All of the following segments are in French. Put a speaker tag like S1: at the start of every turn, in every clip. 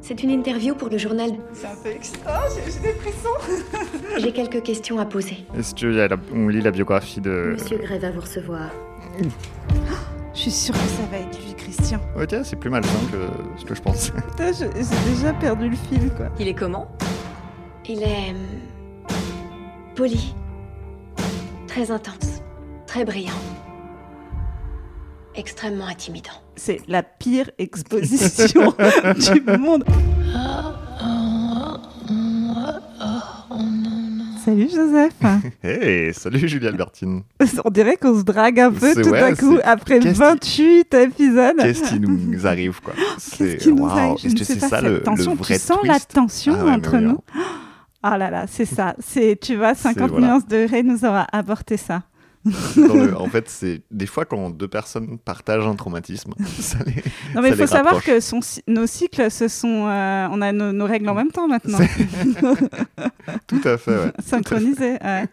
S1: C'est une interview pour le journal.
S2: C'est un peu extra, j'ai j'ai des frissons.
S1: J'ai quelques questions à poser.
S3: Est-ce qu'on lit la biographie de.
S1: Monsieur Gray va vous recevoir.
S2: Je suis sûre que ça va être lui, Christian.
S3: Ok, c'est plus malsain que ce que je pense.
S2: Putain, je- j'ai déjà perdu le fil, quoi.
S4: Il est comment
S1: Il est. hum, poli. Très intense. Très brillant. Extrêmement intimidant.
S2: C'est la pire exposition du monde. Salut Joseph.
S3: Hey, salut Julie Albertine.
S2: On dirait qu'on se drague un peu
S3: C'est-
S2: tout
S3: ouais,
S2: à coup
S3: c'est-
S2: après
S3: qu'est-ce qui-
S2: 28 épisodes.
S3: Qu'est-ce qui nous arrive, quoi
S2: Qu'est-ce qui nous arrive Je
S3: est-ce
S2: ne
S3: que
S2: sais
S3: c'est
S2: pas,
S3: ça
S2: cette
S3: le,
S2: tension.
S3: le vrai
S2: tu sens la
S3: twist
S2: tension
S3: Ah ouais,
S2: entre
S3: mais oui,
S2: nous Ah là là, c'est ça. C'est tu vois, 50
S3: voilà.
S2: nuances de Grey nous aura apporté ça.
S3: hein. Dans le- En fait, c'est des fois quand deux personnes partagent un traumatisme, ça les-
S2: Non mais
S3: Ça
S2: il faut
S3: les
S2: savoir
S3: rapproche.
S2: que son ci- nos cycles, ce sont, euh, on a nos, nos règles en même temps maintenant,
S3: tout à fait. ouais.
S2: synchronisées. ouais.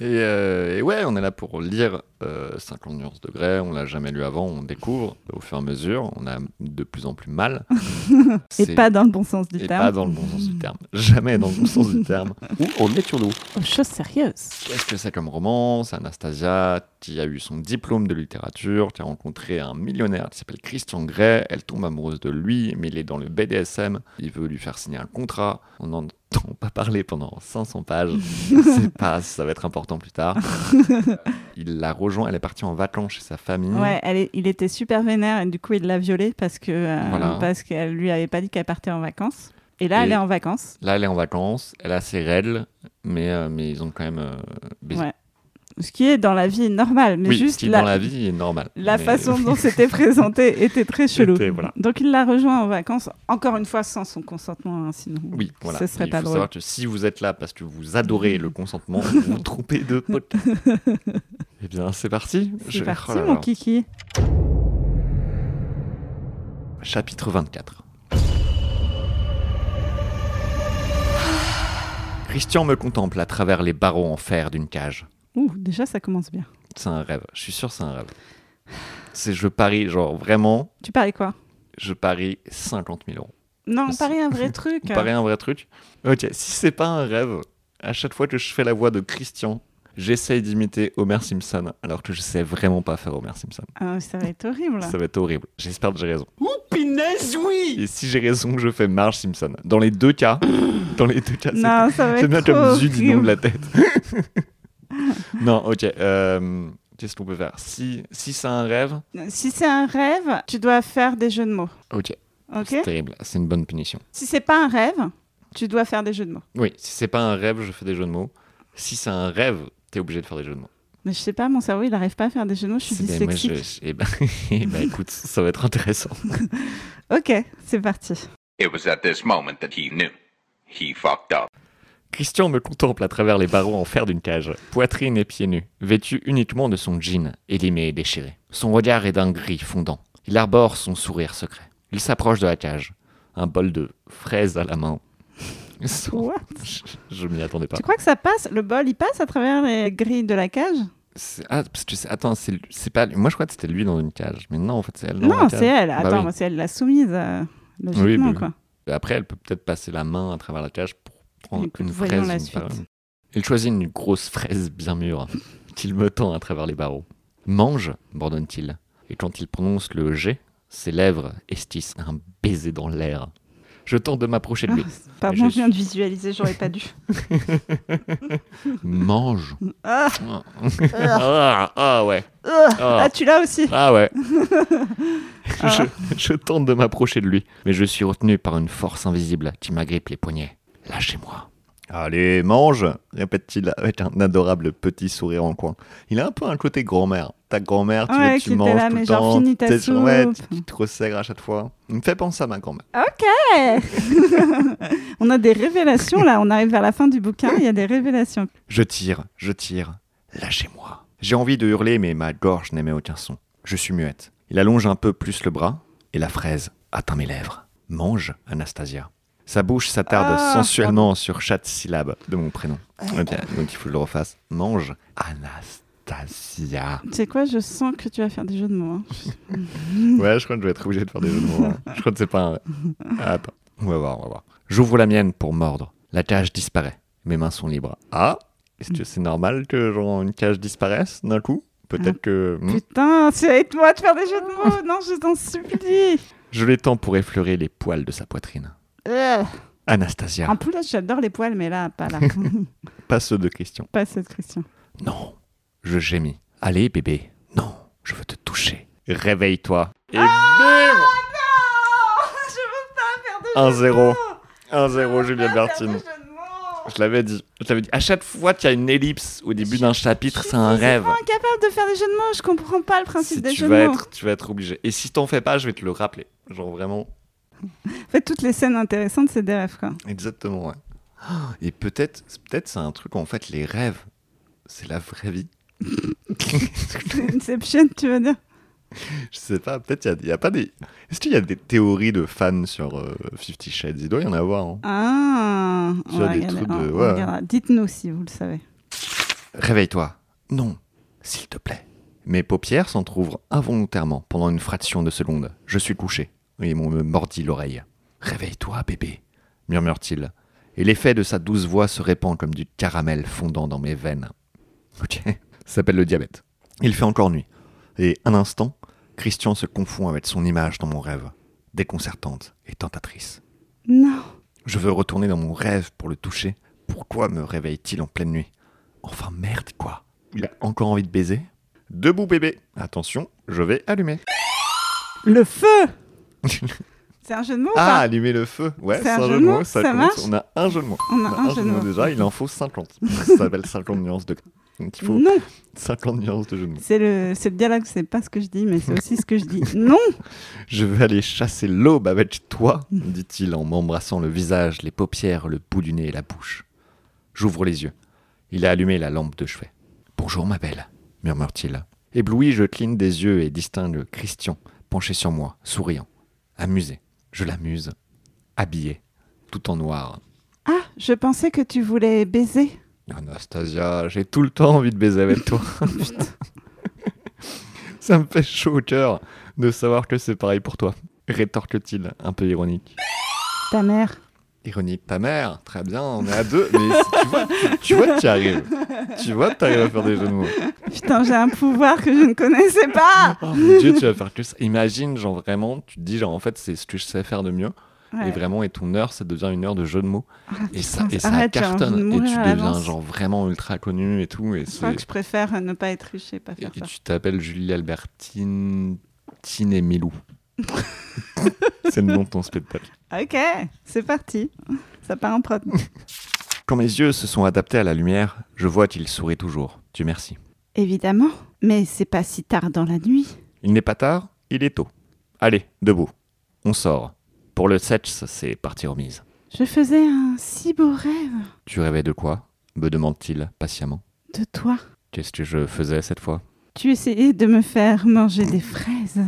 S3: Et, euh, et ouais, on est là pour lire euh, 50 nuances de Grey. On l'a jamais lu avant, on découvre au fur et à mesure. On a de plus en plus mal.
S2: Et
S3: C'est-
S2: pas dans le bon sens du
S3: et
S2: terme.
S3: pas dans le bon sens du terme. Jamais dans le bon sens du terme.
S5: Où en étions-nous
S6: Aux choses sérieuses.
S3: Qu'est-ce que c'est comme roman C'est Anastasia qui a eu son diplôme de littérature, qui a rencontré un millionnaire qui s'appelle Christian Grey. Elle tombe amoureuse de lui, mais il est dans le BDSM. Il veut lui faire signer un contrat. On n'en entend pas parler pendant 500 pages. Je ne sais pas si ça va être important plus tard. Il la rejoint, elle est partie en vacances chez sa famille.
S2: Ouais, elle est- il était super vénère et du coup il l'a violée parce que euh,
S3: Voilà.
S2: parce qu'elle lui avait pas dit qu'elle partait en vacances. Et là,
S3: Et-
S2: elle est en vacances.
S3: Là, elle est en vacances, elle a ses règles, mais, euh, mais ils ont quand même euh, baisé.
S2: Ouais. Ce qui est dans la vie normale, mais
S3: oui, ce
S2: juste
S3: qui,
S2: la,
S3: dans la vie est normal.
S2: la
S3: Mais-
S2: façon dont c'était présenté était très chelou.
S3: C'était- voilà.
S2: Donc il l'a rejoint en vacances, encore une fois sans son consentement, hein, sinon
S3: Oui, voilà.
S2: ce serait
S3: il
S2: pas
S3: faut
S2: drôle.
S3: savoir que si vous êtes là parce que vous adorez le consentement, vous vous trompez de pote. eh bien, c'est parti.
S2: C'est
S3: Je-
S2: parti
S3: oh là
S2: mon
S3: là.
S2: kiki.
S3: Chapitre 24. Christian me contemple à travers les barreaux en fer d'une cage.
S2: Ouh, déjà ça commence bien.
S3: C'est un rêve. Je suis sûr, que c'est un rêve. C'est, je parie, genre vraiment,
S2: Tu paries quoi
S3: je parie 50 000 euros.
S2: Non, on
S3: C'est-
S2: parie un vrai truc.
S3: Vous paraît un vrai truc. Ok, si c'est pas un rêve, à chaque fois que je fais la voix de Christian, j'essaye d'imiter Homer Simpson, alors que je sais vraiment pas faire Homer Simpson.
S2: Ah, ça va être horrible.
S3: Ça va être horrible. J'espère que j'ai raison.
S5: Pinaise, oui
S3: Et si j'ai raison, je fais Marge Simpson. Dans les deux cas, dans les deux cas, c'est
S2: Non, ça va
S3: c'est
S2: être
S3: bien
S2: trop
S3: comme Zu du nom
S2: horrible.
S3: de la tête. non, ok. euh, Qu'est-ce qu'on peut faire Si, si c'est un rêve,
S2: Si c'est un rêve, tu dois faire des jeux de mots.
S3: ok,
S2: Ok
S3: c'est terrible. C'est une bonne punition.
S2: Si c'est pas un rêve, tu dois faire des jeux de mots.
S3: Oui, si c'est pas un rêve, je fais des jeux de mots. Si c'est un rêve, t'es obligé de faire des jeux de mots.
S2: Mais je sais pas, mon cerveau, il arrive pas à faire des jeux de mots, je suis
S3: C'est- ben, moi,
S2: dyslexique.
S3: je- eh ben, eh ben, écoute, ça va être intéressant.
S2: Ok, c'est parti.
S7: It was at this moment that he knew. He fucked up.
S3: Christian me contemple à travers les barreaux en fer d'une cage, poitrine et pieds nus, vêtu uniquement de son jean, élimé et déchiré. Son regard est d'un gris fondant. Il arbore son sourire secret. Il s'approche de la cage, un bol de fraises à la main. Son-
S2: What
S3: Je, je m'y attendais pas.
S2: Tu crois que ça passe Le bol, il passe à travers les grilles de la cage
S3: C'est- Ah, parce que c'est- attends, c'est c'est pas. Moi, je crois que c'était lui dans une cage, mais non, en fait, c'est elle. dans
S2: Non,
S3: la
S2: c'est
S3: cage.
S2: elle.
S3: Bah
S2: Attends,
S3: oui.
S2: moi, c'est elle la soumise, euh, logiquement,
S3: bah oui.
S2: quoi.
S3: Après, elle peut peut-être passer la main à travers la cage pour prendre
S2: Écoute,
S3: une
S2: voyons
S3: fraise.
S2: la
S3: une
S2: suite.
S3: par une. Il choisit une grosse fraise bien mûre qu'il me tend à travers les barreaux. Mange, m'ordonne-t-il. Et quand il prononce le G, ses lèvres estissent un baiser dans l'air. Je tente de m'approcher de lui.
S2: Ah, Pardon,
S3: Je
S2: je viens de visualiser, j'aurais pas dû.
S3: Mange.
S2: Ah,
S3: ah, ah ouais.
S2: ah,
S3: Ah.
S2: ah, tu l'as aussi
S3: Ah ouais.
S2: Ah.
S3: je, je tente de m'approcher de lui, mais je suis retenu par une force invisible qui m'agrippe les poignets. Lâchez-moi. Allez, mange répète-t-il avec un adorable petit sourire en coin. Il a un peu un côté grand-mère. Ta grand-mère, Ah, tu,
S2: Ouais,
S3: veux
S2: qui était là,
S3: que tu manges tout
S2: mais
S3: le
S2: genre,
S3: temps.
S2: finis ta
S3: t'es-
S2: soupe.
S3: ouais, tu, tu te resserres à chaque fois. Il me fait penser à ma grand-mère.
S2: Ok On a des révélations, là. On arrive vers la fin du bouquin, il y a des révélations.
S3: Je tire, je tire. Lâchez-moi. J'ai envie de hurler, mais ma gorge n'émet aucun son. Je suis muette. Il allonge un peu plus le bras, et la fraise atteint mes lèvres. Mange, Anastasia. Sa bouche s'attarde
S2: Ah.
S3: sensuellement sur chaque syllabe de mon prénom. Eh bien, donc il faut que je le refasse. Mange, Anastasia. Anastasia.
S2: Tu sais quoi, je sens que tu vas faire des jeux de mots. hein.
S3: Ouais, je crois que je vais être obligé de faire des jeux de mots. hein. Je crois que c'est pas un... Ah, Attends, on va voir, on va voir. J'ouvre la mienne pour mordre. La cage disparaît. Mes mains sont libres. Ah Est-ce que c'est normal que genre, une cage disparaisse d'un coup Peut-être que... hmm.
S2: Putain, c'est à toi de faire des jeux de mots. Non, je t'en supplie.
S3: Je l'étends pour effleurer les poils de sa poitrine.
S2: Euh,
S3: Anastasia,
S2: En plus, j'adore les poils, mais là, pas là.
S3: pas ceux de Christian.
S2: pas cette question.
S3: Non, je gémis. Allez bébé, non, je veux te toucher. Réveille-toi. Et
S2: Oh, je veux pas faire de
S3: Un
S2: jeux de
S3: zéro.
S2: mots.
S3: bim 1-0
S2: Je veux
S3: Juliette
S2: pas faire de
S3: Bertine.
S2: jeux de mots.
S3: Je l'avais dit. Je l'avais dit. À chaque fois qu'il y a une ellipse au début d'un chapitre,
S2: Je
S3: c'est un
S2: suis
S3: rêve.
S2: vraiment incapable de faire des jeux de mots. Je comprends pas le principe
S3: Si
S2: des
S3: tu
S2: jeux
S3: vas
S2: de mots.
S3: être, tu vas être obligé. Et si t'en fais pas, je vais te le rappeler. Genre vraiment,
S2: En fait, toutes les scènes intéressantes, c'est des rêves, quoi.
S3: exactement. Ouais. Ah, Et peut-être, peut-être c'est un truc où en fait les rêves, c'est la vraie vie.
S2: Inception, tu veux dire
S3: Je sais pas. Peut-être il y a- il y, a pas des. Est-ce qu'il y a des théories de fans sur euh, Fifty Shades Il doit y en avoir. hein.
S2: Ah
S3: Tu
S2: on va
S3: as des
S2: regarder,
S3: trucs de-
S2: on- on
S3: ouais.
S2: regardera. Dites-nous si vous le savez.
S3: Réveille-toi. Non, s'il te plaît. Mes paupières s'entr'ouvrent involontairement pendant une fraction de seconde. Je suis couché. Et mon me mordit l'oreille. Réveille-toi, bébé, murmure-t-il. Et l'effet de sa douce voix se répand comme du caramel fondant dans mes veines. Ok, ça s'appelle le diabète. Il fait encore nuit. Et un instant, Christian se confond avec son image dans mon rêve, déconcertante et tentatrice.
S2: Non.
S3: Je veux retourner dans mon rêve pour le toucher. Pourquoi me réveille-t-il en pleine nuit Enfin merde quoi Il a encore envie de baiser Debout bébé Attention, je vais allumer.
S2: Le feu C'est un jeu de mots ou
S3: Ah,
S2: pas
S3: allumer le feu Ouais,
S2: C'est
S3: c'est un jeu de mots, ça,
S2: ça
S3: compte.
S2: marche
S3: On a un jeu de mots.
S2: On a un jeu de mots.
S3: déjà, il en faut 50. ça s'appelle 50 nuances de... Donc il faut
S2: Non,
S3: 50 nuances de jeu de mots.
S2: c'est le, c'est le dialogue, c'est pas ce que je dis, mais c'est aussi ce que je dis. Non
S3: Je vais aller chasser l'aube avec toi, dit-il en m'embrassant le visage, les paupières, le bout du nez et la bouche. J'ouvre les yeux. Il a allumé la lampe de chevet. Bonjour, ma belle, murmure-t-il. Ébloui, je cligne des yeux et distingue Christian, penché sur moi, souriant, amusé. Je l'amuse, habillé, tout en noir.
S2: Ah, je pensais que tu voulais baiser.
S3: Anastasia, j'ai tout le temps envie de baiser avec toi. Ça me fait chaud au cœur de savoir que c'est pareil pour toi, rétorque-t-il, un peu ironique.
S2: Ta mère.
S3: Ironique ta mère, très bien, on est à deux, mais c'est- tu vois, tu, tu vois que tu y arrives. Tu vois que tu arrives à faire des jeux de mots.
S2: Putain, j'ai un pouvoir que je ne connaissais pas
S3: Oh mon dieu, tu vas faire que ça. Imagine, genre vraiment, tu te dis, genre en fait, c'est ce que je sais faire de mieux.
S2: Ouais.
S3: Et vraiment, et ton heure, ça devient une heure de jeu de mots. et ça, et Ah, ça
S2: arrête, j'ai envie de
S3: cartonne. Et
S2: mourir
S3: tu
S2: à
S3: deviens
S2: l'avance.
S3: genre vraiment ultra connu et tout. Et,
S2: Je crois
S3: c'est-
S2: que je préfère euh, ne pas être riche et pas
S3: et
S2: faire
S3: et
S2: ça.
S3: tu t'appelles Julie Albertine, Tine et Milou. c'est le nom de ton spectacle.
S2: Ok, c'est parti. Ça part en prod.
S3: Quand mes yeux se sont adaptés à la lumière, je vois qu'il sourit toujours. Dieu merci.
S2: Évidemment, mais c'est pas si tard dans la nuit.
S3: Il n'est pas tard, il est tôt. Allez, debout. On sort. Pour le setch, c'est partie remise.
S2: Je faisais un si beau rêve
S3: Tu rêvais de quoi me demande-t-il patiemment.
S2: de toi.
S3: Qu'est-ce que je faisais cette fois
S2: Tu essayais de me faire manger des fraises.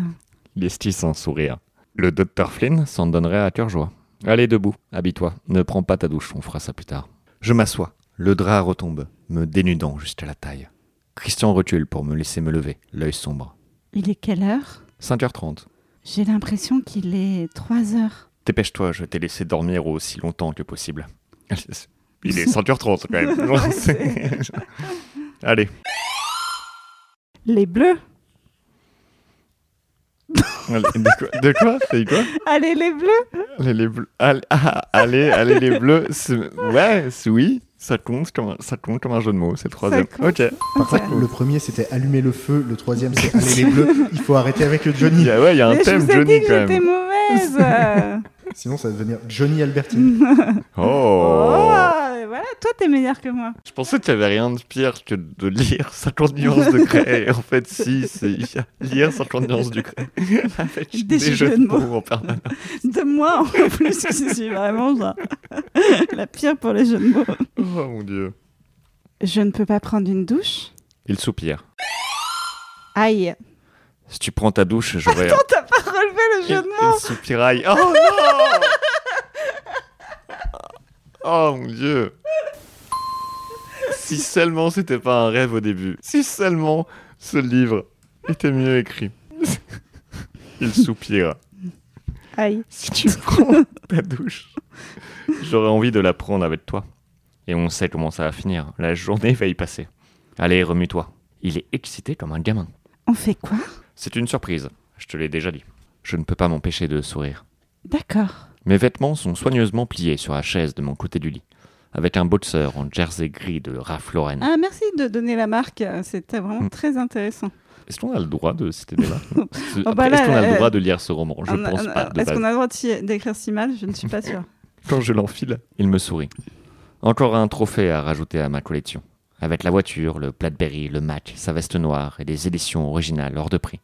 S3: L'estis en sourire. Le docteur Flynn s'en donnerait à cœur joie. Allez, debout, habille-toi. Ne prends pas ta douche, on fera ça plus tard. Je m'assois. Le drap retombe, me dénudant jusqu'à la taille. Christian recule pour me laisser me lever, l'œil sombre.
S2: Il est quelle heure
S3: 5h30.
S2: J'ai l'impression qu'il est 3 heures.
S3: Dépêche-toi, je t'ai laissé dormir aussi longtemps que possible. Il est 5h30 quand même. Genre, c'est- Allez.
S2: Les bleus
S3: Allez, De quoi, de quoi T'as dit quoi
S2: Allez, les bleus
S3: Allez, les bleus. Allez, ah, allez, allez, les bleus. c'est- Ouais, c'est oui. Ça compte, comme un, ça compte comme un jeu de mots. C'est le troisième.
S2: compte.
S3: Ok.
S2: Ok.
S3: Parfait.
S4: Le premier c'était allumer le feu, le troisième c'est aller les bleus. Il faut arrêter avec le
S3: Il
S4: Johnny.
S3: y a- ouais, il y a un
S2: Mais Je
S3: thème,
S2: vous ai dit
S3: Johnny,
S2: que
S3: quand
S2: j'étais
S3: même.
S2: mauvaise euh.
S4: Sinon ça va devenir Johnny Albertine.
S3: Oh.
S2: Oh, et Voilà, toi t'es meilleur que moi.
S3: Je pensais qu'il n'y avait rien de pire que de lire 50 nuances de Grey. En fait, si, c'est il y a lire 50 nuances du Grey. Avec
S2: Des
S3: des,
S2: jeux
S3: jeux
S2: de
S3: de
S2: mots.
S3: mots en permanence.
S2: De moi en plus, je suis vraiment genre, la pire pour les jeux de mots.
S3: Oh mon dieu.
S2: Je ne peux pas prendre une douche
S3: Il soupire.
S2: Aïe
S3: Si tu prends ta douche, j'aurai.
S2: T'as pas relevé le
S3: Il,
S2: jeu de mots
S3: il soupiraille. Oh non Oh mon dieu Si seulement c'était pas un rêve au début. Si seulement ce livre était mieux écrit. Il soupira.
S2: Aïe.
S3: Si tu prends ta douche, j'aurais envie de la prendre avec toi. Et on sait comment ça va finir. La journée va y passer. Allez, remue-toi. Il est excité comme un gamin.
S2: On fait quoi
S3: C'est une surprise, je te l'ai déjà dit. Je ne peux pas m'empêcher de sourire.
S2: D'accord.
S3: Mes vêtements sont soigneusement pliés sur la chaise de mon côté du lit, avec un boxer en jersey gris de Ralph Lauren.
S2: Ah, merci de donner la marque. C'était vraiment
S3: Mm.
S2: très intéressant.
S3: Est-ce qu'on a le droit de citer des marques Est-ce
S2: bah
S3: est-ce
S2: là,
S3: qu'on a
S2: euh,
S3: le droit de lire ce roman Je
S2: On a-
S3: pense
S2: on a-
S3: pas de
S2: bah, euh, Est-ce
S3: base.
S2: qu'on a le droit de s'y- d'écrire si mal Je ne suis pas sûre.
S3: Quand je l'enfile, il me sourit. Encore un trophée à rajouter à ma collection. Avec la voiture, le Blackberry, le Mac, sa veste noire et des éditions originales hors de prix.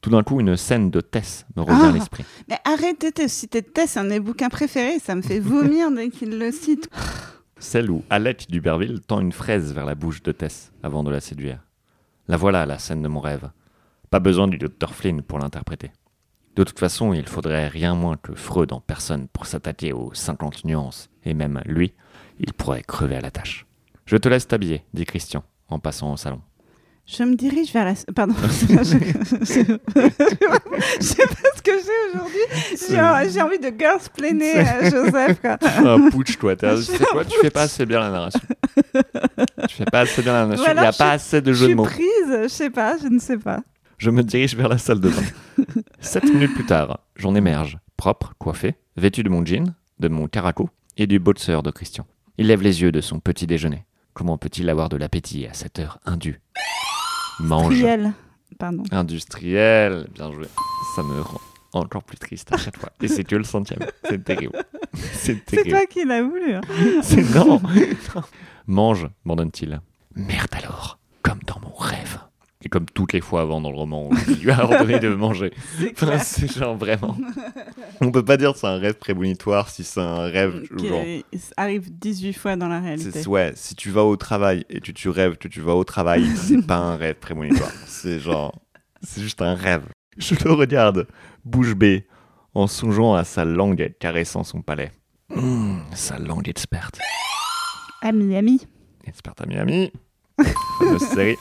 S3: Tout d'un coup, une scène de Tess me revient
S2: Ah
S3: à l'esprit.
S2: Mais arrêtez de citer Tess, c'est un de mes bouquins préférés. Ça me fait vomir dès qu'il le cite.
S3: Celle où Alec d'Uberville tend une fraise vers la bouche de Tess avant de la séduire. La voilà, la scène de mon rêve. Pas besoin du docteur Flynn pour l'interpréter. De toute façon, il faudrait rien moins que Freud en personne pour s'attaquer aux 50 nuances, et même lui, il pourrait crever à la tâche. Je te laisse t'habiller, dit Christian, en passant au salon.
S2: Je me dirige vers la. Pardon. je je- je sais pas ce que j'ai aujourd'hui. J'ai en- J'ai envie de girlsplainer euh, Joseph. quoi.
S3: Un Ah, putsch, toi. t'as- C'est quoi Tu fais pas assez bien la narration. Tu fais pas assez bien la narration.
S2: Ou
S3: Il
S2: alors
S3: n'y a
S2: je-
S3: pas assez de
S2: Je
S3: jeux de
S2: suis
S3: mots.
S2: prise, je sais pas, je ne sais pas.
S3: Je me dirige vers la salle de bain. Sept minutes plus tard, j'en émerge, propre, coiffé, vêtu de mon jean, de mon caraco et du boxer de Christian. Il lève les yeux de son petit déjeuner. Comment peut-il avoir de l'appétit à cette heure indue Mange.
S2: Priel. Pardon.
S3: Industriel, bien joué. Ça me rend encore plus triste à chaque fois. Et c'est que le centième. C'est terrible. C'est
S2: C'est
S3: terrible.
S2: toi qui l'as voulu. hein.
S3: C'est non. Mange, m'ordonne-t-il. Merde alors, comme dans mon rêve. Et comme toutes les fois avant dans le roman où il lui a ordonné de manger.
S2: C'est
S3: Enfin,
S2: clair.
S3: c'est genre vraiment. On peut pas dire que c'est un rêve prémonitoire si c'est un rêve
S2: Qui
S3: genre.
S2: arrive 18 fois dans la réalité.
S3: C'est, ouais, si tu vas au travail et tu, tu rêves que tu vas au travail, c'est pas un rêve prémonitoire. C'est genre. C'est juste un rêve. Je le regarde, bouche bée, en songeant à sa langue caressant son palais. Mmh, sa langue experte.
S2: Ami, ami.
S3: Experte à Miami. Fameuse série.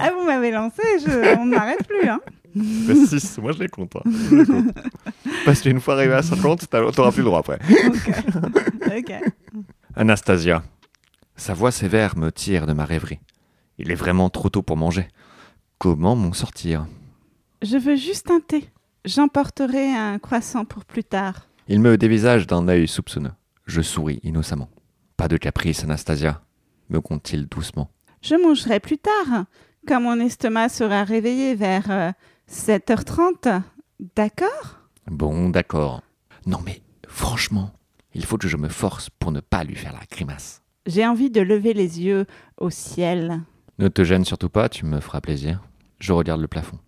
S2: Ah, vous m'avez lancé, je- on n'arrête plus. Hein.
S3: Le 6, moi je les compte. hein. Je les compte. Parce qu'une fois arrivé à 50, t'as- t'auras plus le droit après.
S2: Ok.
S3: Anastasia. Sa voix sévère me tire de ma rêverie. Il est vraiment trop tôt pour manger. Comment m'en sortir
S2: Je veux juste un thé. J'emporterai un croissant pour plus tard.
S3: Il me dévisage d'un œil soupçonneux. Je souris innocemment. Pas de caprice, Anastasia, me conte-t-il doucement.
S2: Je mangerai plus tard, quand mon estomac sera réveillé vers euh, 7h30. D'accord
S3: Bon, d'accord. Non mais, franchement, il faut que je me force pour ne pas lui faire la grimace.
S2: J'ai envie de lever les yeux au ciel.
S3: Ne te gêne surtout pas, tu me feras plaisir. Je regarde le plafond.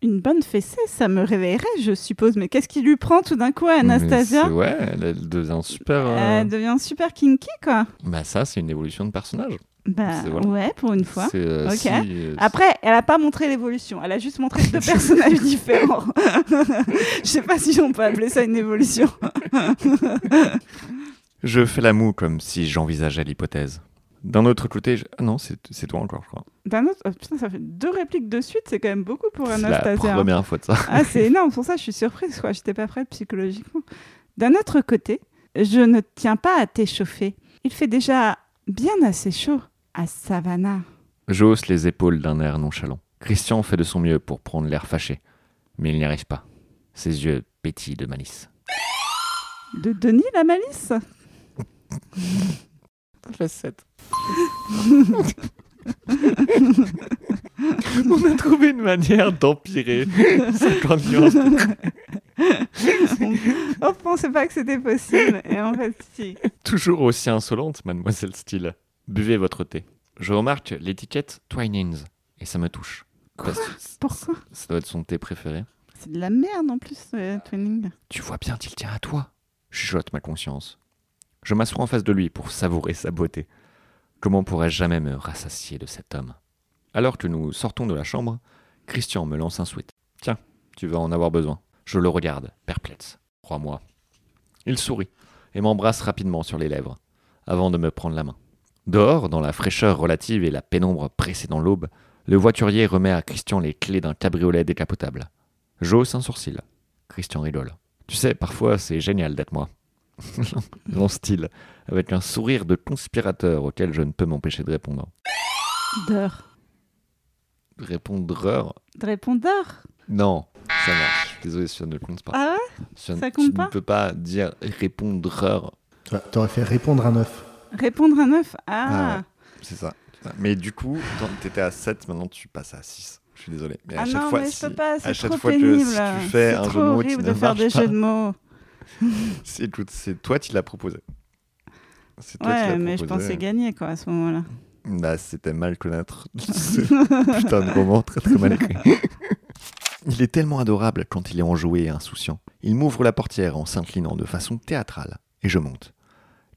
S2: Une bonne fessée, ça me réveillerait, je suppose. Mais qu'est-ce qui lui prend tout d'un coup à Anastasia
S3: Mais c'est- Ouais, elle- elle devient super. euh,
S2: Elle devient super kinky, quoi.
S3: Bah ça, c'est une évolution de personnage.
S2: Bah
S3: C'est- voilà.
S2: ouais, pour une fois.
S3: C'est, euh,
S2: Ok.
S3: si, euh,
S2: Après, elle n'a pas montré l'évolution, elle a juste montré deux personnages différents. Je sais pas si on peut appeler ça une évolution.
S3: Je fais la moue comme si j'envisageais l'hypothèse. D'un autre côté, je- ah non, c'est c'est toi encore, je crois.
S2: D'un autre, oh, putain, ça fait deux répliques de suite, c'est quand même beaucoup pour
S3: C'est la
S2: Anastasia.
S3: première fois de ça.
S2: Ah, c'est énorme, pour ça je suis surprise, quoi. J'étais pas prête psychologiquement. D'un autre côté, je ne tiens pas à t'échauffer. Il fait déjà bien assez chaud à Savannah.
S3: Je hausse les épaules d'un air nonchalant. Christian fait de son mieux pour prendre l'air fâché, mais il n'y arrive pas. Ses yeux pétillent de malice.
S2: De Denis la malice
S3: La 7. On a trouvé une manière d'empirer 50 nuances.
S2: On pensait pas que c'était possible, et en fait, si.
S3: Toujours aussi insolente, mademoiselle Steele. Buvez votre thé. Je remarque l'étiquette Twinings et ça me touche. Parce que c-
S2: Pourquoi
S3: ça doit être son thé préféré.
S2: C'est de la merde en plus, euh, Twinning.
S3: Tu vois bien qu'il tient à toi, chuchote ma conscience. Je m'assois en face de lui pour savourer sa beauté. Comment pourrais-je jamais me rassasier de cet homme Alors que nous sortons de la chambre, Christian me lance un sweat. Tiens, tu vas en avoir besoin. Je le regarde, perplexe. Crois-moi. Il sourit et m'embrasse rapidement sur les lèvres, avant de me prendre la main. Dehors, dans la fraîcheur relative et la pénombre précédant l'aube, le voiturier remet à Christian les clés d'un cabriolet décapotable. J'ose un sourcil. Christian rigole. Tu sais, parfois, c'est génial d'être moi. Lance-t-il, avec un sourire de conspirateur auquel je ne peux m'empêcher de répondre.
S2: D'heure.
S3: Répondreur
S2: De répondeur
S3: Non, ça marche. Désolé, Sion ne compte pas.
S2: Ah ouais
S3: Sion,
S2: ça compte
S3: tu
S2: pas
S3: ne peux pas dire répondreur.
S4: Ouais, T'aurais fait répondre un œuf.
S2: Répondre à neuf Ah,
S3: C'est ça. Putain, Mais du coup, attends, t'étais à 7, maintenant tu passes à 6. Je suis désolé. Mais à
S2: ah
S3: chaque
S2: non,
S3: fois,
S2: mais je
S3: si-
S2: peux pas,
S3: à
S2: c'est
S3: chaque
S2: trop
S3: fois
S2: pénible.
S3: que si tu fais
S2: C'est
S3: un
S2: trop
S3: jeu de mots qui
S2: horrible
S3: ne
S2: de faire
S3: marche
S2: des
S3: pas,
S2: jeux de mots.
S3: c'est- écoute, c'est toi qui l'as proposé. C'est toi qui l'as
S2: Ouais,
S3: proposé.
S2: mais je pensais gagner quoi à ce moment-là.
S3: Bah, c'était mal connaître ce putain de roman très très mal écrit. Il est tellement adorable quand il est enjoué et insouciant. Il m'ouvre la portière en s'inclinant de façon théâtrale et je monte.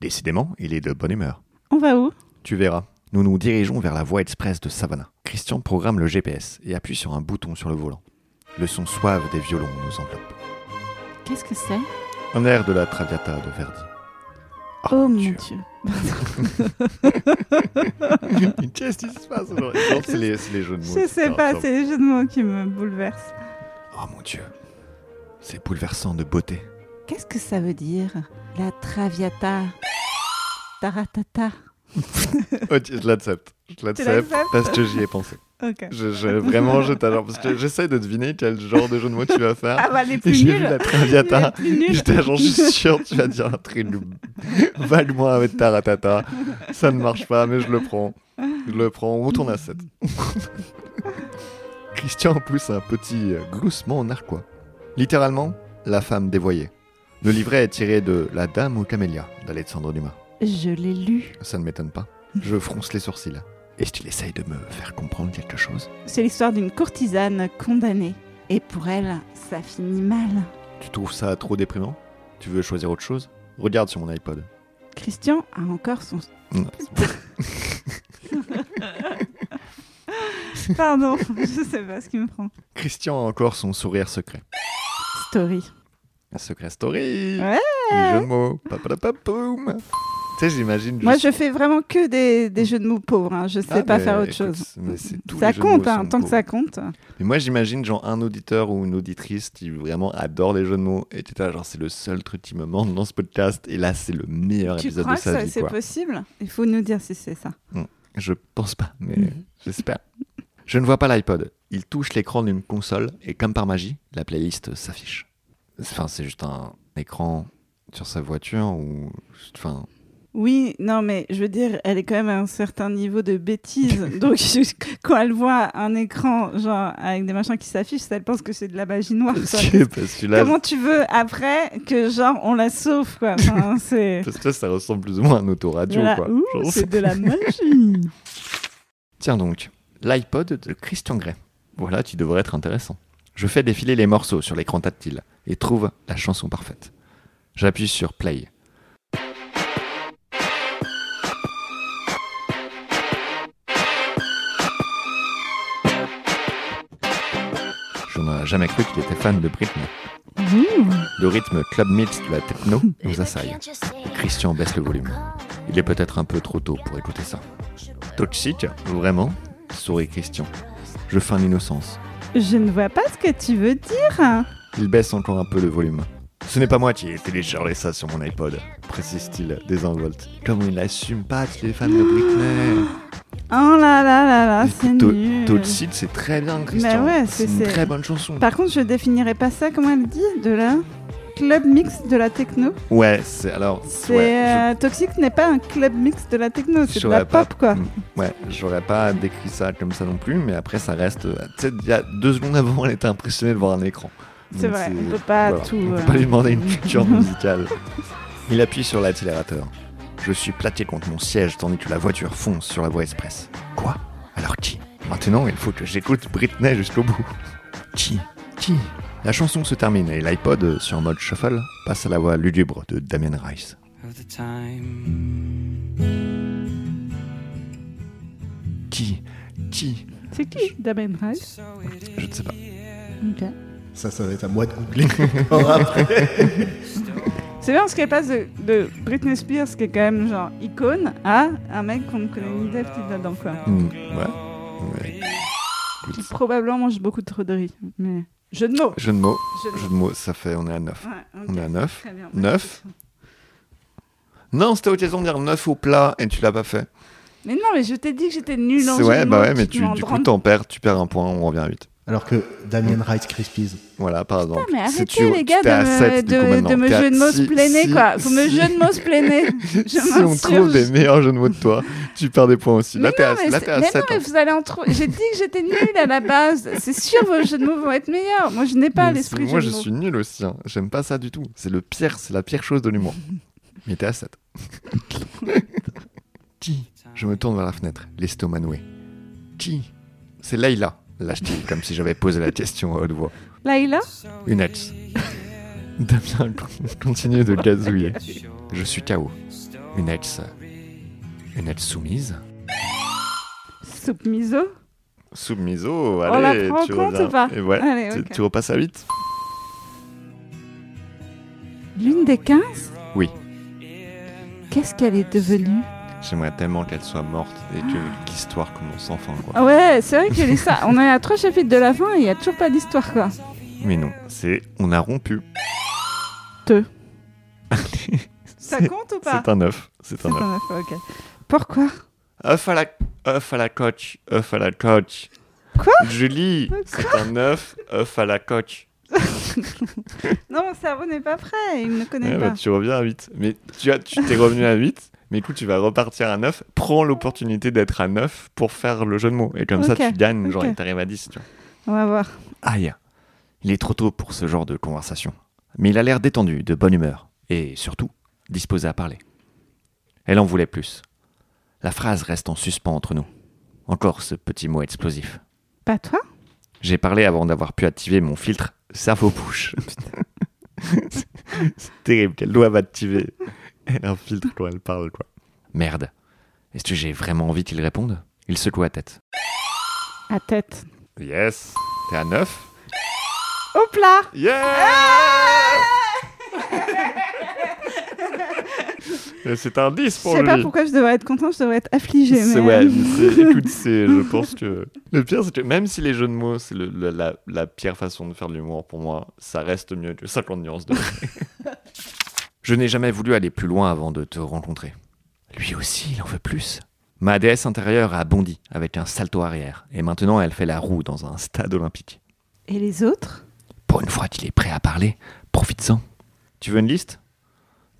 S3: Décidément, il est de bonne humeur.
S2: On va où
S3: Tu verras. Nous nous dirigeons vers la voie express de Savannah. Christian programme le GPS et appuie sur un bouton sur le volant. Le son suave des violons nous enveloppe.
S2: Qu'est-ce que c'est
S3: Un air de la Traviata de Verdi.
S2: Oh mon dieu.
S3: Mais Qu'est-ce qui se passe aujourd'hui Non, C'est les, c'est les jeux de mots.
S2: Je sais
S3: Non,
S2: pas,
S3: non.
S2: c'est les jeux de mots qui me bouleversent.
S3: Oh mon dieu. C'est bouleversant de beauté.
S2: Qu'est-ce que ça veut dire La traviata. Taratata.
S3: Ok, je l'accepte. Je l'accepte
S2: l'acceptes
S3: parce que j'y ai pensé.
S2: Ok.
S3: Je, je- vraiment, je t'adore. Parce que j'essaie de deviner quel genre de jeu de mots tu vas faire.
S2: Ah bah les
S3: Et
S2: plus
S3: j'ai vu la
S2: nuls
S3: Traviata.
S2: Les plus nuls.
S3: J'étais genre, je suis sûr, tu vas dire un truc vaguement avec ta ratata. Ça ne marche pas, mais je le prends. Je le prends, on retourne à 7. Christian pousse un petit euh, gloussement narquois. Littéralement, la femme dévoyée. Le livret est tiré de La Dame aux Camélias d'Alexandre Dumas.
S2: Je l'ai lu.
S3: Ça ne m'étonne pas. Je fronce les sourcils. Est-ce qu'il essaye de me faire comprendre quelque chose
S2: C'est l'histoire d'une courtisane condamnée. Et pour elle, ça finit mal.
S3: Tu trouves ça trop déprimant Tu veux choisir autre chose Regarde sur mon iPod.
S2: Christian a encore son...
S3: Non.
S2: Pardon, je sais pas ce qui me prend.
S3: Christian a encore son sourire secret.
S2: Story.
S3: Secret Story
S2: Ouais.
S3: Les jeux de mots Papadapapoum. Tu sais, j'imagine.
S2: Moi, je fais vraiment que des, des jeux de mots pauvres. hein. Je sais
S3: Ah,
S2: pas
S3: mais
S2: faire autre
S3: écoute,
S2: chose.
S3: mais c'est tous
S2: ça
S3: les jeux de
S2: compte,
S3: mots
S2: hein,
S3: sont
S2: tant que
S3: pauvres.
S2: ça compte.
S3: Mais moi, j'imagine genre un auditeur ou une auditrice qui vraiment adore les jeux de mots. Et t'es là, genre, c'est le seul truc qui me manque dans ce podcast. Et là, c'est le meilleur
S2: Tu
S3: épisode
S2: crois
S3: de
S2: que
S3: sa
S2: ça,
S3: vie.
S2: c'est
S3: Quoi.
S2: possible Il faut nous dire si c'est ça.
S3: Je pense pas, mais
S2: Mm.
S3: j'espère. Je ne vois pas l'iPod. Il touche l'écran d'une console et comme par magie, la playlist s'affiche. Enfin, c'est juste un écran sur sa voiture ou. Enfin.
S2: Oui, non, mais je veux dire, elle est quand même à un certain niveau de bêtise. Donc, je- quand elle voit un écran, genre, avec des machins qui s'affichent, elle pense que c'est de la magie noire. quoi.
S3: parce que- parce que là,
S2: Comment tu veux, après, que, genre, on la sauve, quoi Enfin, c'est...
S3: Parce que ça ressemble plus ou moins à un autoradio,
S2: Voilà.
S3: quoi.
S2: Ouh,
S3: Genre,
S2: c'est
S3: c'est-
S2: de la magie
S3: Tiens donc, l'iPod de Christian Grey. Voilà qui devrait être intéressant. Je fais défiler les morceaux sur l'écran tactile et trouve la chanson parfaite. J'appuie sur Play. Je n'aurais jamais cru qu'il était fan de Britney. Le rythme club mix de la techno nous assaille. Christian baisse le volume. Il est peut-être un peu trop tôt pour écouter ça. Toxique, vraiment Sourit Christian. Je feins l'innocence.
S2: Je ne vois pas ce que tu veux dire.
S3: Il baisse encore un peu le volume. Ce n'est pas moi qui ai téléchargé ça sur mon iPod, précise-t-il désinvolte. Comme il n'assume pas qu'il est fan de Britney.
S2: Oh là là là là, c'est
S3: To-
S2: nul. Bah
S3: Toxic, c'est très bien, Christian.
S2: ouais,
S3: c'est
S2: c'est-
S3: une
S2: c'est-
S3: très bonne chanson.
S2: Par contre, je définirais pas ça, comment elle dit, de la club mix de la techno.
S3: Ouais, c'est alors.
S2: C'est
S3: ouais,
S2: euh, Toxic n'est pas un club mix de la techno,
S3: je-
S2: c'est de
S3: j'aurais
S2: la
S3: pas-
S2: pop quoi.
S3: Mm, Ouais, j'aurais pas décrit ça comme ça non plus, mais après ça reste. euh, Tu sais, il y a deux secondes avant, elle était impressionnée de voir un écran.
S2: C'est
S3: Donc,
S2: vrai, on peut pas
S3: voilà,
S2: tout.
S3: On peut
S2: euh,
S3: pas lui demander une culture musicale. Il appuie sur l'accélérateur. Je suis plaqué contre mon siège tandis que la voiture fonce sur la voie express. Quoi Alors qui Maintenant, il faut que j'écoute Britney jusqu'au bout. Qui Qui La chanson se termine et l'iPod, euh, sur mode shuffle, passe à la voix lugubre de Damien Rice.
S6: of the time.
S3: Qui Qui
S2: C'est qui Damien Rice
S6: So it is
S3: Je ne sais pas.
S2: Ok.
S4: Ça, ça va être à moi de googler. encore après.
S2: C'est bien parce qu'elle passe de, de Britney Spears, qui est quand même genre icône, à un mec qu'on ne connaît ni d'Eve ni d'Adam, quoi.
S3: Hmm, ouais. Ouais.
S2: Qui
S3: Écoute,
S2: probablement mange beaucoup trop de riz. Mais. Jeu de mots
S3: Jeu de mots.
S2: Jeu de
S3: Jeu de mots, ça fait. On est à 9.
S2: Ouais, ok.
S3: On est à 9.
S2: Très bien.
S3: Bah,
S2: Bah,
S3: Neuf. Non, c'était l'occasion de dire 9 au plat et tu l'as pas fait.
S2: Mais non, mais je t'ai dit que j'étais nul en
S3: C'est-
S2: jeu
S3: Ouais,
S2: de
S3: bah
S2: mots,
S3: ouais, mais
S2: tu
S3: tu,
S2: m'en
S3: du coup,
S2: branles.
S3: t'en perds, tu perds un point, on revient à 8.
S4: Alors que Damien Rice Crispies.
S3: Voilà, par exemple.
S2: mais
S3: Si
S2: arrêtez
S3: tu-
S2: les gars
S3: t'es
S2: de
S3: à
S2: me,
S3: sept, du coup,
S2: de,
S3: maintenant.
S2: de me
S3: T'es à-
S2: jeu de mots
S3: si-
S2: plainer,
S3: si-
S2: quoi. Vous me
S3: si-
S2: jeu de mots plainer. Je
S3: si on trouve
S2: m'insurge.
S3: des meilleurs jeux de mots de toi, tu perds des points aussi.
S2: Mais
S3: Là, t'es à,
S2: non, mais
S3: là,
S2: c'est-
S3: t'es à hein.
S2: mais non,
S3: 7.
S2: mais vous allez en trouver. J'ai dit que j'étais nulle à la base. C'est sûr, vos jeux de mots vont être meilleurs. Moi, je n'ai pas l'esprit
S3: Moi,
S2: jeu
S3: je
S2: de mots.
S3: suis nul aussi. hein. J'aime pas ça du tout. C'est le pire, c'est la pire chose de l'humour. mais t'es à 7. Ti. Je me tourne vers la fenêtre, l'estomac noué. Ti. C'est Leïla, lâche-t-il, comme si j'avais posé la question à haute voix.
S2: Laïla
S3: Une ex. Damien continue de gazouiller. Je suis KO. Une ex. Une ex soumise
S2: Soupe miso On
S3: Soumiso, allez,
S2: la prend
S3: tu
S2: en compte
S3: reviens.
S2: ou pas
S3: Et ouais,
S2: Allez,
S3: tu,
S2: ok.
S3: tu repasses à 8
S2: L'une des 15
S3: Oui.
S2: Qu'est-ce qu'elle est devenue
S3: J'aimerais tellement qu'elle soit morte et que l'histoire commence enfin, quoi.
S2: Ah Ouais, c'est vrai que les ça. On est à trois chapitres de la fin et il n'y a toujours pas d'histoire, quoi.
S3: Mais non, c'est on a rompu.
S2: Deux.
S3: Allez,
S2: Ça
S3: c'est-
S2: compte ou pas
S3: c'est un œuf, c'est un œuf.
S2: un œuf, ok. Pourquoi
S3: œuf à la œuf à la coach, œuf à la coach.
S2: Quoi
S3: Julie, c'est un œuf, œuf à la coach.
S2: Non, mon cerveau n'est pas prêt, il ne connaît
S3: Ouais,
S2: pas.
S3: bah, tu reviens à 8. Mais tu as, tu t'es revenu à 8. Mais écoute, tu vas repartir à 9. Prends l'opportunité d'être à 9 pour faire le jeu de mots. Et comme
S2: Ok,
S3: ça, tu gagnes, genre,
S2: ok.
S3: et t'arrives à 10. Tu vois.
S2: On va voir.
S3: Aïe, il est trop tôt pour ce genre de conversation. Mais il a l'air détendu, de bonne humeur. Et surtout, disposé à parler. Elle en voulait plus. La phrase reste en suspens entre nous. Encore ce petit mot explosif.
S2: Pas toi
S3: J'ai parlé avant d'avoir pu activer mon filtre cerveau-bouche. C'est terrible qu'elle doive activer. Elle a un filtre quand elle parle, quoi. Merde. Est-ce que j'ai vraiment envie qu'il réponde Il secoue la tête.
S2: À tête.
S3: Yes. T'es à 9
S2: Au plat Ah
S3: Yeah Et C'est un 10
S2: Je
S3: pour
S2: sais
S3: lui.
S2: pas pourquoi je devrais être content, je devrais être affligé.
S3: C'est-
S2: Mais...
S3: ouais, mais c'est- écoute, c'est- je pense que. Le pire, c'est que même si les jeux de mots, c'est le- le- la, la pire façon de faire de l'humour pour moi, ça reste mieux que 50 nuances de Grey. Je n'ai jamais voulu aller plus loin avant de te rencontrer. Lui aussi, il en veut plus. Ma déesse intérieure a bondi avec un salto arrière, et maintenant elle fait la roue dans un stade olympique.
S2: Et les autres
S3: Pour une fois qu'il est prêt à parler, profites-en. Tu veux une liste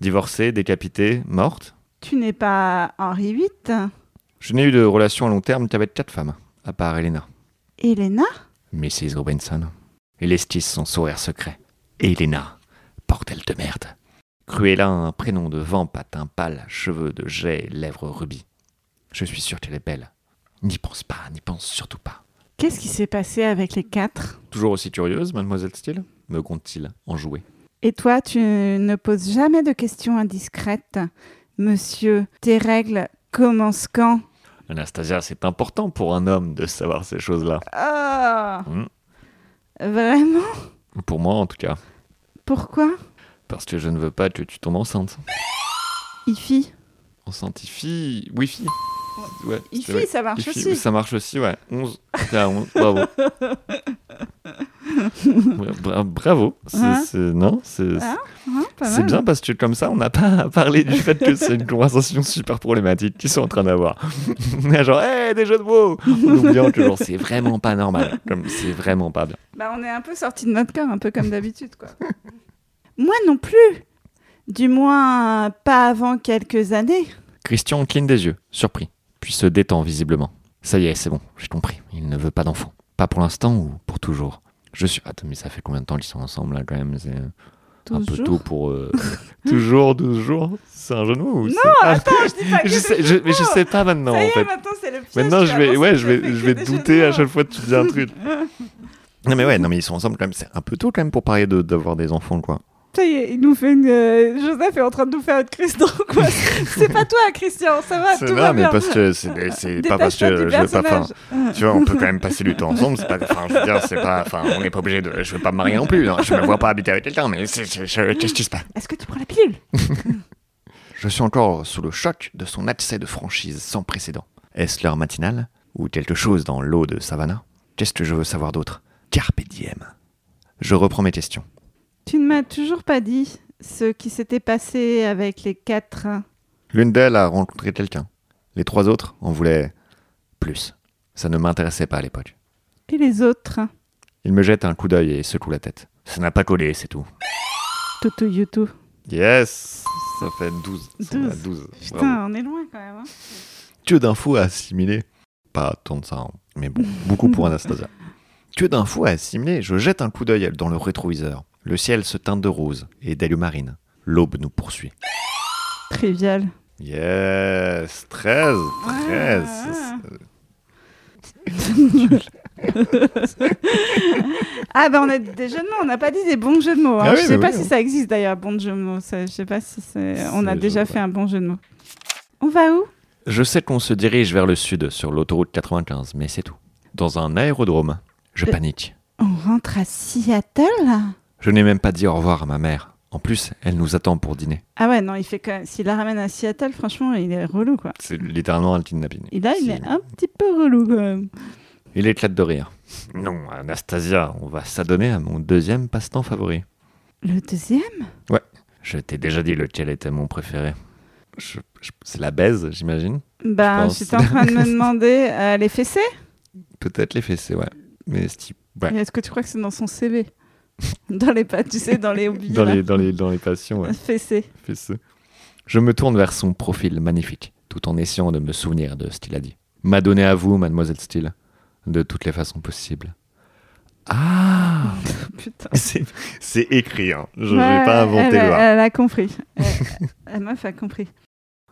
S3: Divorcée, décapitée, morte
S2: Tu n'es pas Henri VIII
S3: Je n'ai eu de relation à long terme qu'avec quatre femmes, à part Elena.
S2: Elena
S3: Mrs. Robinson. Il esquisse son sourire secret. Elena, bordel de merde. Cruella a un prénom de vamp à teint pâle, cheveux de jet, et lèvres rubis. Je suis sûr qu'elle est belle. N'y pense pas, n'y pense surtout pas.
S2: Qu'est-ce qui s'est passé avec les quatre
S3: Toujours aussi curieuse, mademoiselle Steele Me compte-t-il en jouer
S2: Et toi, tu ne poses jamais de questions indiscrètes. Monsieur, tes règles commencent quand
S3: Anastasia, c'est important pour un homme de savoir ces choses-là.
S2: Ah
S3: Hmm.
S2: Vraiment
S3: Pour moi, en tout cas.
S2: Pourquoi
S3: Parce que je ne veux pas que tu tombes enceinte.
S2: Ifi
S3: Enceinte IFI Wi-Fi Ouais, c'est
S2: Ifi,
S3: vrai.
S2: ça marche
S3: Ifi,
S2: aussi.
S3: Ça marche aussi, ouais. 11. T'es à 11, bravo. Ouais, bra- bravo. C'est,
S2: Hein
S3: c'est- non, c'est,
S2: Ah, Hein, pas
S3: c'est
S2: mal.
S3: bien parce que comme ça, on n'a pas à parler du fait que c'est une conversation super problématique qu'ils sont en train d'avoir. On est genre, hé, des jeux de mots En oubliant que genre, c'est vraiment pas normal. Comme c'est vraiment pas bien.
S2: Bah, on est un peu sorti de notre corps, un peu comme d'habitude, quoi. Moi non plus. Du moins, pas avant quelques années.
S3: Christian cligne des yeux, surpris, puis se détend visiblement. Ça y est, c'est bon, j'ai compris. Il ne veut pas d'enfant. Pas pour l'instant ou pour toujours. Je suis. Attends, mais ça fait combien de temps qu'ils sont ensemble là quand même c'est- euh, un peu tôt
S2: Toujours.
S3: pour. euh, toujours 12 jours C'est un jeu de mots ou
S2: Non,
S3: c'est pas-
S2: attends, je dis pas que
S3: je
S2: c'est
S3: sais,
S2: le
S3: je,
S2: jeu de
S3: Mais je
S2: mots.
S3: sais pas maintenant
S2: Ça y
S3: en
S2: est,
S3: fait.
S2: maintenant, c'est le piège.
S3: Maintenant,
S2: tu
S3: je
S2: vas
S3: vais,
S2: penser
S3: ouais,
S2: que
S3: je vais,
S2: c'est
S3: je vais
S2: que des
S3: douter à
S2: jeux
S3: chaque
S2: de
S3: fois que tu dis un truc. Non mais ouais, non mais ils sont ensemble quand même. C'est un peu tôt quand même pour parler de- d'avoir des enfants quoi.
S2: mots. Putain, il il nous fait une. euh, Joseph est en train de nous faire une crise d'angoisse. c'est pas toi, Christian, ça va, Ah, tout
S3: C'est
S2: va
S3: là, mais
S2: bien.
S3: parce que c'est c'est pas parce
S2: Détache-toi
S3: que
S2: du
S3: je veux pas. Enfin,
S2: personnage.
S3: tu vois, on peut quand même passer du temps ensemble. C'est pas. Enfin, je veux dire, c'est pas. Enfin, on n'est pas obligé de. Je veux pas me marier non plus. hein, Je me vois pas habiter avec quelqu'un. Mais c'est- c'est- je- qu'est-ce qui se passe
S2: Est-ce que tu prends la pilule
S3: Je suis encore sous le choc de son accès de franchise sans précédent. Est-ce l'heure matinale Ou quelque chose dans l'eau de Savannah Qu'est-ce que je veux savoir d'autre Carpe diem. Je reprends mes questions.
S2: Tu ne m'as toujours pas dit ce qui s'était passé avec les quatre trains.
S3: L'une d'elles a rencontré quelqu'un. Les trois autres en voulaient plus. Ça ne m'intéressait pas à l'époque.
S2: Et les autres trains
S3: Il me jette un coup d'œil et secoue la tête. Ça n'a pas collé, c'est tout.
S2: Toto Yoto.
S3: Yes Ça fait 12. Ça
S2: Douze.
S3: va, 12.
S2: Putain,
S3: Bravo.
S2: on est loin quand même. hein.
S3: Que d'infos à assimiler. Pas tant de ça, hein, mais bon, beaucoup pour Anastasia. Que d'infos à assimiler, je jette un coup d'œil dans le rétroviseur. Le ciel se teinte de rose et d'allure marine. L'aube nous poursuit.
S2: Trivial.
S3: Yes 13 13
S2: Ah ben on a des jeux de mots, on n'a pas dit des bons jeux de mots. hein.
S3: Ah oui,
S2: je sais
S3: bah
S2: pas
S3: oui,
S2: si
S3: hein.
S2: ça existe d'ailleurs, bon jeu de mots. Ça, je sais pas si c'est... on a
S3: C'est- je
S2: déjà
S3: sais
S2: fait un bon jeu de mots. On va où
S3: Je sais qu'on se dirige vers le sud sur l'autoroute 95, mais c'est tout. Dans un aérodrome, je
S2: Euh.
S3: panique.
S2: On rentre à Seattle
S3: Je n'ai même pas dit au revoir à ma mère. En plus, elle nous attend pour dîner.
S2: Ah ouais, non, il fait quand même... S'il la ramène à Seattle, franchement, il est relou quoi.
S3: C'est littéralement un kidnapping.
S2: Et là, il
S3: C'est-
S2: est un petit peu relou quand même.
S3: Il éclate de rire. Non, Anastasia, on va s'adonner à mon deuxième passe-temps favori.
S2: Le deuxième
S3: Je t'ai déjà dit lequel était mon préféré. Je- je- c'est la baise, j'imagine.
S2: Ben,
S3: pense.
S2: j'étais en train de me demander euh, les fessées
S3: Peut-être les fessées, ouais. Mais ce type- ouais.
S2: Et Est-ce que tu crois que c'est dans son CV Dans les pas, tu sais, dans les hobbies.
S3: Dans
S2: là.
S3: les, dans, les, dans les passions, ouais.
S2: Fessé.
S3: fessées. Je me tourne vers son profil magnifique, tout en essayant de me souvenir de ce qu'il a dit. M'a donné à vous, mademoiselle Steele, de toutes les façons possibles. Ah
S2: Putain.
S3: C'est c'est écrit, hein. je n'ai
S2: Ouais,
S3: pas inventé
S2: elle,
S3: le
S2: a-
S3: A.
S2: elle a compris. Elle, la meuf a compris.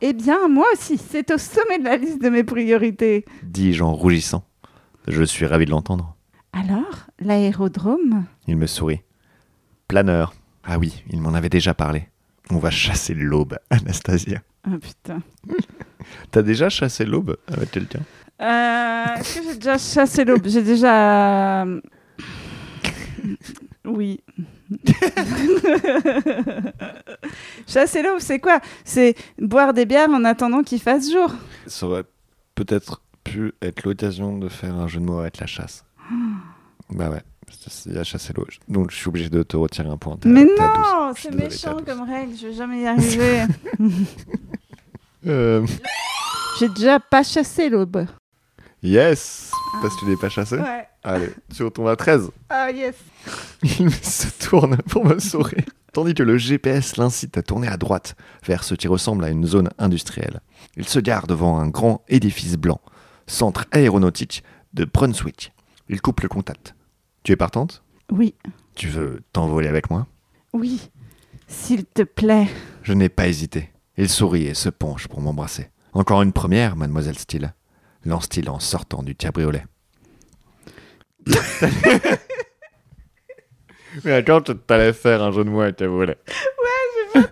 S2: Eh bien, moi aussi, c'est au sommet de la liste de mes priorités.
S3: Dis-je en rougissant. Je suis ravi de l'entendre.
S2: Alors, l'aérodrome
S3: Il me sourit. Planeur. Ah oui, il m'en avait déjà parlé. On va chasser l'aube, Anastasia.
S2: Ah putain.
S3: T'as déjà chassé l'aube avec quelqu'un
S2: Euh, Est-ce que j'ai déjà chassé l'aube J'ai déjà. euh, Oui. chasser l'aube, c'est quoi C'est boire des bières en attendant qu'il fasse jour.
S3: Ça aurait peut-être pu être l'occasion de faire un jeu de mots avec la chasse. bah ouais, il a chassé l'aube. Donc je suis obligé de te retirer un point. T'es à-
S2: Mais
S3: t'es à
S2: non,
S3: 12. Je suis
S2: Oh, c'est
S3: désolé,
S2: méchant
S3: t'es à
S2: comme règle, je vais jamais y arriver.
S3: 12. Euh,
S2: J'ai déjà pas chassé l'aube.
S3: yes Parce que tu n'es pas chassé
S2: Ah. Ouais.
S3: Allez, tu retombes à 13.
S2: Ah yes.
S3: Il se tourne pour me sourire. Tandis que le GPS l'incite à tourner à droite, vers ce qui ressemble à une zone industrielle. Il se gare devant un grand édifice blanc, centre aéronautique de Brunswick. Il coupe le contact. Tu es partante
S2: Oui,
S3: Tu veux t'envoler avec moi
S2: oui. S'il te plaît.
S3: Je n'ai pas hésité. Il sourit et se penche pour m'embrasser. Encore une première, mademoiselle Steele. Lance-t-il en sortant du cabriolet. Mais attends, tu t'allais faire un jeu de mots à cabriolet.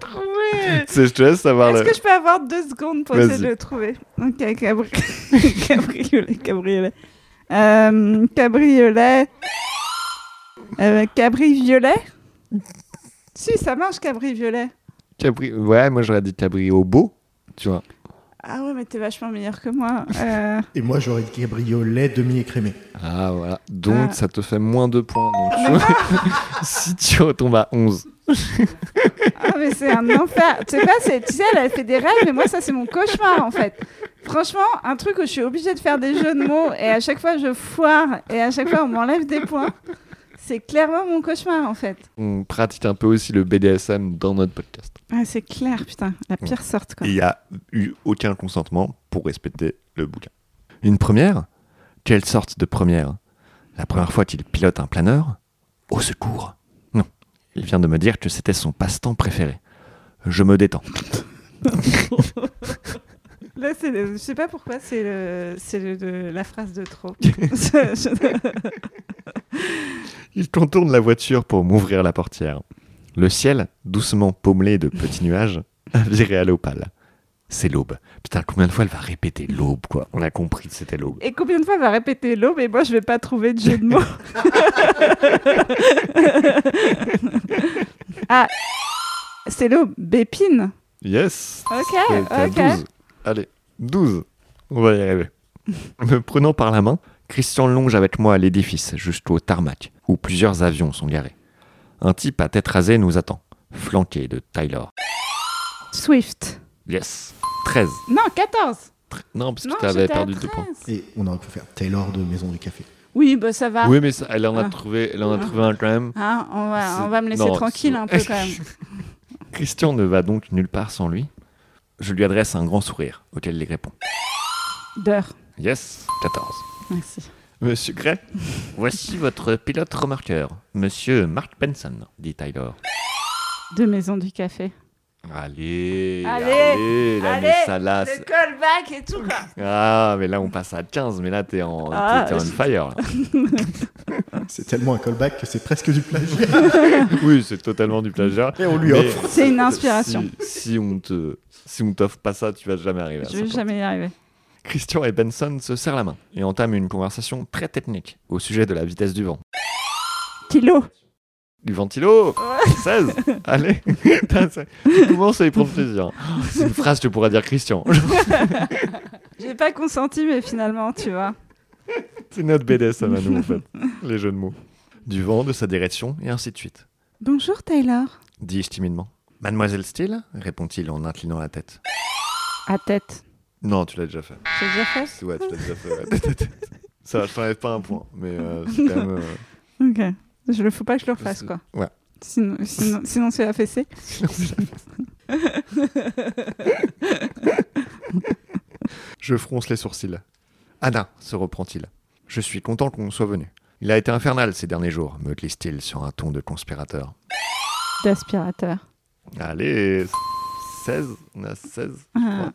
S2: Trouvé.
S3: C'est- Je te laisse savoir
S2: Est-ce
S3: le...
S2: que je peux avoir deux secondes pour essayer
S3: Vas-y.
S2: de le trouver Ok, cabri- cabriolet, cabriolet. Euh, cabriolet. Euh, cabriolet. Si, ça marche, cabriolet.
S3: Cabri- Ouais, moi j'aurais dit cabrio beau, tu vois.
S2: Ah ouais, mais t'es vachement meilleur que moi. Euh,
S4: Et moi, j'aurais dit cabriolet demi-écrémé.
S3: Ah voilà. Donc
S2: Ah.
S3: ça te fait moins de points. donc tu- si tu retombes à 11.
S2: Ah, mais c'est un enfer. Tu sais pas, c'est- tu sais, elle, elle fait des rêves, mais moi, ça, c'est mon cauchemar, en fait. Franchement, un truc où je suis obligée de faire des jeux de mots et à chaque fois, je foire et à chaque fois, on m'enlève des points. C'est clairement mon cauchemar, en fait.
S3: On pratique un peu aussi le BDSM dans notre podcast.
S2: Ah, c'est clair, putain. La pire sorte, quoi.
S3: Il n'y a eu aucun consentement pour respecter le bouquin. Une première Quelle sorte de première La première fois qu'il pilote un planeur Au secours Non, il vient de me dire que c'était son passe-temps préféré. Je me détends.
S2: Là, c'est le- je sais pas pourquoi, c'est le... c'est le- le- la phrase de trop.
S3: Il contourne la voiture pour m'ouvrir la portière. Le ciel, doucement pommelé de petits nuages, a viré à l'opale. C'est l'aube. Putain, combien de fois elle va répéter l'aube, quoi On a compris que c'était l'aube.
S2: Et combien de fois elle va répéter l'eau Mais moi, je vais pas trouver de jeu de mots. ah, c'est l'eau Bépine.
S3: Yes
S2: Ok,
S3: T'es- t'es à
S2: ok.
S3: 12. Allez, 12. On va y arriver. Me prenant par la main, Christian longe avec moi à l'édifice, juste au tarmac, où plusieurs avions sont garés. Un type à tête rasée nous attend, flanqué de Tyler.
S2: Swift.
S3: Yes 13.
S2: Non, 14.
S3: Non, parce
S2: non,
S3: que t'avais
S2: j'étais à
S3: perdu deux points.
S2: 13.
S4: Et on aurait pu faire Taylor de Maison du Café.
S2: Oui, bah ça va.
S3: Oui, mais ça- elle en a
S2: Ah.
S3: trouvé, elle en a
S2: Ah.
S3: trouvé un quand même.
S2: Hein, on, va,
S3: C'est-
S2: on va me laisser
S3: non,
S2: tranquille
S3: c'est-
S2: un peu quand même.
S3: Christian ne va donc nulle part sans lui. Je lui adresse un grand sourire, auquel il répond.
S2: D'heure.
S3: Yes, 14.
S2: Merci.
S3: Monsieur Gray, voici votre pilote remorqueur, Monsieur Mark Benson, dit Tyler.
S2: Deux maisons du café.
S3: Allez,
S2: Allez,
S3: allez, la
S2: allez,
S3: messe à l'as.
S2: Le callback et tout quoi.
S3: Ah, mais là on passe à 15, mais là t'es en,
S2: Ah,
S3: t'es- t'es on
S2: je-
S3: fire. là.
S4: C'est tellement un callback que c'est presque du plagiat.
S3: oui, c'est totalement du plagiat.
S4: Et on lui
S3: Mais
S4: offre.
S2: C'est une inspiration.
S3: Si, si on te, si on t'offre pas ça, tu vas jamais arriver. à
S2: Je vais
S3: 50.
S2: jamais y arriver.
S3: Christian et Benson se serrent la main et entament une conversation très technique au sujet de la vitesse du vent.
S2: Kilo.
S3: Du ventilo 16 Allez Putain, c'est- Tu commences à y prendre plaisir. C'est une phrase que pourra dire Christian.
S2: J'ai pas consenti, mais finalement, tu vois.
S3: C'est notre BDSM à nous, en fait. Les jeux de mots. Du vent, de sa direction, et ainsi de suite.
S2: Bonjour Taylor.
S3: Dis-je timidement. Mademoiselle Steele répond-il en inclinant la tête.
S2: À tête.
S3: Non, tu l'as déjà fait.
S2: J'ai déjà fait
S3: C'est- Ouais, tu l'as déjà fait. ouais. Ça, va, je t'enlève pas un point, mais euh, c'est quand même. euh,
S2: Ok. Je le faut pas que je le refasse
S3: c'est-
S2: quoi.
S3: Ouais.
S2: Sinon, sinon, sinon c'est affaissé.
S3: Je fronce les sourcils. Anna, se reprend-il. Je suis content qu'on soit venu. Il a été infernal ces derniers jours, me glisse-t-il sur un ton de conspirateur.
S2: D'aspirateur.
S3: Allez, 16, on a 16.
S2: Ah.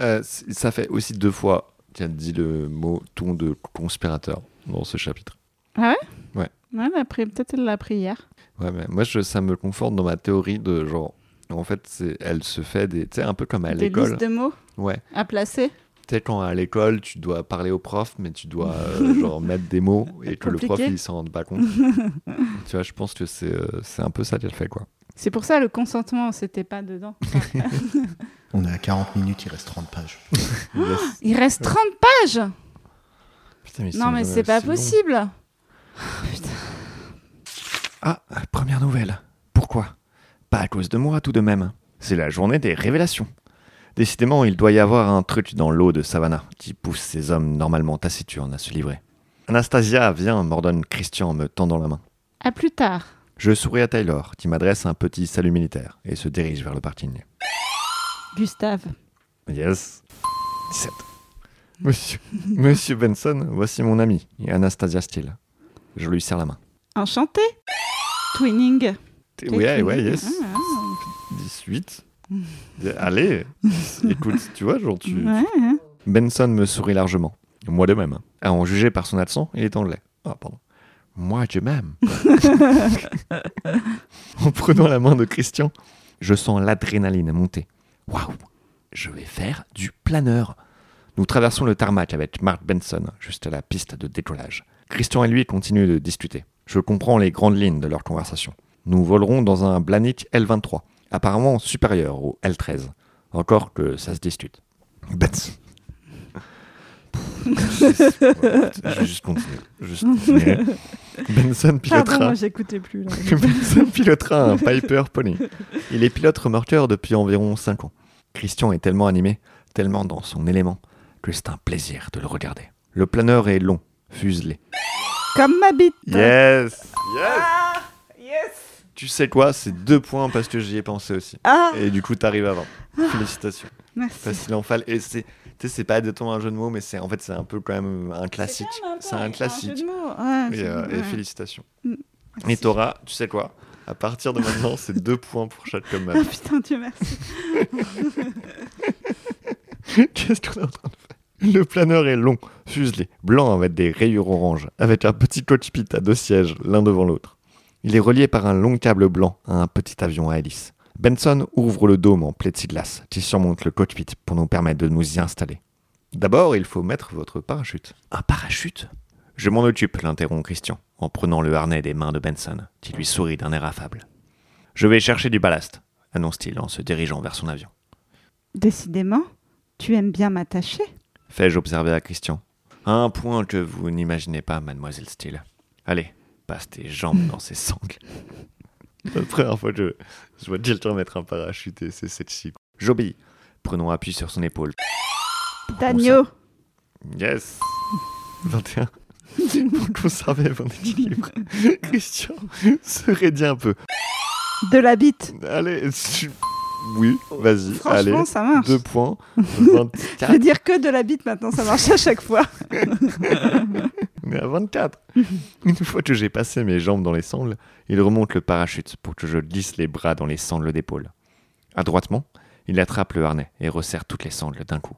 S3: Euh, c- ça fait aussi deux fois qu'elle dit le mot ton de conspirateur dans ce chapitre.
S2: Ah Ouais, elle a pris- peut-être elle l'a pris hier.
S3: Ouais, mais moi, je- ça me conforte dans ma théorie de genre. En fait, c'est- elle se fait des. Tu sais, un peu comme à
S2: Des
S3: l'école.
S2: listes de mots
S3: Ouais.
S2: à placer.
S3: Tu sais, quand à l'école, tu dois parler au prof, mais tu dois euh, genre mettre des mots et que le prof,
S2: Compliqué.
S3: il s'en rende pas compte. tu vois, je pense que c'est euh, c'est un peu ça qu'elle fait, quoi.
S2: C'est pour ça le consentement, c'était pas dedans.
S4: On est à 40 minutes, il reste 30 pages.
S2: Il reste 30 pages
S3: Putain, ils
S2: Non
S3: sont euh,
S2: mais
S3: jamais
S2: c'est pas
S3: aussi longs.
S2: possible
S3: Ah, première nouvelle. Pourquoi Pas à cause de moi, tout de même. C'est la journée des révélations. Décidément, il doit y avoir un truc dans l'eau de Savannah qui pousse ces hommes normalement taciturnes à se livrer. Anastasia, viens, m'ordonne Christian en me tendant la main.
S2: À plus tard.
S3: Je souris à Taylor, qui m'adresse un petit salut militaire et se dirige vers le parking.
S2: Gustave.
S3: Yes. 17. Monsieur, Monsieur Benson, voici mon ami, et Anastasia Steele. Je lui serre la main.
S2: Enchanté Twinning.
S3: Ouais, ouais, yes.
S2: Ah,
S3: 18. Allez, écoute, tu vois, genre tu...
S2: ouais, hein. ouais.
S3: Benson me sourit largement. Moi de même. hein. À en juger par son accent, il est anglais. Ah, pardon. Moi de même. en prenant la main de Christian, je sens l'adrénaline monter. Waouh Je vais faire du planeur. Nous traversons le tarmac avec Mark Benson, juste à la piste de décollage. Christian et lui continuent de discuter. Je comprends les grandes lignes de leur conversation. Nous volerons dans un Blanik L23, apparemment supérieur au L13. Encore que ça se discute. Benson. Je vais juste continuer. Juste continuer. Benson
S2: Pardon,
S3: pilotera
S2: moi j'écoutais plus. là.
S3: Benson pilotera un Piper Pony. Il est pilote remorqueur depuis environ 5 ans. Christian est tellement animé, tellement dans son élément, que c'est un plaisir de le regarder. Le planeur est long, fuselé.
S2: Comme ma bite
S3: Hein Yes Ah,
S2: Yes
S3: Tu sais quoi, c'est deux points parce que j'y ai pensé aussi.
S2: Ah
S3: Et du coup, t'arrives avant. Félicitations.
S2: Merci.
S3: Facile en fall. Et c'est, tu sais, c'est pas de ton un jeu de mots, mais c'est en fait, c'est un peu quand même un classique. C'est un classique.
S2: Ah,
S3: Et, euh, et félicitations.
S2: Mm,
S3: Et Tora, tu sais quoi À partir de maintenant, c'est deux points pour chaque comme
S2: Ah putain, Dieu merci.
S3: Qu'est-ce qu'on est en train de faire Le planeur est long, fuselé, blanc avec des rayures orange, avec un petit cockpit à deux sièges, l'un devant l'autre. Il est relié par un long câble blanc à un petit avion à hélice. Benson ouvre le dôme en plexiglas qui surmonte le cockpit pour nous permettre de nous y installer. D'abord, il faut mettre votre parachute.
S5: Un parachute
S3: Je m'en occupe, l'interrompt Christian, en prenant le harnais des mains de Benson, qui lui sourit d'un air affable. Je vais chercher du ballast, annonce-t-il en se dirigeant vers son avion.
S2: Décidément, tu aimes bien m'attacher.
S3: Fais-je observer à Christian. Un point que vous n'imaginez pas, mademoiselle Steele. Allez, passe tes jambes dans ses sangles. C'est la première fois que je, je vois quelqu'un mettre un parachute et c'est sexy. J'obéis, prenant appui sur son épaule.
S2: Dagno,
S3: Yes 21. Pour conserver mon équilibre, Christian se raidit un peu.
S2: de la bite.
S3: Allez, tu- oui, vas-y, allez.
S2: Franchement, ça marche.
S3: Deux points.
S2: Je vais
S3: 24.
S2: dire que de la bite maintenant, ça marche à chaque fois.
S3: On est à 24. Une fois que j'ai passé mes jambes dans les sangles, il remonte le parachute pour que je glisse les bras dans les sangles d'épaule. Adroitement, il attrape le harnais et resserre toutes les sangles d'un coup.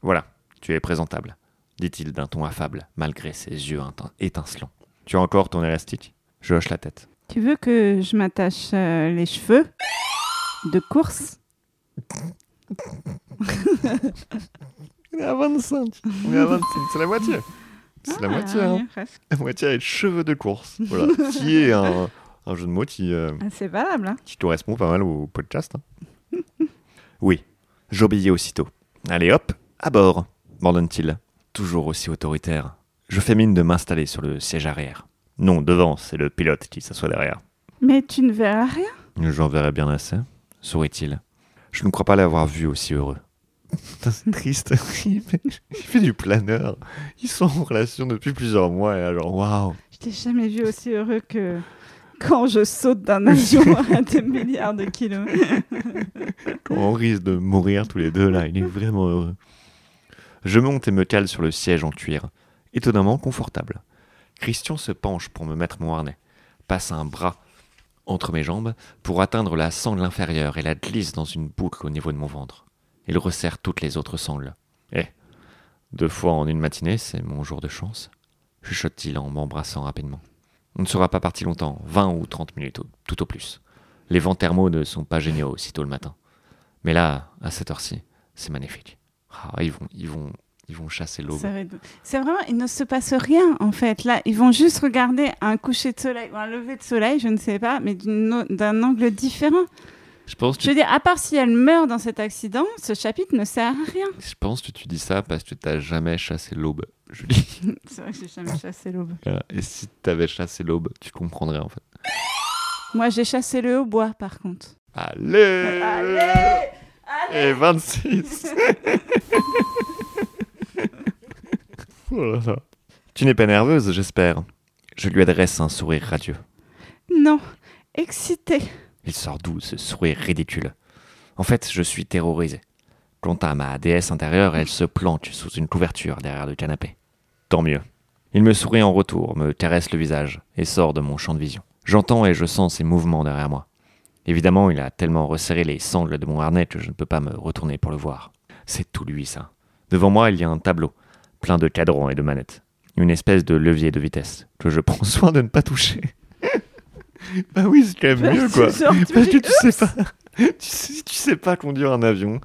S3: Voilà, tu es présentable, dit-il d'un ton affable, malgré ses yeux intin- étincelants. Tu as encore ton élastique Je hoche la tête.
S2: Tu veux que je m'attache euh, les cheveux de course
S3: On est à 25. On est à 25. C'est la moitié. C'est
S2: Ah,
S3: la moitié. hein. La moitié avec cheveux de course. Voilà. qui est un, un jeu de mots qui, euh,
S2: Ah, C'est valable. hein.
S3: qui correspond pas mal au podcast. hein. oui, j'obéis aussitôt. Allez hop, à bord, m'ordonne-t-il. Toujours aussi autoritaire. Je fais mine de m'installer sur le siège arrière. Non, devant, c'est le pilote qui s'assoit derrière.
S2: Mais tu ne verras rien.
S3: J'en verrai bien assez, sourit-il. Je ne crois pas l'avoir vu aussi heureux. Putain, c'est triste. Il fait, il fait du planeur. Ils sont en relation depuis plusieurs mois et alors, waouh.
S2: Je t'ai jamais vu aussi heureux que quand je saute d'un avion à des milliards de kilomètres.
S3: Quand on risque de mourir tous les deux là, il est vraiment heureux. Je monte et me cale sur le siège en cuir, étonnamment confortable. Christian se penche pour me mettre mon harnais, passe un bras entre mes jambes pour atteindre la sangle inférieure et la glisse dans une boucle au niveau de mon ventre. Il resserre toutes les autres sangles. Eh, deux fois en une matinée, c'est mon jour de chance, chuchote-t-il en m'embrassant rapidement. On ne sera pas parti longtemps, 20 ou 30 minutes au- tout au plus. Les vents thermaux ne sont pas géniaux si tôt le matin. Mais là, à cette heure-ci, c'est magnifique. Ah, ils vont, ils vont, ils vont chasser l'aube.
S2: Ça va être- C'est vraiment, il ne se passe rien en fait. Là, ils vont juste regarder un coucher de soleil ou un lever de soleil, je ne sais pas, mais d'une o- d'un angle différent.
S3: Je pense que
S2: Je veux dire, à part si elle meurt dans cet accident, ce chapitre ne sert à rien.
S3: Je pense que tu dis ça parce que t'as jamais chassé l'aube, Julie.
S2: C'est vrai que j'ai jamais chassé l'aube.
S3: Voilà. Et si t'avais chassé l'aube, tu comprendrais en fait.
S2: Moi, j'ai chassé le hautbois, par contre.
S3: Allez
S2: Allez Euh,
S3: Et 26 Oh là là. Tu n'es pas nerveuse, j'espère. Je lui adresse un sourire radieux.
S2: Non, excité.
S3: Il sort d'où ce sourire ridicule En fait, je suis terrorisé. Quant à ma déesse intérieure, elle se planque sous une couverture derrière le canapé. Tant mieux. Il me sourit en retour, me caresse le visage et sort de mon champ de vision. J'entends et je sens ses mouvements derrière moi. Évidemment, il a tellement resserré les sangles de mon harnais que je ne peux pas me retourner pour le voir. C'est tout lui, ça. Devant moi, il y a un tableau, plein de cadrans et de manettes. Une espèce de levier de vitesse que je prends soin de ne pas toucher. bah oui, c'est quand même mieux, quoi.
S2: Genre, tu
S3: Parce
S2: dis,
S3: que tu sais pas, tu sais, si tu sais pas conduire un avion,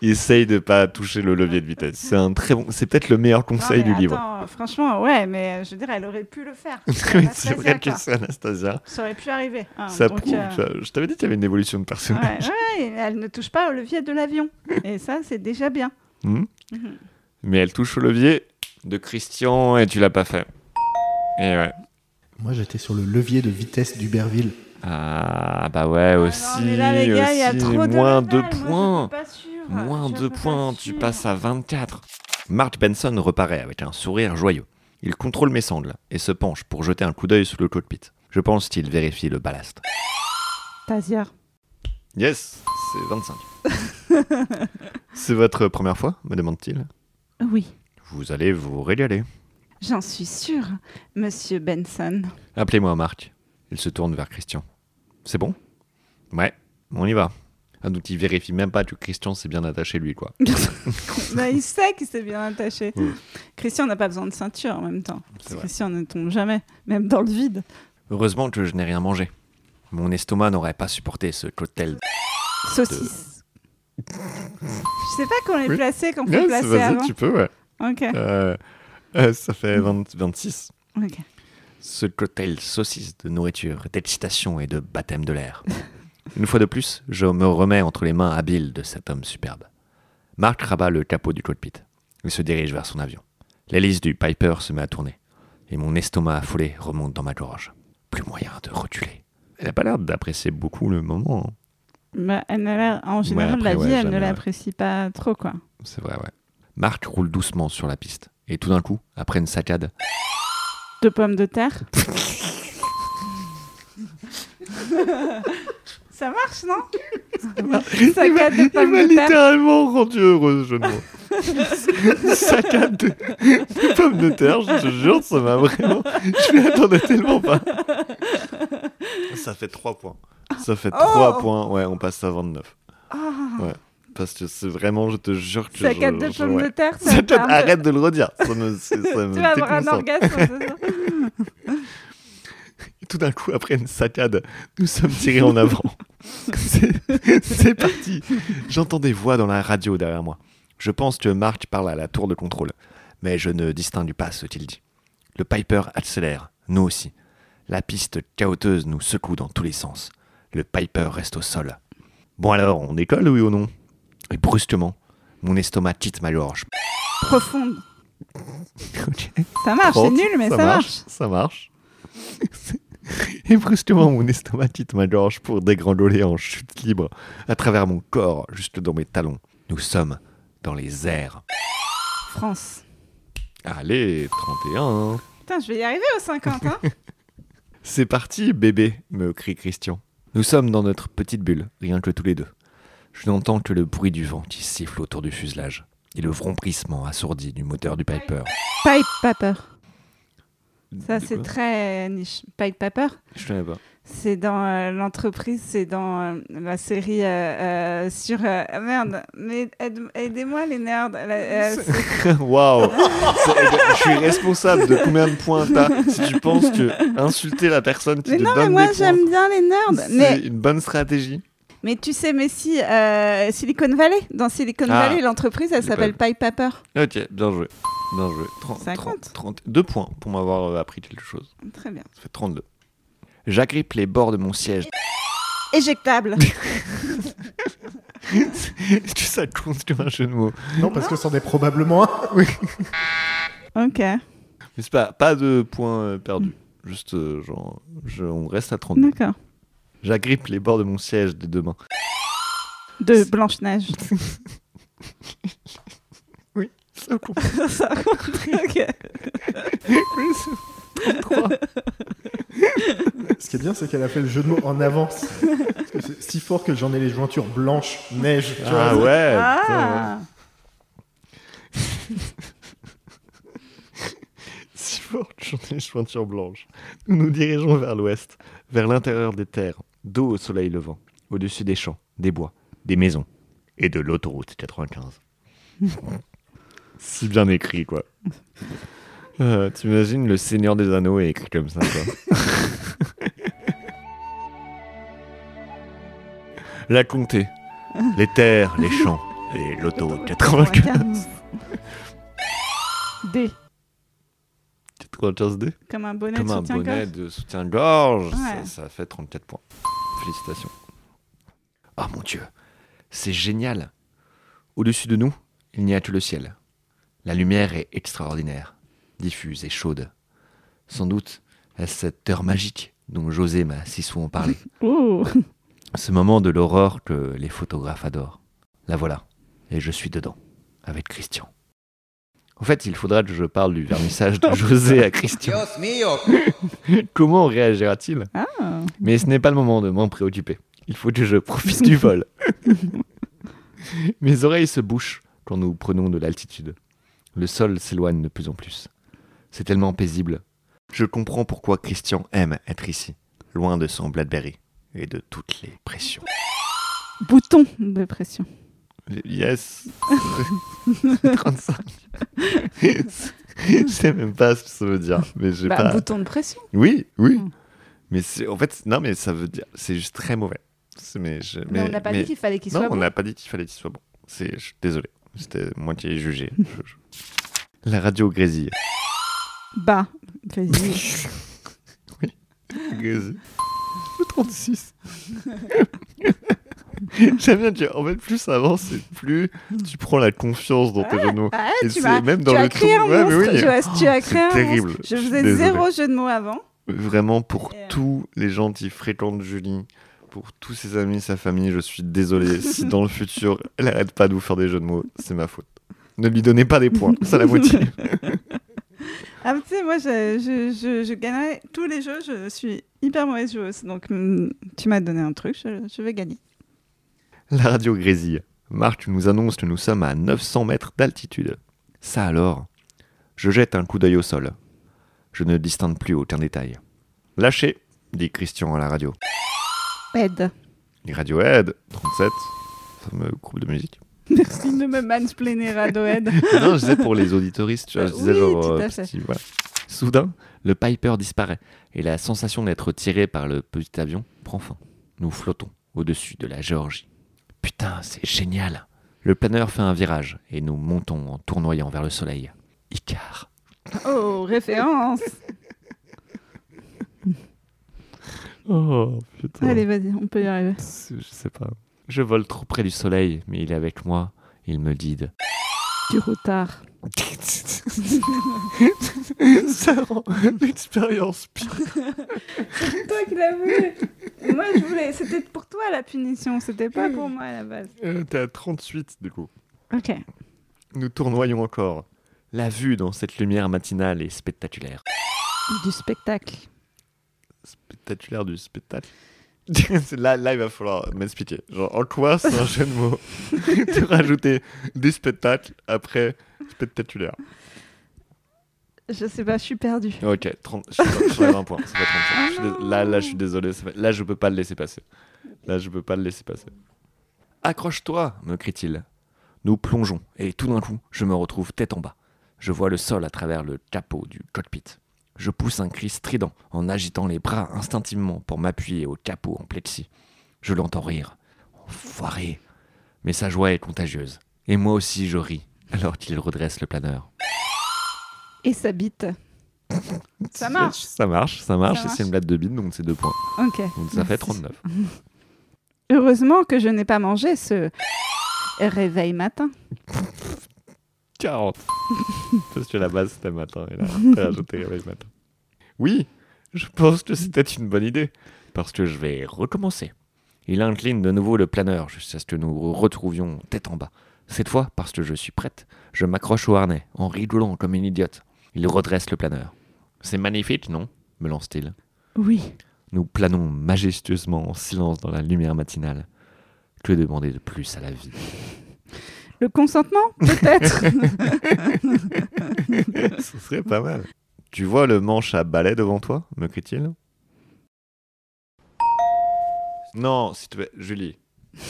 S3: essaye de pas toucher le levier de vitesse. C'est un très bon, c'est peut-être le meilleur
S2: Non,
S3: conseil
S2: mais
S3: du livre.
S2: attends, Franchement, ouais, mais euh, je veux dire, elle aurait pu le faire.
S3: Oui, c'est
S2: Anastasia,
S3: vrai que
S2: quoi.
S3: c'est Anastasia.
S2: Ça aurait pu arriver. hein,
S3: ça
S2: donc,
S3: prouve.
S2: euh,
S3: ça- Je t'avais dit qu'il y avait une évolution de personnage.
S2: Ouais, ouais, elle ne touche pas au levier de l'avion. Et ça, c'est déjà bien.
S3: Hmm
S2: Mhm.
S3: Mais elle touche au levier de Christian et tu l'as pas fait. Et ouais.
S4: Moi, j'étais sur le levier de vitesse d'Uberville.
S3: Ah bah ouais
S2: Ah non,
S3: aussi.
S2: mais là, les gars, il y a
S3: aussi.
S2: trop de
S3: moins
S2: batailles,
S3: deux
S2: moi, je
S3: points.
S2: suis pas sûre.
S3: Moins
S2: Ah, Je
S3: deux
S2: peux pas
S3: points, tu
S2: sûre.
S3: passes à 24. Mark Benson reparaît avec un sourire joyeux. Il contrôle mes sangles et se penche pour jeter un coup d'œil sous le cockpit. Je pense qu'il vérifie le ballast.
S2: Tasia.
S3: Yes, c'est 25. c'est votre première fois me demande-t-il.
S2: Oui,
S3: Vous allez vous régaler.
S2: j'en suis sûre, monsieur Benson.
S3: Appelez-moi Marc. Il se tourne vers Christian. C'est bon Ouais, on y va. Ah, donc il vérifie même pas que Christian s'est bien attaché lui, quoi.
S2: Bah, il sait qu'il s'est bien attaché.
S3: Oui.
S2: Christian n'a pas besoin de ceinture en même temps. Parce que
S3: vrai.
S2: Christian ne tombe jamais, même dans le vide.
S3: Heureusement que je n'ai rien mangé, Mon estomac n'aurait pas supporté ce cocktail.
S2: Saucisse. Je sais pas qu'on les
S3: Euh. Oui.
S2: plaçait quand on les
S3: Yes,
S2: plaçait
S3: vas-y,
S2: avant.
S3: tu peux, ouais.
S2: Ok.
S3: Euh, euh, ça fait 20 26.
S2: ok.
S3: Ce cocktail saucisse de nourriture, d'excitation et de baptême de l'air. Une fois de plus, je me remets entre les mains habiles de cet homme superbe. Mark rabat le capot du cockpit. Il se dirige vers son avion. L'hélice du Piper se met à tourner. Et mon estomac affolé remonte dans ma gorge. Plus moyen de reculer. Elle n'a pas l'air d'apprécier beaucoup le moment. hein.
S2: Bah, elle n'a l'air- en général,
S3: après,
S2: la vie,
S3: ouais,
S2: elle ne
S3: jamais,
S2: l'apprécie pas trop, quoi.
S3: C'est vrai, ouais. Marc roule doucement sur la piste. Et tout d'un coup, après une saccade,
S2: Deux pommes de terre. Ça marche, non Ça casse deux pommes de terre.
S3: littéralement rendu heureuse, je ne Saccade de, de pommes de terre, je te jure, ça m'a vraiment. Je m'y attendais tellement pas. Ça fait 3 points. Ça fait 3 points, ouais, on passe à 29.
S2: Oh. Ah,
S3: Parce que c'est vraiment, je te jure que.
S2: ça
S3: je-
S2: casse deux
S3: je-
S2: pommes
S3: ouais.
S2: de terre. Ça
S3: Saccade,
S2: me fait un peu-
S3: arrête de le redire, ça me, c'est- ça me
S2: Tu vas avoir un
S3: déconcentre.
S2: orgasme. c'est ça
S3: Et tout d'un coup, après une saccade, nous sommes tirés en avant. C'est c'est parti. J'entends des voix dans la radio derrière moi. Je pense que Mark parle à la tour de contrôle, mais je ne distingue pas ce qu'il dit. Le Piper accélère, nous aussi. La piste chaoteuse nous secoue dans tous les sens. Le Piper reste au sol. Bon alors, on décolle, oui ou non Et brusquement, mon estomac quitte ma gorge.
S2: Profonde.
S3: Ok.
S2: Ça marche, Ah, c'est
S3: Trente,
S2: nul, mais ça, marche.
S3: Ça marche. Et brusquement, mon estomac quitte ma gorge pour dégringoler en chute libre à travers mon corps, jusque dans mes talons. Nous sommes dans les airs.
S2: France.
S3: Allez, 31.
S2: Putain, je vais y arriver aux 50, hein
S3: C'est parti, bébé, me crie Christian. Nous sommes dans notre petite bulle, rien que tous les deux. Je n'entends que le bruit du vent qui siffle autour du fuselage et le vrompissement assourdi du moteur du Piper.
S2: Pipe Paper. Ça,
S3: Du
S2: c'est
S3: quoi
S2: très niche. Pipe Paper,
S3: Je connais pas.
S2: c'est dans euh, l'entreprise, c'est dans euh, la série euh, euh, sur... euh, merde, mais aide- aidez-moi les nerds. La- euh, c'est-
S3: Waouh C'est- eh Je suis responsable de combien de points t'as si tu penses que insulter la personne qui
S2: mais
S3: te
S2: non, mais
S3: donne
S2: moi,
S3: des points,
S2: j'aime bien les nerds.
S3: c'est
S2: Mais,
S3: une bonne stratégie.
S2: mais tu sais, mais si, euh, Silicon Valley, dans Silicon
S3: Ah.
S2: Valley, l'entreprise, elle
S3: Les
S2: s'appelle Pipe Paper.
S3: Ok, bien joué. Bien joué. 30,
S2: Ça
S3: 30,
S2: compte.
S3: 30 deux points pour m'avoir euh, appris quelque chose.
S2: Très bien.
S3: Ça fait 32. J'agrippe les bords de mon siège.
S2: Éjectable.
S3: Est-ce que ça compte comme un jeu de mots
S4: Non, parce que c'en est probablement un.
S2: ok.
S3: Mais c'est pas, pas de points euh, perdus. Juste, euh, genre, je- on reste à 32.
S2: D'accord.
S3: J'agrippe les bords de mon siège des deux mains.
S2: De Blanche-Neige.
S3: Oui,
S2: Ah,
S3: ça compte.
S2: Ça rentre, ok.
S4: Ce qui est bien, c'est qu'elle a fait le jeu de mots en avance. Parce que c'est si fort que j'en ai les jointures blanches, neige. tu vois.
S3: Ah ouais, putain, ouais.
S2: Ah.
S3: Si fort que j'en ai les jointures blanches. Nous nous dirigeons vers l'ouest, vers l'intérieur des terres, dos au soleil levant, au-dessus des champs, des bois, des maisons et de l'autoroute 95. si bien écrit, quoi. Euh, T'imagines le Seigneur des Anneaux est écrit comme ça, quoi. La comté, les terres, les champs et l'autoroute 95.
S2: 95. D.
S3: 95D
S2: Comme un bonnet
S3: comme
S2: de
S3: un
S2: soutien-gorge.
S3: bonnet de soutien-gorge.
S2: Ouais.
S3: Ça, ça fait 34 points. Félicitations. Ah mon dieu, c'est génial. Au-dessus de nous, il n'y a que le ciel. La lumière est extraordinaire, diffuse et chaude. Sans doute à cette heure magique dont José m'a si souvent parlé.
S2: Oh.
S3: Ce moment de l'aurore que les photographes adorent. La voilà, et je suis dedans, avec Christian. En fait, il faudra que je parle du vernissage de José à Christian. Comment réagira-t-il
S2: Ah.
S3: Mais ce n'est pas le moment de m'en préoccuper. Il faut que je profite du vol. Mes oreilles se bouchent quand nous prenons de l'altitude. Le sol s'éloigne de plus en plus. C'est tellement paisible. Je comprends pourquoi Christian aime être ici, loin de son Blackberry et de toutes les pressions.
S2: Bouton de pression.
S3: Yes 35 Je sais même pas ce que ça veut dire, mais j'ai
S2: Bah, Hmm.
S3: pas...
S2: Bouton de pression.
S3: Oui, oui. Mais c'est- en fait, non, mais ça veut dire. C'est juste très mauvais. C'est- Mais, je-
S2: Mais, on n'a pas
S3: mais-
S2: dit qu'il fallait qu'il
S3: Non,
S2: soit
S3: on
S2: bon.
S3: n'a pas dit qu'il fallait qu'il soit bon. C'est, je suis désolé. C'était moitié jugé. Je- je- La radio grésille.
S2: Bah, vas-y.
S3: Grésille. Le 36. J'aime bien que, en fait, plus ça avance, et plus tu prends la confiance dans tes genoux.
S2: Ah,
S3: Et
S2: tu
S3: c'est
S2: m'as
S3: même
S2: tu
S3: dans
S2: as
S3: le
S2: créé
S3: ton.
S2: un
S3: Ouais, mais
S2: monstre,
S3: oui. Oh,
S2: Joas, tu as créé un
S3: terrible.
S2: monstre. Je
S3: Je suis
S2: faisais
S3: désolé.
S2: zéro jeu de mots avant.
S3: Vraiment, pour
S2: Et, euh,
S3: tous les gens qui fréquentent Julie, pour tous ses amis, sa famille, je suis désolé si dans le futur, elle arrête pas de vous faire des jeux de mots, c'est ma faute. Ne lui donnez pas des points, ça la motive.
S2: Ah, mais tu sais, moi, je, je, je, je gagnerai tous les jeux. Je suis hyper mauvaise joueuse. Donc, hum, tu m'as donné un truc, je, je vais gagner.
S3: La radio grésille. Marc nous annonce que nous sommes à 900 mètres d'altitude. Ça alors Je jette un coup d'œil au sol. Je ne distingue plus aucun détail. Lâchez, dit Christian à la radio.
S2: Aide.
S3: Radiohead, 37, fameux groupe de musique.
S2: Merci de me mansplainer, Radohead.
S3: non, je disais pour les auditoristes, tu vois, je disais
S2: Oui,
S3: genre.
S2: tout
S3: euh,
S2: à fait.
S3: petit, voilà. Soudain, le Piper disparaît et la sensation d'être tiré par le petit avion prend fin. Nous flottons au-dessus de la Géorgie. Putain, c'est génial! Le planeur fait un virage et nous montons en tournoyant vers le soleil. Icar.
S2: Oh, référence.
S3: Oh putain.
S2: Allez, vas-y, on peut y arriver.
S3: Je sais pas. Je vole trop près du soleil, mais il est avec moi. Il me guide.
S2: Du retard.
S3: Ça rend l'expérience pire.
S2: Toi qui l'as voulu. Moi, je voulais. C'était pour toi la punition. C'était pas pour moi à la base.
S3: Euh, T'es à 38 du coup.
S2: Ok.
S3: Nous tournoyons encore. La vue dans cette lumière matinale est spectaculaire.
S2: Du spectacle.
S3: Spectaculaire du spectacle C'est là, là, il va falloir m'expliquer. Genre, en quoi c'est un jeu de mots de rajouter des spectacles après spectaculaire
S2: Je sais pas, je suis perdue.
S3: Ok, 30, je suis- je suis à 20 points. c'est pas 35. Je suis dés- là, là, je suis désolé. ça fait- Là, je peux pas le laisser passer. Là, je peux pas le laisser passer. Accroche-toi, me crie-t-il. Nous plongeons, et tout d'un coup, je me retrouve tête en bas. Je vois le sol à travers le capot du cockpit. Je pousse un cri strident en agitant les bras instinctivement pour m'appuyer au capot en plexi. Je l'entends rire. Enfoiré. Mais sa joie est contagieuse. Et moi aussi, je ris, alors qu'il redresse le planeur.
S2: Et sa bite. Ça marche.
S3: Ça marche, ça marche.
S2: Ça
S3: et
S2: marche.
S3: C'est une blague de bide, donc c'est deux points.
S2: Ok.
S3: Donc ça fait
S2: Merci.
S3: 39.
S2: Heureusement que je n'ai pas mangé ce réveil matin.
S3: 40. Parce que la base, c'était matin. Et là, t'as rajouté réveil matin. Oui, je pense que c'était une bonne idée. Parce que je vais recommencer. Il incline de nouveau le planeur jusqu'à ce que nous retrouvions tête en bas. Cette fois, parce que je suis prête, je m'accroche au harnais en rigolant comme une idiote. Il redresse le planeur. C'est magnifique, non me lance-t-il.
S2: Oui.
S3: Nous planons majestueusement en silence dans la lumière matinale. Que demander de plus à la vie
S2: Le consentement, peut-être.
S3: Ce serait pas mal. Tu vois le manche à balai devant toi, me crie-t-il Non, s'il te plaît, Julie.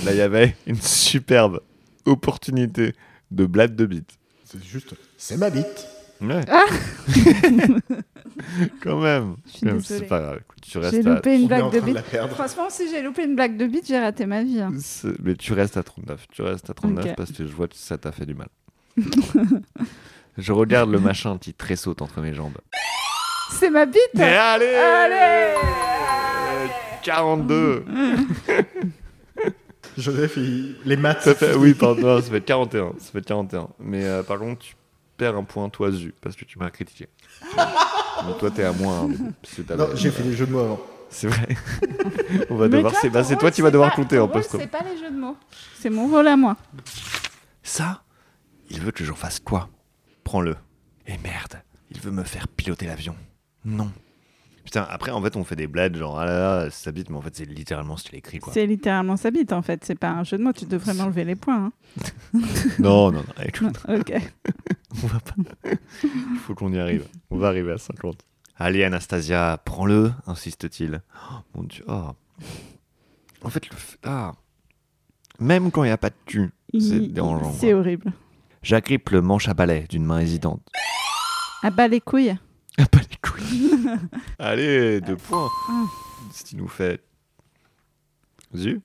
S3: Là, il y avait une superbe opportunité de blague de bite.
S4: C'est juste, c'est ma bite.
S3: Ouais.
S2: Ah
S3: Quand même.
S2: Je suis
S3: Quand même,
S2: désolée.
S3: C'est pas grave. écoute, tu
S2: j'ai
S3: restes à...
S2: loupé
S4: On
S2: une
S4: est en
S2: blague de
S4: train de la
S2: bite.
S4: perdre.
S2: Franchement, si j'ai loupé une blague de bite, j'ai raté ma vie. hein.
S3: C'est- Mais tu restes à 39. Tu restes à 39
S2: Ok.
S3: parce que je vois que ça t'a fait du mal. je regarde le machin qui tressaute entre mes jambes.
S2: C'est ma bite.
S3: Mais allez
S2: Allez
S3: Euh, 42
S4: Joseph, il- les maths.
S3: Ça fait- Oui, pardon, non, ça fait 41. Ça fait 41. Mais euh, par contre, tu perds un point, toi, Zu, parce que tu m'as critiqué. Donc toi, t'es à moins. hein, du coup, parce que t'avais-
S4: Non, j'ai fait les jeux de mots avant.
S3: C'est vrai. On va
S2: Mais
S3: devoir.
S2: toi,
S3: C'est
S2: ton
S3: bah, c'est
S2: rôle,
S3: toi qui vas
S2: c'est
S3: devoir
S2: pas-
S3: compter
S2: ton
S3: en
S2: rôle,
S3: post
S2: C'est pas les jeux de mots. C'est mon rôle à moi.
S3: Ça Il veut que j'en fasse quoi Prends-le. Et merde, il veut me faire piloter l'avion. Non. Putain, après, en fait, on fait des blagues genre, ah là là, ça bite, mais en fait, c'est littéralement ce qu'il écrit, quoi.
S2: C'est littéralement sa bite en fait. C'est pas un jeu de mots. Tu devrais m'enlever les points.
S3: Non, non, non, écoute.
S2: hein. ok.
S3: On va pas. Il faut qu'on y arrive. On va arriver à 50. Allez, Anastasia, prends-le, insiste-t-il. Oh, mon dieu. oh. En fait, le. f- Ah. Même quand il n'y a pas de cul, c'est
S2: Il-
S3: dérangeant.
S2: C'est
S3: quoi.
S2: horrible.
S3: J'agrippe le manche à balai d'une main hésitante.
S2: À bas les couilles.
S3: Ah, pas les couilles. Allez, deux points.
S2: Ah.
S3: Si tu nous fais. Zu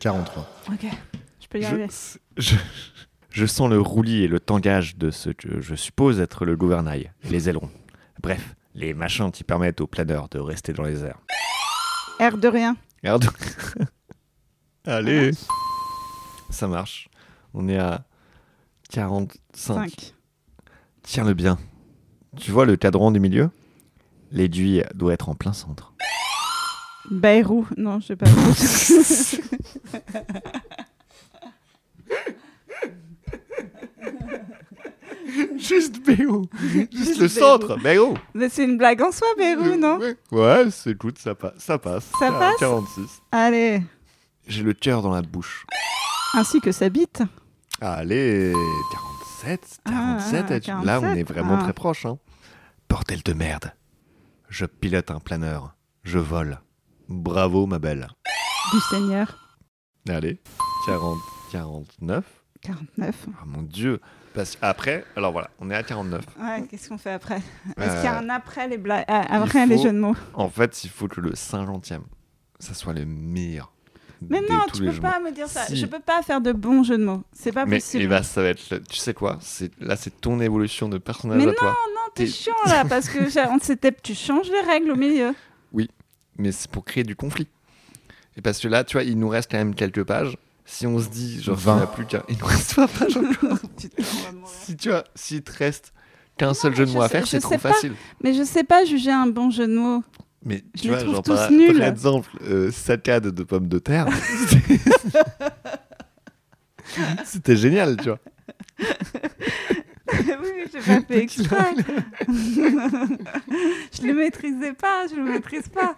S4: 43.
S2: Ok, je peux y
S3: je,
S2: arriver.
S3: je, je sens le roulis et le tangage de ce que je suppose être le gouvernail, et les ailerons. Bref, les machins qui permettent aux planeurs de rester dans les airs.
S2: R de rien.
S3: Merde. Allez Ça marche. On est à 45.
S2: 5.
S3: Tiens-le bien. Tu vois le cadran du milieu L'aiguille doit être en plein centre.
S2: Bayrou. Non, je sais pas.
S3: Juste BO Juste
S2: le centre,
S3: BO
S2: Mais c'est une blague en soi, Bayrou, non
S3: Ouais, c'est écoute, ça, pa- ça passe.
S2: Ça
S3: Ah,
S2: passe
S3: 46.
S2: Allez.
S3: J'ai le cœur dans la bouche.
S2: Ainsi que sa bite.
S3: Ah, Allez, 47,
S2: Ah,
S3: 47,
S2: ah,
S3: et tu- là on est
S2: 47,
S3: vraiment
S2: ah.
S3: très proche. Hein. Bordel de merde. Je pilote un planeur. Je vole. Bravo ma belle.
S2: Du Seigneur.
S3: Allez, 40, 49.
S2: 49.
S3: Ah mon dieu. Parce après, alors voilà, on est à 49.
S2: Ouais, qu'est-ce qu'on fait après Est-ce
S3: Euh,
S2: qu'il y a un après les blagues ah, Après les
S3: faut-
S2: jeux de mots
S3: Euh, En fait, il faut que le 50e, ça soit le meilleur.
S2: Mais
S3: de
S2: non,
S3: tous
S2: tu
S3: les
S2: peux
S3: jeux.
S2: pas me dire ça.
S3: Si.
S2: Je peux pas faire de bons jeux de mots. C'est pas
S3: Mais
S2: Ah possible.
S3: eh ben, ça va être, le- tu sais quoi C'est Là, c'est ton évolution de personnage
S2: Mais
S3: à toi.
S2: Non, t'es
S3: t'es-
S2: chiant là, parce que j'ai- on s'était. Tu changes les règles au milieu.
S3: mais c'est pour créer du conflit. Et parce que là, tu vois, il nous reste quand même quelques pages. Si on se dit, genre, il n'y a plus qu'un, il nous reste 20 pages encore.
S2: Putain, on va mourir.
S3: si tu vois, s'il te reste qu'un seul jeu de
S2: je
S3: mots à
S2: sais-
S3: faire,
S2: je
S3: c'est trop
S2: sais pas.
S3: facile.
S2: Mais je sais pas juger un bon jeu de mots.
S3: Mais
S2: Je
S3: tu
S2: les
S3: vois,
S2: trouve
S3: genre,
S2: tous
S3: par,
S2: nuls.
S3: par exemple, euh, saccade de pommes de terre. C'était génial, tu vois.
S2: oui, mais j'ai pas fait exprès. je le maîtrisais pas, je le maîtrise pas.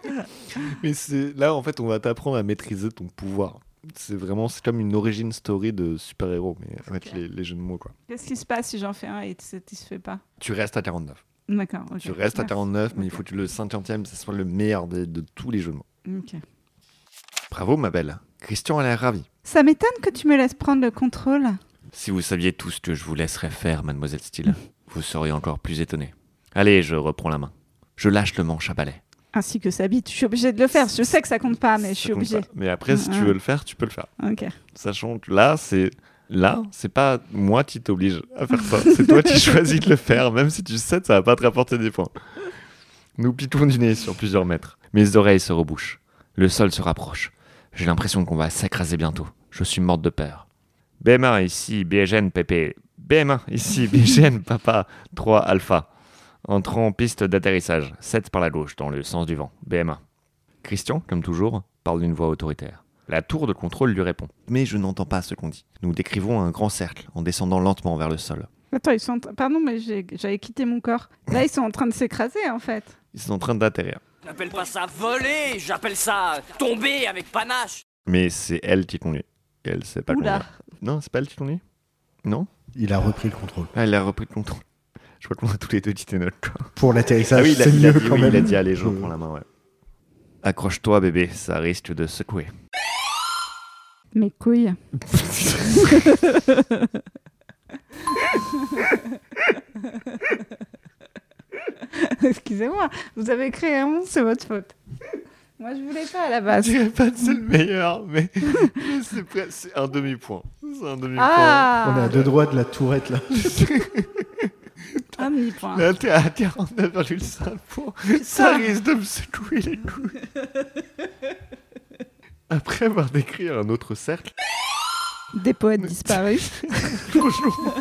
S3: Mais c'est là, en fait, on va t'apprendre à maîtriser ton pouvoir. C'est vraiment, c'est comme une origin story de super-héros, mais avec
S2: clair.
S3: les, les jeux de mots, quoi.
S2: Qu'est-ce qui se passe si j'en fais un et tu satisfais pas
S3: Tu restes à 49.
S2: D'accord. ok.
S3: Tu restes à
S2: Merci.
S3: 49, mais il
S2: Ok.
S3: faut que le 50e, ce soit le meilleur des- de, tous les jeux de mots.
S2: Ok.
S3: Bravo, ma belle. Christian a l'air ravi.
S2: Ça m'étonne que tu me laisses prendre le contrôle.
S5: Si vous saviez tout ce que je vous laisserais faire, mademoiselle Steele, vous seriez encore plus étonnée. Allez, je reprends la main. Je lâche le manche à balai.
S2: Ainsi que sa bite. Je suis obligée de le faire. Je sais que ça compte pas, Ah, mais je suis
S3: Ça compte
S2: obligée.
S3: pas. Mais après, si tu
S2: Ah.
S3: veux le faire, tu peux le faire.
S2: Ok.
S3: Sachant que là, c'est. Là, c'est pas moi qui t'oblige à faire ça. C'est toi qui choisis de le faire, même si tu sais que ça va pas te rapporter des points. Nous piquons du nez sur plusieurs mètres.
S5: Mes oreilles se rebouchent. Le sol se rapproche. J'ai l'impression qu'on va s'écraser bientôt. Je suis morte de peur.
S3: BM1 ici, BGN PP. BM1 ici, BGN Papa 3 Alpha. Entrons en piste d'atterrissage, 7 par la gauche, dans le sens du vent, BM1. Christian, comme toujours, parle d'une voix autoritaire. La tour de contrôle lui répond. Mais je n'entends pas ce qu'on dit. Nous décrivons un grand cercle en descendant lentement vers le sol.
S2: Attends, ils sont. en tra- Pardon, mais j'ai- j'avais quitté mon corps. Là, ils sont en train de s'écraser, en fait.
S3: Ils sont en train d'atterrir.
S8: J'appelle pas ça voler, j'appelle ça tomber avec panache.
S3: Mais c'est elle qui conduit. Et elle sait pas
S2: Oula.
S3: conduire. Non, c'est pas elle qui conduit
S4: Il a repris le contrôle.
S3: Ah, elle a repris le contrôle. Je crois qu'on a tous les deux dit tes notes, quoi.
S4: Pour l'atterrissage,
S3: Ah oui, il a,
S4: c'est
S3: il a
S4: mieux
S3: dit,
S4: quand
S3: oui,
S4: même.
S3: il a dit allez, je
S4: Euh,
S3: reprends la main, ouais. Accroche-toi, bébé, ça risque de secouer.
S2: Mes couilles. Excusez-moi, vous avez créé un monde, c'est votre faute. Moi, je voulais pas à la
S3: Je
S2: base.
S3: dirais Ah, pas que c'est le meilleur, mais, mais c'est pres- c'est un demi-point. C'est un demi-point.
S4: On est à
S2: Ah
S4: deux doigts de la tourette là.
S2: Un demi-point.
S3: Là, t'es à 49,5 points. Ça risque de me secouer les couilles. Après avoir décrit un autre cercle,
S2: Des poètes disparus.
S3: bonjour,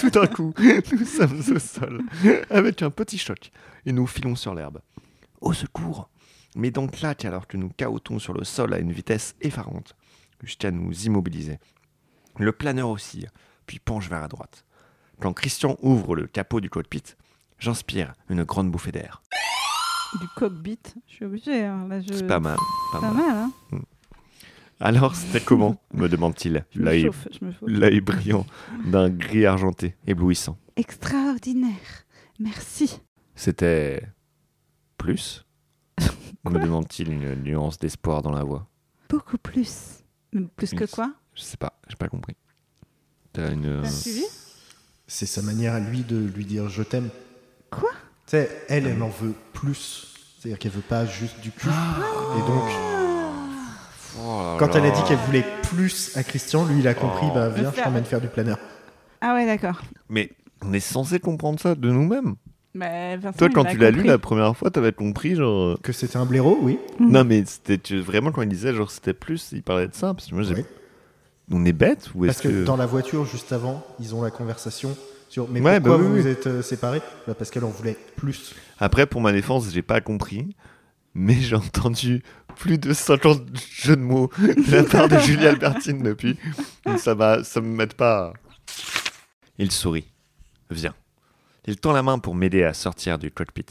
S3: tout d'un coup, nous sommes au sol, avec un petit choc, et nous filons sur l'herbe. Au secours Mes dents claquent alors que nous caotons sur le sol à une vitesse effarante, jusqu'à nous immobiliser. Le planeur oscille, puis penche vers la droite. Quand Christian ouvre le capot du cockpit, j'inspire une grande bouffée d'air.
S2: Du cockpit. Je suis obligée. hein, Là, je...
S3: C'est pas mal, pas
S2: Pas
S3: mal.
S2: mal, hein
S3: Alors, c'était comment me demande-t-il,
S2: Je me
S3: l'œil-
S2: chauffe, je me chauffe.
S3: l'œil brillant d'un gris argenté, éblouissant.
S2: Extraordinaire. Merci.
S3: C'était plus me demande-t-il une nuance d'espoir dans la voix.
S2: Beaucoup plus. Mais Plus que
S3: Yes.
S2: quoi
S3: Je sais pas, j'ai pas compris. T'as une. euh,
S2: T'as suivi
S4: C'est sa manière à lui de lui dire je t'aime.
S2: Quoi
S4: Tu sais, elle, elle en veut plus. C'est-à-dire qu'elle veut pas juste du cul. Et donc,
S3: Oh là
S4: quand elle a
S3: là.
S4: dit qu'elle voulait plus à Christian, lui, il a compris, bah viens, je t'emmène faire du planeur.
S2: Ah ouais, d'accord.
S3: Mais on est censé comprendre ça de nous-mêmes.
S2: Mais personne,
S3: Toi,
S2: il
S3: quand
S2: l'a
S3: tu l'as lu
S2: compris.
S3: la première fois, t'avais compris, genre. euh,
S4: Que c'était un blaireau, oui.
S2: Mm.
S3: Non, mais c'était tu- vraiment quand il disait, genre, c'était plus, il parlait de ça. Parce que moi, j'ai.
S4: Oui.
S3: On est bête ou
S4: Parce
S3: est-ce
S4: que,
S3: que.
S4: dans la voiture, juste avant, ils ont la conversation sur mais
S3: Ouais,
S4: pourquoi
S3: bah oui,
S4: vous
S3: oui.
S4: vous êtes euh, séparés Bah, Parce qu'elle en voulait plus.
S3: Après, pour ma défense, j'ai pas compris. Mais j'ai entendu plus de 50 jeux de mots de la part de Julie Albertine depuis. Donc ça va, ça me m'aide pas.
S5: Il sourit. Viens. Il tend la main pour m'aider à sortir du cockpit.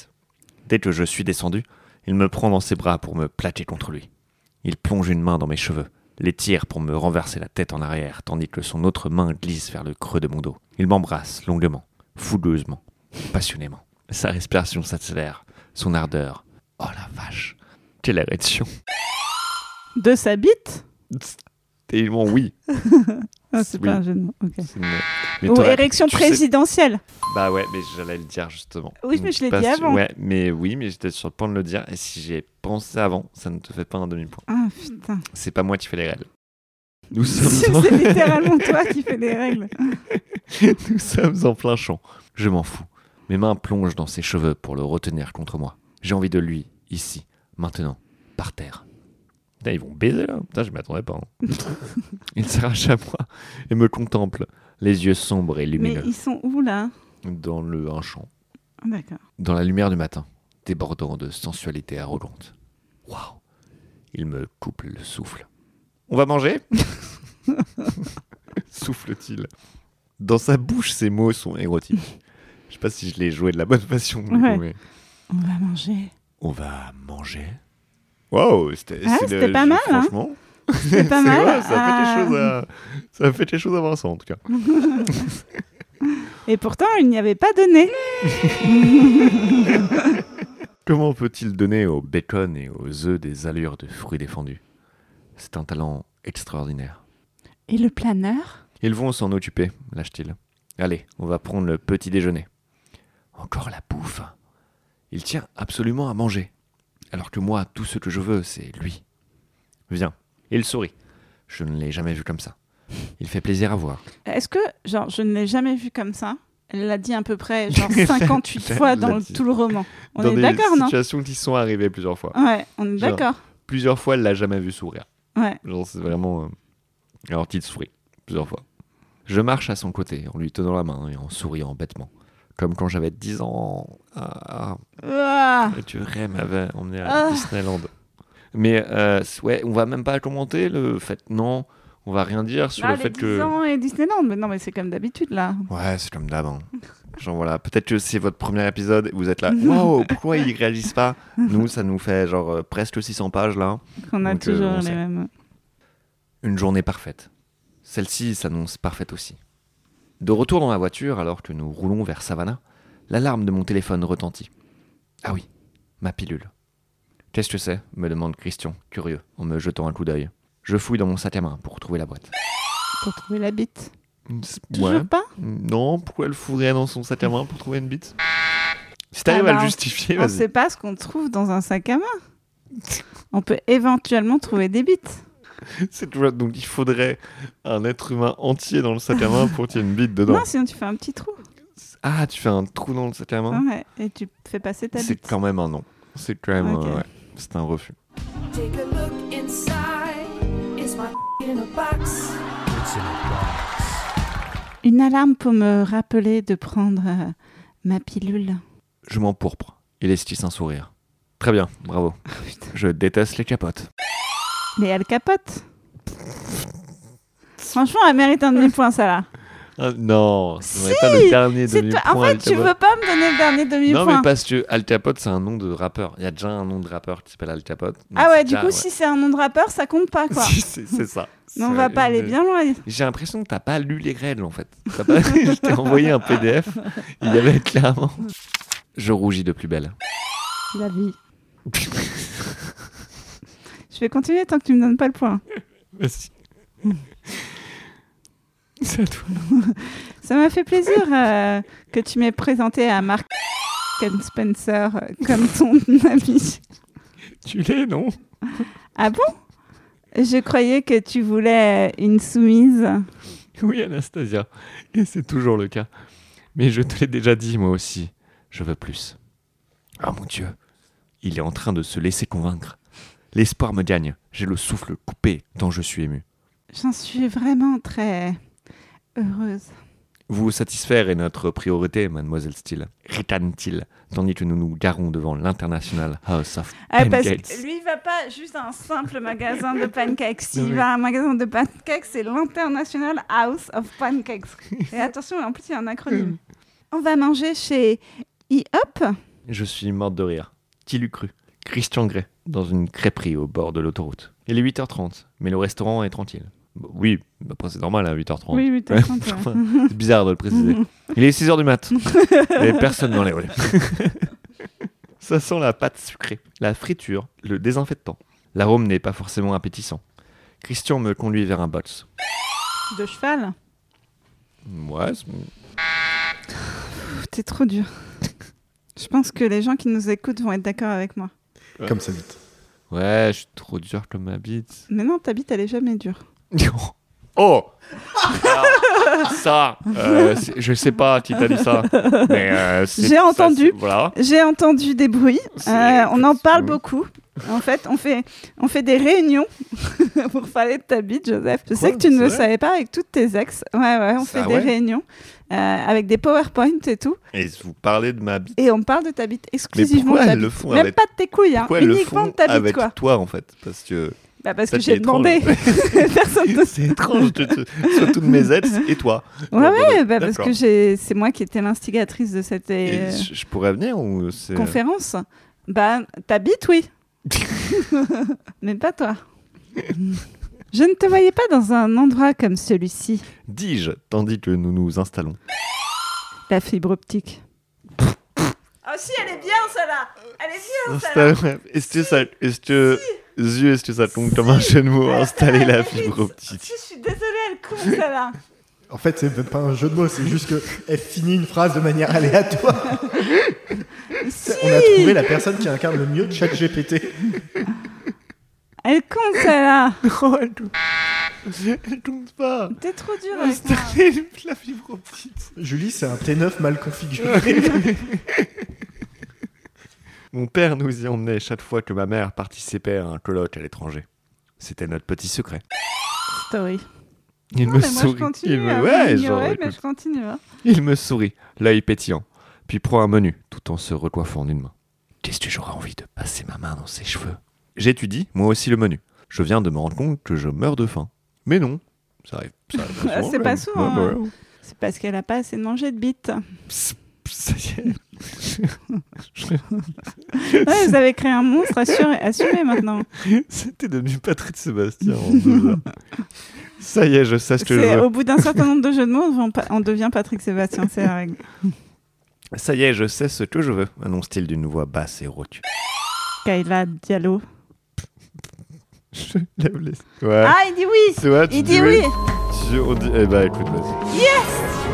S5: Dès que je suis descendu, il me prend dans ses bras pour me plaquer contre lui. Il plonge une main dans mes cheveux, les tire pour me renverser la tête en arrière, tandis que son autre main glisse vers le creux de mon dos. Il m'embrasse longuement, fougueusement, passionnément. Sa respiration s'accélère, son ardeur. Oh la vache, quelle érection
S2: De sa bite
S3: Tellement oui.
S2: Ah, C'est
S3: Oui.
S2: pas un jeu de mots. ok.
S3: C'est une- Mais
S2: Ou
S3: t'aurais-
S2: érection
S3: tu sais-
S2: présidentielle.
S3: Bah ouais, mais j'allais le dire justement.
S2: Oui, mais je l'ai
S3: Parce
S2: dit
S3: que-
S2: avant.
S3: Ouais, mais oui, mais j'étais sur le point de le dire. Et si j'ai pensé avant, ça ne te fait pas un demi-point.
S2: Ah putain.
S3: C'est pas moi qui fais les règles. Nous
S2: C'est
S3: sommes, en...
S2: c'est littéralement toi qui fais les règles.
S3: Nous sommes en plein champ. Je m'en fous. Mes mains plongent dans ses cheveux pour le retenir contre moi. J'ai envie de lui, ici, maintenant, par terre. Putain, ils vont baiser là. Putain, je m'y attendais pas. hein. il s'arrache à moi et me contemple, les yeux sombres et
S2: Mais
S3: lumineux,
S2: ils sont où là
S3: dans le un champ.
S2: Ah, D'accord.
S3: dans la lumière du matin, débordant de sensualité arrogante. Waouh Il me coupe le souffle. On va manger Souffle-t-il. Dans sa bouche, ces mots sont érotiques. Je sais pas si je l'ai joué de la bonne façon. mais
S2: Ouais.
S3: ouais.
S2: On va manger.
S5: On va manger
S3: Waouh C'était
S2: Ah,
S3: c'est
S2: c'était
S3: le-
S2: pas mal, hein.
S3: Franchement,
S2: C'est pas
S3: c'est
S2: mal.
S3: vrai, ça, a fait
S2: Ah.
S3: des choses hein. à, ça a fait des choses à Vincent, en tout cas.
S2: Et pourtant, il n'y avait pas donné.
S5: Comment peut-il donner au bacon et aux œufs des allures de fruits défendus C'est un talent extraordinaire.
S2: Et le planeur
S5: Ils vont s'en occuper, lâche-t-il. Allez, on va prendre le petit déjeuner. Encore la bouffe. Il tient absolument à manger. Alors que moi, tout ce que je veux, c'est lui. Viens. Il sourit. Je ne l'ai jamais vu comme ça. Il fait plaisir à voir.
S2: Est-ce que, genre, je ne l'ai jamais vu comme ça Elle l'a dit à peu près genre 58 fois dans
S3: l'a
S2: le-
S3: dit.
S2: tout le roman. On
S3: dans
S2: est
S3: des
S2: d'accord, non
S3: situations qui sont arrivées plusieurs fois.
S2: Ouais, on est
S3: Genre.
S2: d'accord.
S3: Plusieurs fois, elle l'a jamais vu sourire.
S2: Ouais.
S3: Genre, c'est vraiment. euh, Alors, qu'il sourit plusieurs fois. Je marche à son côté en lui tenant la main et en souriant bêtement. Comme quand j'avais 10 ans. Ah,
S2: Ouah.
S3: ah, tu vrai m'avait emmené à
S2: Ah.
S3: Disneyland. Mais euh, c- ouais, on va même pas commenter le fait. Non, on va rien dire sur
S2: Ah,
S3: le
S2: les
S3: fait
S2: 10
S3: que.
S2: ans et Disneyland, mais non, mais c'est comme d'habitude là.
S3: Ouais, c'est comme d'hab. hein. Genre voilà, peut-être que c'est votre premier épisode et vous êtes là. Waouh, pourquoi ils réalisent pas Nous, ça nous fait genre euh, presque 600 pages là.
S2: On a
S3: Donc, euh,
S2: toujours
S3: on
S2: les
S3: sait.
S2: mêmes.
S3: Une journée parfaite. Celle-ci s'annonce parfaite aussi. De retour dans la voiture, alors que nous roulons vers Savannah, l'alarme de mon téléphone retentit. Ah oui, ma pilule. Qu'est-ce que c'est me demande Christian, curieux, en me jetant un coup d'œil. Je fouille dans mon sac à main pour trouver la boîte.
S2: Pour trouver la bite. Toujours
S3: Ouais.
S2: pas
S3: Non, pourquoi elle fourrait dans son sac à main pour trouver une bite Si
S2: t'arrives Ah
S3: t'arrives
S2: à
S3: à
S2: bah, le
S3: le justifier,
S2: On ne
S3: vas-y.
S2: sait pas ce qu'on trouve dans un sac à main. On peut éventuellement trouver des bites.
S3: Donc il faudrait un être humain entier dans le sac à main pour qu'il y ait une bite
S2: Non,
S3: dedans.
S2: sinon tu fais un petit trou.
S3: Ah, tu fais un trou dans le sac à main
S2: Ouais, et tu fais passer ta
S3: C'est
S2: bite.
S3: quand même un non. C'est quand même.
S2: Ok.
S3: euh, ouais. C'est un refus.
S9: Take a look inside. Is my in a box?
S2: Une alarme pour me rappeler de prendre euh, ma pilule.
S3: Je m'empourpre. Il esquisse un sourire. Très bien, bravo.
S2: Ah, putain.
S3: Je déteste les capotes.
S2: Mais elle capote. Franchement, elle mérite un demi-point, ça là.
S3: Ah, non,
S2: Si,
S3: c'est pas le dernier
S2: C'est
S3: demi-point.
S2: pas- En fait,
S3: Al
S2: tu
S3: Capote.
S2: veux pas me donner le dernier
S3: Non, mais
S2: demi-point.
S3: parce que Al Capote, c'est un nom de rappeur. Il y a déjà un nom de rappeur qui s'appelle Al Capote. Donc
S2: Ah
S3: c'est
S2: ouais, du
S3: déjà-
S2: coup, si c'est un nom de rappeur, ça compte pas quoi.
S3: Si, c'est c'est ça.
S2: Mais on
S3: C'est-
S2: va pas aller bien loin.
S3: J'ai l'impression que t'as pas lu les règles en fait. T'as pas... Je t'ai envoyé un PDF. Il y avait clairement. Je rougis de plus belle.
S2: La vie. Je vais continuer tant que tu me donnes pas le point.
S3: Vas-y. C'est à toi.
S2: Ça m'a fait plaisir euh, que tu m'aies présenté à Marc. Ken Spencer euh, comme ton ami.
S10: Tu l'es, non
S2: Ah bon Je croyais que tu voulais euh, une soumise.
S10: Oui, Anastasia. Et c'est toujours le cas. Mais je te l'ai déjà dit, moi aussi. Je veux plus.
S3: Oh mon Dieu, il est en train de se laisser convaincre. L'espoir me gagne, j'ai le souffle coupé tant je suis ému.
S2: J'en suis vraiment très heureuse.
S3: Vous satisfaire est notre priorité, mademoiselle Steele. Rétane-t-il, tandis que nous nous garons devant l'International House of
S2: Ah, parce
S3: Pancakes.
S2: que lui, il va pas juste à un simple magasin de pancakes. Il va à un magasin de pancakes, c'est l'International House of Pancakes. Et attention, en plus, il y a un acronyme. On va manger chez E IHOP.
S3: Je suis morte de rire. Qui l'eût cru Christian Grey, dans une crêperie au bord de l'autoroute. Il est 8h30, mais le restaurant est tranquille. Bon, oui, bah, après c'est normal hein, à 8h30.
S2: Oui, oui, t'as hein.
S3: Ouais.
S2: raison, toi.
S3: C'est bizarre de le préciser. Il est 6h du mat. Et personne dans les rues. Ça sent la pâte sucrée, la friture, le désinfectant. L'arôme n'est pas forcément appétissant. Christian me conduit vers un box.
S2: De cheval.
S10: Ouais, c'est-
S2: Pff, T'es trop dur. Je pense que les gens qui nous écoutent vont être d'accord avec moi.
S4: Comme ça vite.
S10: ouais, je suis trop dur comme ma bite.
S2: Mais non, ta bite, elle est jamais dure.
S10: Oh
S3: Ah,
S10: Alors, Ça, euh, c'est- je sais pas qui t'a dit ça. mais, euh, c'est-
S2: J'ai
S10: ça,
S2: entendu.
S10: c'est- Voilà.
S2: J'ai entendu des bruits.
S10: C'est-
S2: Euh, on en parle
S10: Oui.
S2: beaucoup. En fait, on fait, on fait des réunions pour parler de ta bite, Joseph. Je sais
S4: Quoi
S2: que tu ne
S4: C'est
S2: le
S4: vrai
S2: savais pas avec toutes tes ex. Ouais, ouais,
S3: Ah
S2: on
S10: Ça,
S2: fait des
S10: ouais.
S2: réunions euh, avec des PowerPoint et tout.
S3: Et vous parlez de ma bite.
S2: Et on parle de ta bite
S3: Mais
S2: exclusivement.
S3: pourquoi
S2: de ta
S3: elles
S2: bite.
S3: le font
S2: Même
S3: avec,
S2: pas de tes couilles, hein.
S3: pourquoi elles le
S2: uniquement
S3: font
S2: de ta bite,
S3: avec
S2: quoi.
S3: toi en fait Parce que
S2: Bah, parce
S3: ça,
S2: que
S3: c'est
S2: j'ai
S3: étrange.
S2: demandé. Personne ne
S3: c'est étrange, de- de- surtout de mes ex et toi.
S2: Ouais, ouais, bah, parce
S3: D'accord.
S2: que j'ai- c'est moi qui étais l'instigatrice de cette
S3: Et
S2: euh,
S3: je je pourrais venir ou c'est. euh,
S2: conférence. Bah, ta bite, oui. Mais pas toi. Je ne te voyais pas dans un endroit comme celui-ci,
S3: euh, Dis-je, tandis que nous nous installons.
S2: la fibre optique. Ah si, elle est bien, celle-là Elle est
S3: Installons- Est-ce que ça. Est-ce que. Zu, est-ce que ça tombe comme un jeu de mots euh,
S2: Ah,
S3: Installer la fibre optique.
S2: je suis désolée, elle court, celle-là
S4: En fait, c'est même pas un jeu de mots, c'est juste qu'elle finit une phrase de manière aléatoire. On a trouvé la personne qui incarne le mieux ChatGPT. GPT.
S2: Elle compte, celle-là
S3: Oh, elle tombe. Elle tombe pas.
S2: T'es trop dur avec moi
S3: Installer la fibre optique.
S4: Julie, c'est un T9 mal configuré.
S3: Mon père nous y emmenait chaque fois que ma mère participait à un colloque à l'étranger. C'était notre petit secret.
S2: Story.
S3: Il
S2: Non,
S3: me
S2: mais moi,
S3: sourit.
S2: je continue.
S3: il
S2: hein,
S3: me,
S2: vous
S3: ouais, genre,
S2: m'ignorez, mais
S3: écoute,
S2: je continue. hein.
S3: il me sourit, l'œil pétillant, puis prend un menu tout en se recoiffant d'une main. Qu'est-ce que j'aurais envie de passer ma main dans ses cheveux J'étudie, moi aussi, le menu. Je viens de me rendre compte que je meurs de faim. Mais non, ça arrive. ça arrive
S2: Ah, c'est
S3: quand
S2: pas
S3: même.
S2: souvent,
S3: Ouais, bah
S2: hein.
S3: ouais.
S2: C'est parce qu'elle a pas assez de manger de bite.
S3: Pss, pss, ça y est.
S2: Ouais, vous avez créé un monstre, assuré- assumez maintenant.
S3: C'était devenu Patrick Sébastien en deux heures. Ça y est, je sais ce que je
S2: C'est
S3: veux.
S2: au bout d'un certain nombre de jeux de mots, on, pa- on devient Patrick Sébastien, c'est euh, la règle.
S3: Ça y est, je sais ce que je veux, annonce-t-il d'une voix basse et rauque.
S2: Kayla Diallo.
S3: Je lève les... Ouais.
S2: Ah, il dit oui
S3: tu vois, tu
S2: Il
S3: dis
S2: dit oui
S3: Tu- on dit- Eh bah écoute, vas-y.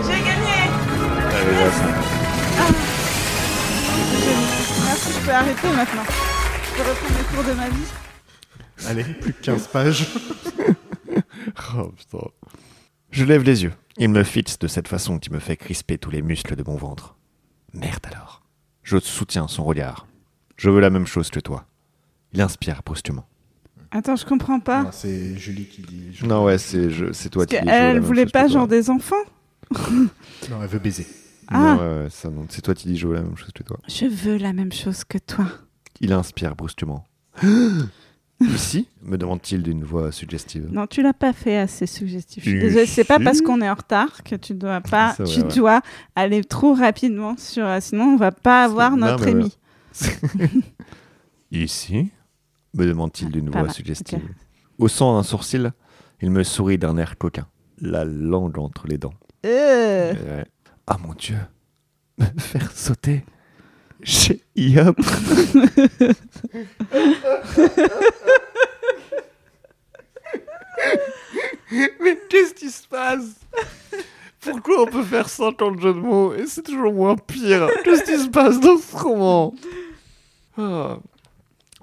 S2: J'ai gagné
S3: Allez, vas-y.
S2: Je- Merci, je peux arrêter maintenant. Je peux reprendre le cours de ma vie.
S4: Allez, plus de 15 pages.
S3: Oh, putain. Je lève les yeux. Il me fixe de cette façon qui me fait crisper tous les muscles de mon ventre. Merde alors. Je soutiens son regard. Je veux la même chose que toi. Il inspire brusquement.
S2: Attends, je comprends pas.
S4: Non, c'est Julie qui dit. je-
S3: Non, ouais, c'est je- c'est toi
S2: Parce
S3: qui
S2: qu'elle
S3: dis, je veux la
S2: elle
S3: même
S2: voulait
S3: chose que
S2: pas
S3: toi.
S2: genre des enfants
S4: Non, elle veut baiser.
S2: Ah.
S3: Non, ouais, ouais, ça, non. C'est toi qui dis je veux la même chose que toi.
S2: Je veux la même chose que toi.
S3: Il inspire brusquement. Ici me demande-t-il d'une voix suggestive.
S2: Non, tu l'as pas fait assez suggestif. Je suis
S3: Si,
S2: désolée, c'est pas
S3: si.
S2: parce qu'on est en retard que tu dois pas,
S3: C'est vrai,
S2: tu
S3: ouais.
S2: dois aller trop rapidement sur, euh, sinon on va pas avoir
S3: Non,
S2: notre
S3: mais ouais.
S2: émi.
S3: Ici me demande-t-il d'une
S2: Pas
S3: voix
S2: mal,
S3: suggestive.
S2: ok.
S3: Haussant un sourcil, il me sourit d'un air coquin, la langue entre les dents.
S2: Euh,
S3: Euh, Ah mon Dieu, me faire sauter chez IOP. Mais qu'est-ce qui se passe Pourquoi on peut faire 50 jeux de mots et c'est toujours moins pire Qu'est-ce qui se passe dans ce roman Ah.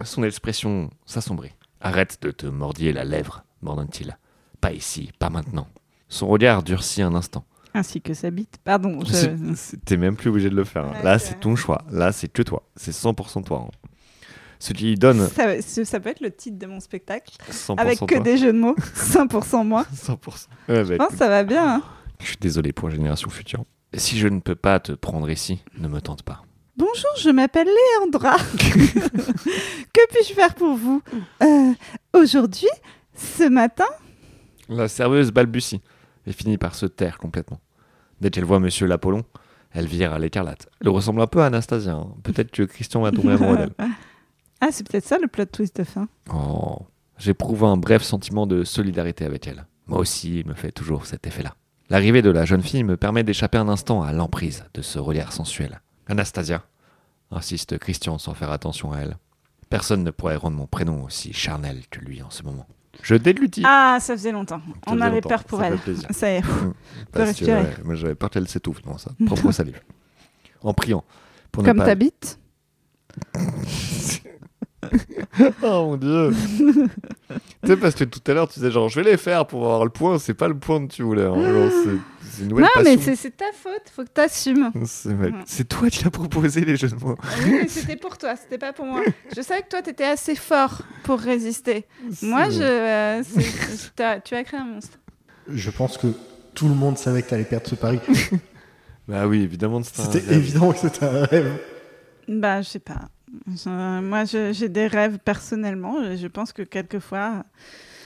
S3: Son expression s'assombrit. Arrête de te mordiller la lèvre, m'ordonne-t-il. Pas ici, pas maintenant. Son regard durcit un instant.
S2: Ainsi que sa bite. Pardon. je-
S3: C'est- c'est- T'es même plus obligé de le faire. hein.
S2: Ouais,
S3: Là,
S2: c'est
S3: c'est
S2: vrai.
S3: ton choix. Là, c'est que toi. C'est 100% toi. hein. Ce qui lui donne
S2: Ça, ça- ça peut être le titre de mon spectacle.
S3: 100%
S2: Avec que
S3: toi.
S2: des jeux de mots. 100% moi.
S3: 100%. Ouais, bah,
S2: Je pense que ça va bien. hein.
S3: Je suis désolé pour Génération Future. Si je ne peux pas te prendre ici, ne me tente pas.
S2: Bonjour, je m'appelle Léandra. que puis-je faire pour vous Euh, Aujourd'hui, ce matin,
S3: La serveuse balbutie et finit par se taire complètement. Dès qu'elle voit Monsieur l'Apollon, elle vire à l'écarlate. Elle ressemble un peu à Anastasia. hein. Peut-être que Christian va tomber amoureux d'elle.
S2: Ah, c'est peut-être ça le plot twist de fin.
S3: Oh, j'éprouve un bref sentiment de solidarité avec elle. Moi aussi, il me fait toujours cet effet-là. L'arrivée de la jeune fille me permet d'échapper un instant à l'emprise de ce regard sensuel. Anastasia, insiste Christian sans faire attention à elle. Personne ne pourrait rendre mon prénom aussi charnel que lui en ce moment. Je déglutis.
S2: Ah, ça faisait longtemps.
S3: Ça
S2: On
S3: faisait
S2: avait
S3: longtemps.
S2: peur pour
S3: Ça
S2: elle.
S3: fait plaisir.
S2: Ça y est.
S3: Parce que,
S2: respirer.
S3: ouais, moi j'avais peur qu'elle s'étouffe dans ça, propre salive. En priant. Pour ne
S2: Comme
S3: pas-
S2: ta bite.
S3: Oh mon dieu Tu sais, parce que tout à l'heure, tu disais genre, je vais les faire pour avoir le point, c'est pas le point que tu voulais. hein. Genre, c'est- c'est Mm. une nouvelle
S2: Non, mais
S3: passion.
S2: c'est c'est ta faute. Faut que t'assumes.
S3: C'est ma- c'est toi qui l'as proposé, les jeux de mots.
S2: Oui, mais c'était pour toi, c'était pas pour moi. Je savais que toi, t'étais assez fort pour résister. Moi, je, euh, c'est- je t'as- tu as créé un monstre.
S4: Je pense que tout le monde savait que t'allais perdre ce
S3: Ah,
S4: pari.
S3: Bah oui, évidemment, c'était un
S4: C'était
S3: rêve.
S4: évident que c'était un rêve.
S2: Bah, je sais pas. Je- moi, je- j'ai des rêves personnellement. et Je pense que quelquefois.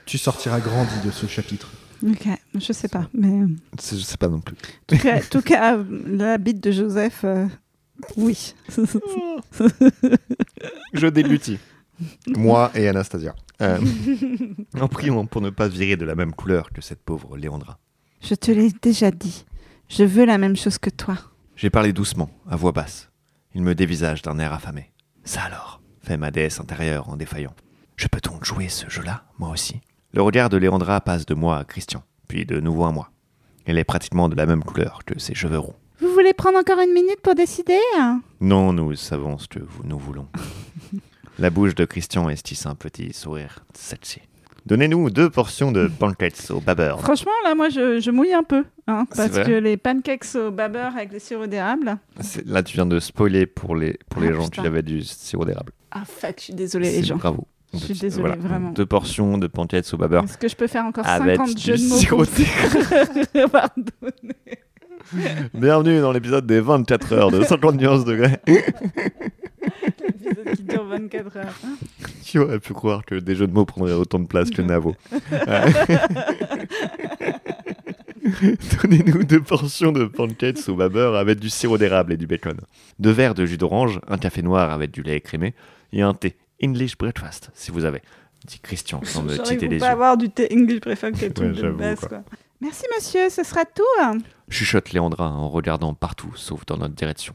S4: Tu sortiras grandi de ce chapitre.
S2: Ok, je sais pas. Mais euh, en
S3: C'est- Je sais pas non plus.
S2: tout cas, en tout cas, la bite de Joseph, euh, oui.
S3: Je déglutis. Moi et Anastasia. Euh, en priant pour ne pas virer de la même couleur que cette pauvre Léandra.
S2: je te l'ai déjà dit. Je veux la même chose que toi.
S5: J'ai parlé doucement, à voix basse. Il me dévisage d'un air affamé. Ça alors fait ma déesse intérieure en défaillant. Je peux donc jouer ce jeu-là, moi aussi Le regard de Léandra passe de moi à Christian, puis de nouveau à moi. Elle est pratiquement de la même couleur que ses cheveux ronds.
S2: Vous voulez prendre encore une minute pour décider hein
S5: Non, nous savons ce que vous- nous voulons. La bouche de Christian esquisse un petit sourire sexy. Donnez-nous deux portions de pancakes au babeur.
S2: Franchement, là, moi, je, je mouille un peu. hein,
S3: C'est
S2: parce
S3: vrai.
S2: que les pancakes au beurre avec le sirop d'érable.
S3: C'est- Là, tu viens de spoiler pour les, pour les
S2: Ah,
S3: gens
S2: putain.
S3: qui avaient du sirop d'érable.
S2: Ah, fuck, je suis désolée, les
S3: C'est-
S2: gens.
S3: Bravo.
S2: Je suis désolée, vraiment.
S3: Deux portions de pancakes au babeur
S2: Est-ce que je peux faire encore
S3: avec
S2: 50 jeux
S3: du
S2: de mots
S3: sirop
S2: pour- Pardon.
S3: Bienvenue dans l'épisode des 24 heures de 50 nuances de Grey.
S2: L'épisode qui dure 24 heures.
S3: Qui aurait pu croire que des jeux de mots prendraient autant de place que Navo Euh, Donnez-nous deux portions de pancakes au babeur avec du sirop d'érable et du bacon.
S5: Deux verres de jus d'orange, un café noir avec du lait écrémé et un thé English breakfast, si vous avez. Dit Christian sans me
S2: J'aurais
S5: titer
S2: voulu
S5: les
S2: pas
S5: yeux.
S2: avoir du thé English préfère que tout
S3: Ouais,
S2: de
S3: j'avoue,
S2: base,
S3: quoi.
S2: quoi. Merci, monsieur, ce sera tout. hein.
S5: Chuchote Léandra en regardant partout, sauf dans notre direction.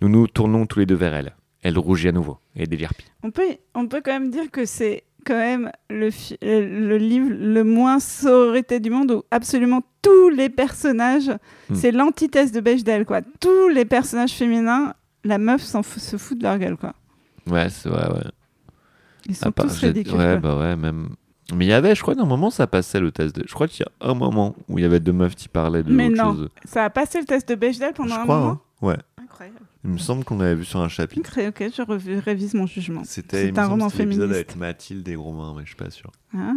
S5: Nous nous tournons tous les deux vers elle. Elle rougit à nouveau et délirpie.
S2: On peut, on peut quand même dire que c'est quand même le, fi- euh, le livre le moins sororité du monde où absolument tous les personnages,
S3: Hmm.
S2: c'est l'antithèse de Bechdel, quoi. Tous les personnages féminins, la meuf s'en fout- se fout de leur gueule, quoi.
S5: Ouais, c'est vrai, ouais.
S2: Ils sont
S5: À part-
S2: tous
S5: j'ai-
S2: ridicules.
S5: Ouais,
S2: quoi.
S5: Ah, bah ouais, même. Mais il y avait, je crois, d'un moment, ça passait le test. De... Je crois qu'il y a un moment où il y avait deux meufs qui parlaient de
S2: Mais
S5: autre
S2: non.
S5: chose.
S2: Ça a passé le test de Bechdel pendant
S5: je
S2: un
S5: crois,
S2: moment.
S5: hein. Ouais.
S2: Incroyable.
S5: Il me semble qu'on l'avait vu sur un chapitre.
S2: Ok, ok, je rev- révise mon jugement.
S5: C'était il me
S2: un
S5: semble
S2: roman
S5: que c'était l'épisode
S2: féministe.
S5: avec Mathilde et Romain, mais je suis pas sûr.
S2: Ah.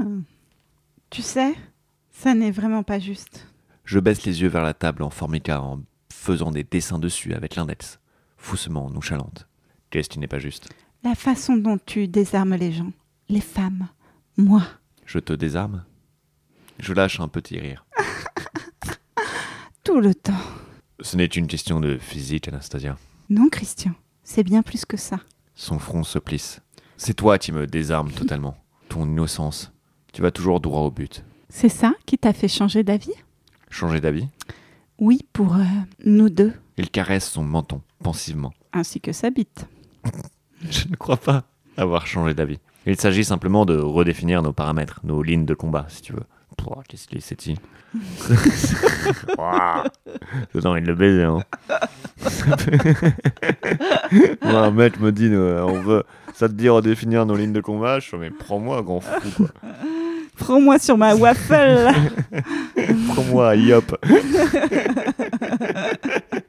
S2: Tu sais, ça n'est vraiment pas juste.
S5: Je baisse les yeux vers la table en formica en faisant des dessins dessus avec l'index, faussement nonchalante. Qu'est-ce qui n'est pas juste
S2: La façon dont tu désarmes les gens, les femmes, moi.
S5: Je te désarme Je lâche un petit rire.
S2: Tout le temps.
S5: Ce n'est une question de physique, Anastasia.
S2: Non, Christian, c'est bien plus que ça.
S5: Son front se plisse. C'est toi qui me désarmes totalement. Ton innocence. Tu vas toujours droit au but.
S2: C'est ça qui t'a fait changer d'avis
S5: Changer d'avis
S2: Oui, pour euh, nous deux,
S5: Il caresse son menton, pensivement.
S2: ainsi que sa bite.
S5: Je ne crois pas avoir changé d'avis. Il s'agit simplement de redéfinir nos paramètres, nos lignes de combat, si tu veux.
S3: Pouah, Qu'est-ce qu'il est, cette fille Pouah. J'ai envie de le baiser. Hein. Moi, un mec me dit euh, on veut, ça te dit redéfinir nos lignes de combat. Je fais mais prends-moi, grand fou. quoi.
S2: Prends-moi sur ma waffle.
S3: Prends-moi, yop.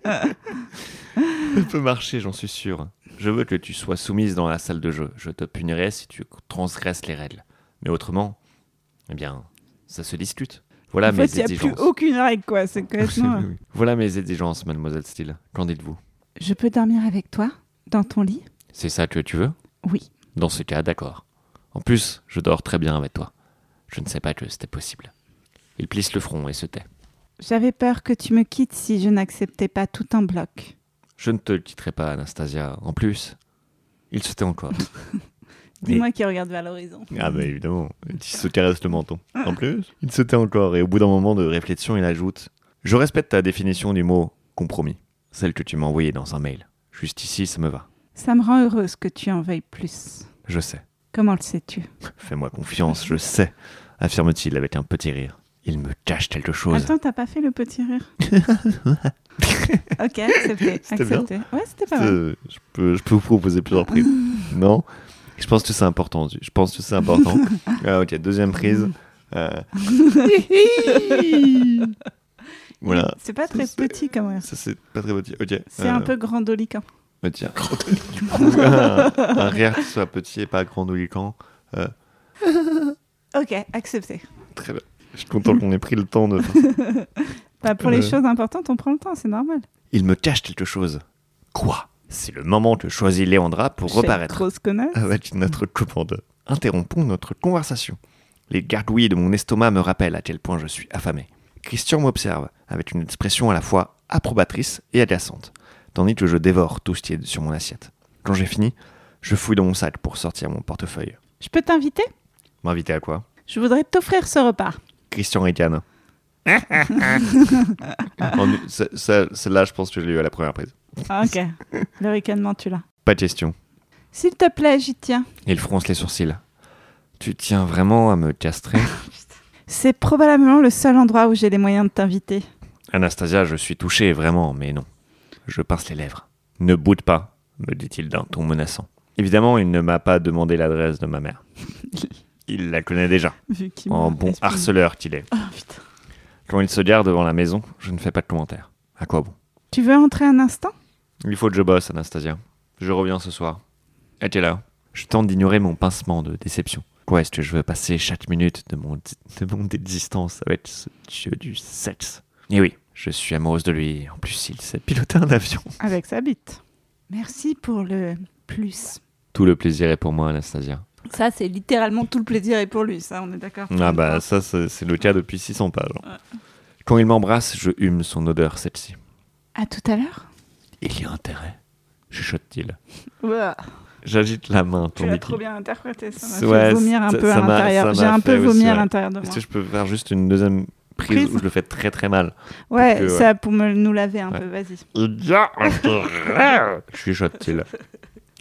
S3: Ça peut marcher, j'en suis sûr. Je veux que tu sois soumise dans la salle de jeu. Je te punirai si tu transgresses les règles. Mais autrement, eh bien, ça se discute. Voilà
S2: en
S3: mes
S2: fait, il n'y a plus
S3: exigences.
S2: aucune règle, quoi. C'est complètement. euh.
S3: Oui, oui. Voilà mes exigences, mademoiselle Steele. Qu'en dites-vous
S2: Je peux dormir avec toi dans ton lit
S3: C'est ça que tu veux
S2: Oui.
S3: Dans ce cas, d'accord. En plus, je dors très bien avec toi. Je ne sais pas que c'était possible. Il plisse le front et se tait.
S2: J'avais peur que tu me quittes si je n'acceptais pas tout en bloc.
S3: Je ne te quitterai pas, Anastasia. En plus, il se tait encore.
S2: Dis-moi qui regarde vers l'horizon.
S3: Ah bah évidemment, il se caresse le menton. En plus, il se tait encore et au bout d'un moment de réflexion, il ajoute « Je respecte ta définition du mot « compromis », celle que tu m'as envoyée dans un mail. Juste ici, ça me va.
S2: Ça me rend heureuse que tu en veuilles plus.
S3: Je sais.
S2: Comment le sais-tu
S3: Fais-moi confiance, je sais. » affirme-t-il avec un petit rire. Il me cache quelque chose.
S2: Attends, t'as pas fait le petit rire Ok, accepté.
S3: C'était bien.
S2: accepté. Ouais, c'était pas mal.
S3: Euh, je, peux, je peux vous proposer plusieurs prises. non Je pense que c'est important. Je pense que c'est important. ah, ok, deuxième prise. Euh, voilà.
S2: C'est pas très
S3: C'est-
S2: petit comme rire.
S3: Ça, c'est pas très petit. Ok.
S2: C'est
S3: euh,
S2: un peu grandoliquant.
S3: bah, tiens. un, un rire qui soit petit et pas grandouliquant.
S2: Ok, accepté.
S3: Très bien. Je suis content qu'on ait pris le temps de. faire ça.
S2: Bah, pour les
S3: Euh.
S2: choses importantes, on prend le temps, c'est normal.
S3: Il me cache quelque chose. Quoi C'est le moment que choisit Léandra pour
S2: Chef
S3: reparaître.
S2: Grosse connasse.
S3: avec notre commande. Interrompons notre conversation. Les gargouilles de mon estomac me rappellent à quel point je suis affamé. Christian m'observe avec une expression à la fois approbatrice et agaçante, tandis que je dévore tout ce qui est sur mon assiette. Quand j'ai fini, je fouille dans mon sac pour sortir mon portefeuille.
S2: Je peux t'inviter
S3: M'inviter à quoi
S2: Je voudrais t'offrir ce repas.
S3: Christian ricane. En- ce- ce- Celle-là, je pense que je l'ai eu à la première prise.
S2: Ah, ok, le ricanement, tu l'as.
S3: Pas de question.
S2: S'il te plaît, j'y tiens.
S3: Il fronce les sourcils. Tu tiens vraiment à me castrer
S2: C'est probablement le seul endroit où j'ai les moyens de t'inviter.
S3: Anastasia, je suis touché, vraiment, mais non. Je pince les lèvres. Ne boude pas, me dit-il d'un ton menaçant. Évidemment, il ne m'a pas demandé l'adresse de ma mère. Il la connaît déjà,
S2: Vu qu'il
S3: en
S2: m'a
S3: Oh, bon
S2: expliqué.
S3: harceleur qu'il est.
S2: Ah, putain.
S3: Quand il se gare devant la maison, je ne fais pas de commentaire. À quoi bon
S2: Tu veux entrer un instant
S3: Il faut que je bosse, Anastasia. Je reviens ce soir. Et t'es là Je tente d'ignorer mon pincement de déception. Quoi est-ce que je veux passer chaque minute de mon, de mon existence avec ce dieu du sexe Eh oui, je suis amoureuse de lui. En plus, il sait piloter un avion.
S2: Avec sa bite. Merci pour le plus.
S3: Tout le plaisir est pour moi, Anastasia.
S2: Ça, c'est littéralement tout le plaisir est pour lui, ça, on est d'accord
S3: Ah bah ça, c'est c'est le cas depuis 600 pages. Quand il m'embrasse, je hume son odeur celle-ci.
S2: À tout à l'heure
S3: Il y a intérêt, chuchote-t-il.
S2: Ouais,
S3: J'agite la main,
S2: Tu
S3: ton
S2: l'as
S3: Mickey.
S2: trop bien interprété, ça m'a fait
S3: Ouais,
S2: vomir un
S3: ça-
S2: peu
S3: ça
S2: à
S3: m'a- ça
S2: l'intérieur. J'ai
S3: m'a
S2: un peu
S3: fait
S2: vomi
S3: aussi,
S2: à
S3: ouais.
S2: l'intérieur de moi.
S3: Est-ce que je peux faire juste une deuxième prise,
S2: Prise
S3: où je le fais très très mal
S2: Ouais,
S3: que, ouais.
S2: ça, pour me, nous laver un
S3: Ouais.
S2: peu, vas-y.
S3: Il y a intérêt, chuchote-t-il.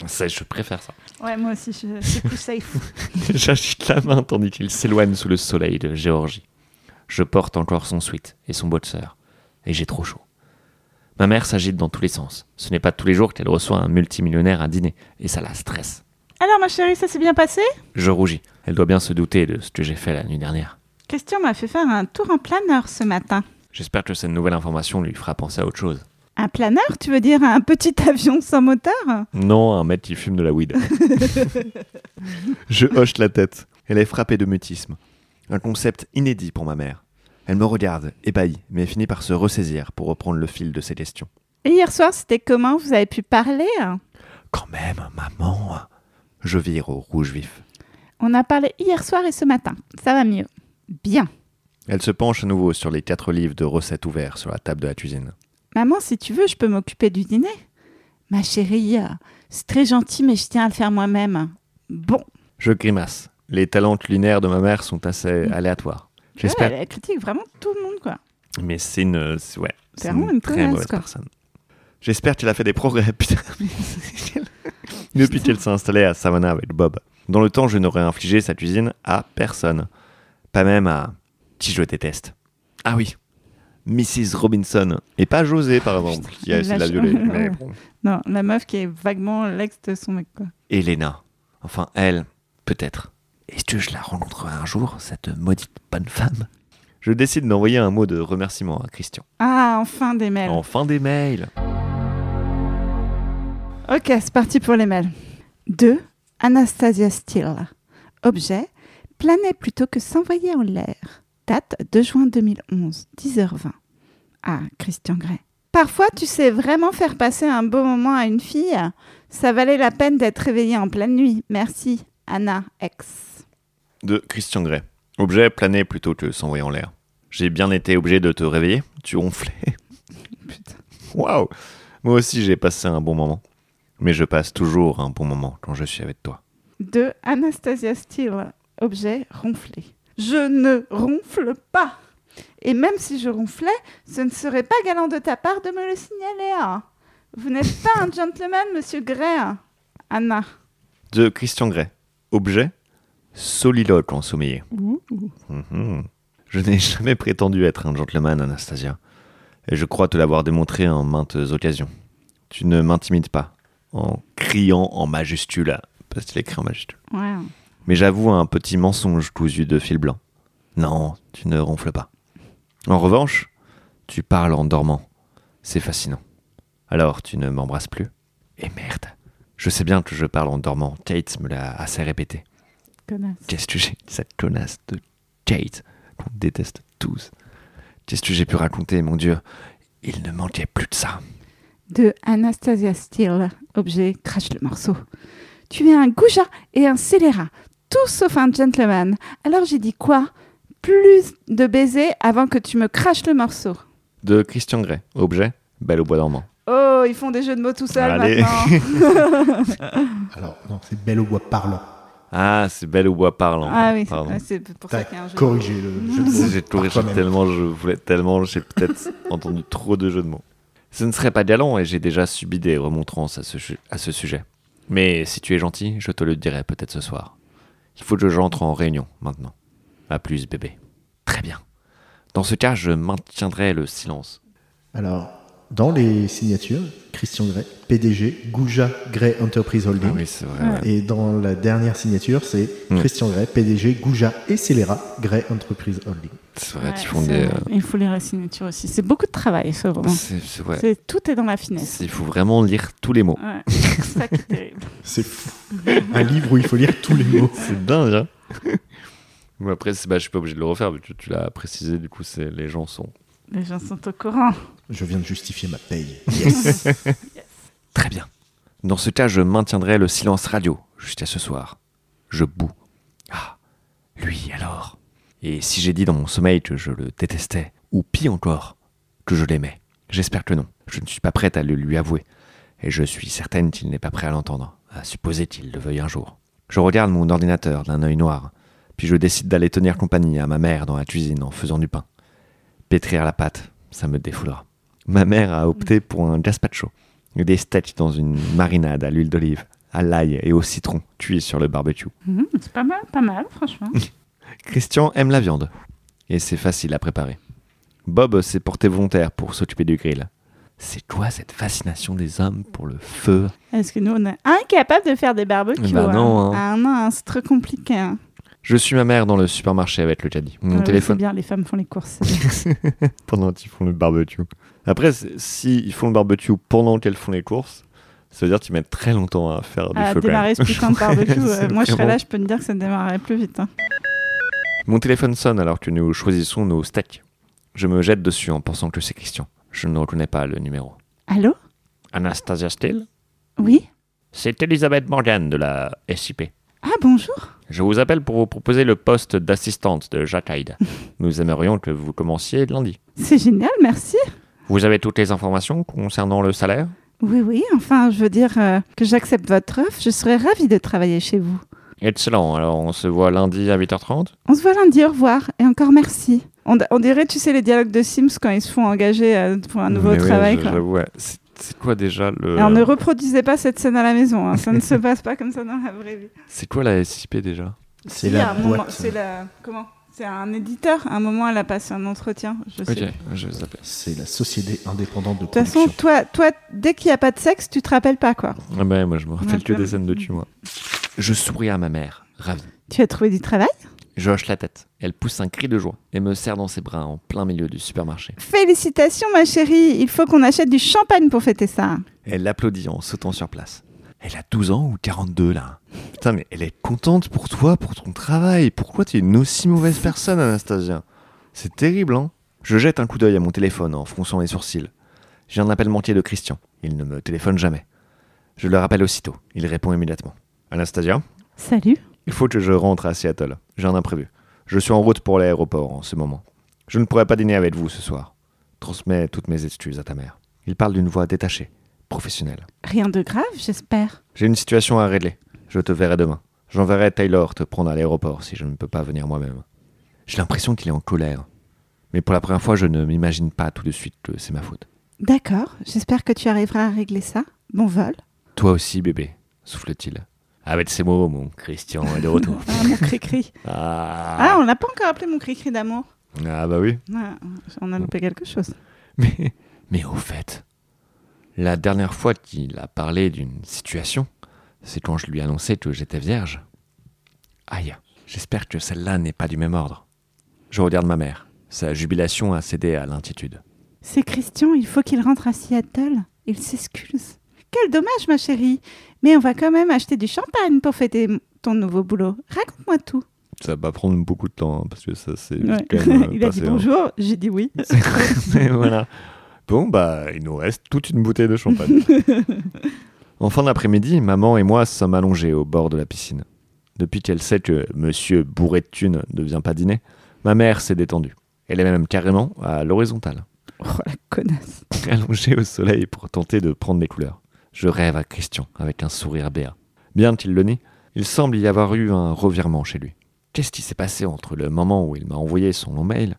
S3: Ça, Je préfère ça.
S2: Ouais, moi aussi, je, c'est plus safe.
S3: J'agite la main tandis qu'il s'éloigne sous le soleil de Géorgie. Je porte encore son sweat et son boxer, et j'ai trop chaud. Ma mère s'agite dans tous les sens. Ce n'est pas tous les jours qu'elle reçoit un multimillionnaire à dîner, et ça la stresse.
S2: Alors, ma chérie, ça s'est bien passé
S3: Je rougis. Elle doit bien se douter de ce que j'ai fait la nuit dernière.
S2: Christian m'a fait faire un tour en planeur ce matin.
S3: J'espère que cette nouvelle information lui fera penser à autre chose.
S2: Un planeur, tu veux dire un petit avion sans moteur
S3: Non, un mec qui fume de la weed. je hoche la tête. Elle est frappée de mutisme. Un concept inédit pour ma mère. Elle me regarde, ébahie, mais finit par se ressaisir pour reprendre le fil de ses questions.
S2: Et hier soir, c'était comment Vous avez pu parler hein
S3: Quand même, maman Je vire au rouge vif.
S2: On a parlé hier soir et ce matin. Ça va mieux. Bien.
S3: Elle se penche à nouveau sur les quatre livres de recettes ouverts sur la table de la cuisine.
S2: Maman, si tu veux, je peux m'occuper du dîner. Ma chérie, euh, c'est très gentil, mais je tiens à le faire moi-même. Bon,
S3: Je grimace. Les talents culinaires de ma mère sont assez aléatoires. J'espère.
S2: Ouais, elle critique vraiment tout le monde, quoi.
S3: Mais c'est une. c'est- Ouais,
S2: C'est vraiment une
S3: très
S2: connasse,
S3: mauvaise
S2: quoi.
S3: personne. J'espère qu'elle a fait des progrès, putain. Depuis qu'elle s'est installée à Savannah avec Bob. Dans le temps, je n'aurais infligé sa cuisine à personne. Pas même à qui je déteste.
S11: Ah oui.
S3: Mrs. Robinson. Et pas José, par exemple, qui a essayé de la
S2: Lâche-
S3: violer. mais bon.
S2: Non, la meuf qui est vaguement l'ex de son mec, quoi.
S3: Elena. Enfin, elle, peut-être. Est-ce que je la rencontrerai un jour, cette maudite bonne femme Je décide d'envoyer un mot de remerciement à Christian.
S2: Ah, enfin des mails.
S3: En fin des mails.
S2: Ok, c'est parti pour les mails. 2. Anastasia Steele. Objet Planer plutôt que s'envoyer en l'air. Date 2 juin 2011, 10h20. Ah, Christian Gray. Parfois, tu sais vraiment faire passer un beau moment à une fille. Ça valait la peine d'être réveillée en pleine nuit. Merci, Anna X.
S3: De Christian Gray. Objet planer plutôt que s'envoyer en l'air. J'ai bien été obligé de te réveiller. Tu ronflais.
S2: Putain.
S3: Waouh Moi aussi, j'ai passé un bon moment. Mais je passe toujours un bon moment quand je suis avec toi.
S2: De Anastasia Steele. Objet ronfler. Je ne ronfle pas. Et même si je ronflais, ce ne serait pas galant de ta part de me le signaler. hein. Vous n'êtes pas un gentleman, monsieur Gray. Anna.
S3: De Christian Gray. Objet soliloque en sommeil. Mhm. Je n'ai jamais prétendu être un gentleman, Anastasia. Et je crois te l'avoir démontré en maintes occasions. Tu ne m'intimides pas en criant en majuscule. à- Parce qu'il écrit en majuscule.
S2: Ouais.
S3: Mais j'avoue un petit mensonge cousu de fil blanc. Non, tu ne ronfles pas. En revanche, tu parles en dormant. C'est fascinant. Alors, tu ne m'embrasses plus Et merde. Je sais bien que je parle en dormant. Kate me l'a assez répété.
S2: Connasse.
S3: Qu'est-ce que j'ai cette connasse de Kate qu'on déteste tous. Qu'est-ce que j'ai pu raconter, mon Dieu Il ne manquait plus de ça.
S2: De Anastasia Steele. Objet crache le morceau. Tu es un goujat et un scélérat. Tout sauf un gentleman. Alors j'ai dit quoi Plus de baisers avant que tu me craches le morceau.
S3: De Christian Grey. Objet Belle au bois dormant.
S2: Oh, ils font des jeux de mots tout seuls
S3: Allez.
S2: maintenant.
S4: Alors, non, c'est belle au bois parlant.
S3: Ah, c'est Belle au bois parlant.
S2: Ah oui,
S3: Pardon.
S2: ouais, c'est pour
S4: T'as
S2: ça qu'il y a un jeu. de mots.
S4: corrigé le jeu de mots
S3: J'ai
S4: par
S3: corrigé
S4: toi-même.
S3: tellement, je voulais tellement, j'ai peut-être entendu trop de jeux de mots. Ce ne serait pas galant et j'ai déjà subi des remontrances à ce, ju- à ce sujet. Mais si tu es gentil, je te le dirai peut-être ce soir. Il faut que j'entre en réunion maintenant. À plus, bébé. Très bien. Dans ce cas, je maintiendrai le silence.
S4: Alors, dans les signatures, Christian Gray, PDG, Gouja Gray Enterprise Holding.
S3: Ah c'est
S2: Ouais.
S4: Et dans la dernière signature, c'est
S3: Mm.
S4: Christian Gray, PDG, Gouja et Scélérat, Gray Enterprise Holding.
S3: C'est vrai,
S2: Ouais,
S3: tu font
S2: c'est
S3: des.
S2: vrai. Il faut lire la signature aussi. C'est beaucoup de travail, ce
S3: euh,
S2: roman.
S3: c'est- c'est- ouais.
S2: C'est- Tout est dans la finesse.
S3: C'est- Il faut vraiment lire tous les mots.
S2: Ouais, c'est ça qui est terrible.
S4: C'est fou. Un livre où il faut lire tous les mots.
S3: C'est dingue, hein Mais Après, c'est- bah, je suis pas obligé de le refaire, vu que tu l'as précisé, du coup, c'est- les gens sont
S2: Les gens sont au courant.
S4: Je viens de justifier ma paye. Yes.
S3: Très bien. Dans ce cas, je maintiendrai le silence radio jusqu'à ce soir. Je boue. Ah, lui alors. Et si j'ai dit dans mon sommeil que je le détestais, ou pis encore, que je l'aimais, j'espère que non. Je ne suis pas prête à le lui avouer. Et je suis certaine qu'il n'est pas prêt à l'entendre, à supposer qu'il le veuille un jour. Je regarde mon ordinateur d'un œil noir, puis je décide d'aller tenir compagnie à ma mère dans la cuisine en faisant du pain. Pétrir la pâte, ça me défoulera. Ma mère a opté pour un gazpacho des steaks dans une marinade à l'huile d'olive, à l'ail et au citron, cuits sur le barbecue.
S2: Mhm, c'est pas mal, pas mal, franchement.
S3: Christian aime la viande, et c'est facile à préparer. Bob s'est porté volontaire pour s'occuper du grill. C'est quoi cette fascination des hommes pour le feu
S2: Est-ce que nous, on est incapables de faire des barbecues
S3: Bah
S2: hein.
S3: non, hein.
S2: Ah non, c'est trop compliqué. hein.
S3: Je suis ma mère dans le supermarché avec le caddie, mon
S2: Ah oui,
S3: téléphone
S2: C'est bien, les femmes font les courses.
S3: pendant qu'ils font le barbecue. Après, c'est- si ils font le barbecue pendant qu'elles font les courses, ça veut dire qu'ils mettent très longtemps à faire du
S2: à
S3: feu. quand même.
S2: Ah, démarrer ce putain de barbecue.
S3: C'est
S2: euh, moi, je serais
S3: vraiment-
S2: là, je peux te dire que ça démarrerait plus vite. hein.
S3: Mon téléphone sonne alors que nous choisissons nos steaks. Je me jette dessus en pensant que c'est Christian. Je ne reconnais pas le numéro.
S2: Allô
S3: Anastasia Steele
S2: Oui
S3: C'est Elisabeth Morgan de la SIP.
S2: Ah, bonjour.
S3: Je vous appelle pour vous proposer le poste d'assistante de Jacques Hyde. Nous aimerions que vous commenciez lundi.
S2: C'est génial, merci.
S3: Vous avez toutes les informations concernant le salaire
S2: Oui, oui, enfin, je veux dire euh, que j'accepte votre offre. Je serais ravie de travailler chez vous.
S3: Excellent, alors on se voit lundi à 8h30
S2: On se voit lundi, au revoir, et encore merci. On, on dirait, tu sais, les dialogues de Sims quand ils se font engager euh, pour un nouveau travail. quoi.
S3: C'est quoi déjà le...
S2: Et on ne reproduisait pas cette scène à la maison, hein. ça ne se passe pas comme ça dans la vraie vie.
S3: C'est quoi la SIP déjà
S4: C'est
S2: Il y a
S4: la
S2: un moment-
S4: boîte.
S2: C'est la. Comment C'est un éditeur. À un moment, elle a passé un entretien. Je sais.
S12: Ok,
S2: plus.
S12: je vais appeler.
S4: C'est la société indépendante
S2: De
S4: de
S2: toute
S4: production.
S2: façon, toi, toi, dès qu'il n'y a pas de sexe, tu te rappelles pas, quoi.
S12: Ah ben, moi, je me rappelle que
S2: je-
S12: des scènes de cul, moi.
S3: Je souris à ma mère, ravie.
S2: Tu as trouvé du travail
S3: Je hoche la tête. Elle pousse un cri de joie et me serre dans ses bras en plein milieu du supermarché.
S2: Félicitations, ma chérie. Il faut qu'on achète du champagne pour fêter ça.
S3: Elle l'applaudit en sautant sur place. Elle a 12 ans ou 42 là. Putain, mais elle est contente pour toi, pour ton travail. Pourquoi t'es une aussi mauvaise personne, Anastasia C'est terrible, hein Je jette un coup d'œil à mon téléphone en fronçant les sourcils. J'ai un appel manqué de Christian. Il ne me téléphone jamais. Je le rappelle aussitôt. Il répond immédiatement. Anastasia
S2: Salut.
S3: Il faut que je rentre à Seattle. J'ai un imprévu. Je suis en route pour l'aéroport en ce moment. Je ne pourrai pas dîner avec vous ce soir. Transmets toutes mes excuses à ta mère. Il parle d'une voix détachée, professionnelle.
S2: Rien de grave, j'espère.
S3: J'ai une situation à régler. Je te verrai demain. J'enverrai Taylor te prendre à l'aéroport si je ne peux pas venir moi-même. J'ai l'impression qu'il est en colère. Mais pour la première fois, je ne m'imagine pas tout de suite que c'est ma faute.
S2: D'accord. J'espère que tu arriveras à régler ça. Bon vol.
S3: Toi aussi, bébé, souffle-t-il. Avec ces mots, mon Christian est de retour.
S2: Ah, mon cri-cri.
S3: Ah,
S2: Ah, on l'a pas encore appelé mon cri-cri d'amour.
S3: ah bah oui.
S2: Ouais, on a loupé quelque chose.
S3: Mais, mais au fait, la dernière fois qu'il a parlé d'une situation, c'est quand je lui annonçais que j'étais vierge. Aïe, j'espère que celle-là n'est pas du même ordre. Je regarde ma mère. Sa jubilation a cédé à l'intitude.
S2: C'est Christian, il faut qu'il rentre à Seattle. Il s'excuse. Quel dommage, ma chérie. Mais on va quand même acheter du champagne pour fêter m- ton nouveau boulot. Raconte-moi tout.
S3: Ça va prendre beaucoup de temps, hein, parce que ça c'est
S2: Ouais.
S3: euh,
S2: il a dit
S3: hein.
S2: bonjour, j'ai dit oui.
S3: voilà. Bon, bah, il nous reste toute une bouteille de champagne. en fin d'après-midi, maman et moi sommes allongés au bord de la piscine. Depuis qu'elle sait que monsieur bourré de thunes ne vient pas dîner, ma mère s'est détendue. Elle est même carrément à l'horizontale,
S2: Oh la connasse.
S3: allongée au soleil pour tenter de prendre des couleurs. Je rêve à Christian avec un sourire béat. Bien qu'il le nie, il semble y avoir eu un revirement chez lui. Qu'est-ce qui s'est passé entre le moment où il m'a envoyé son long mail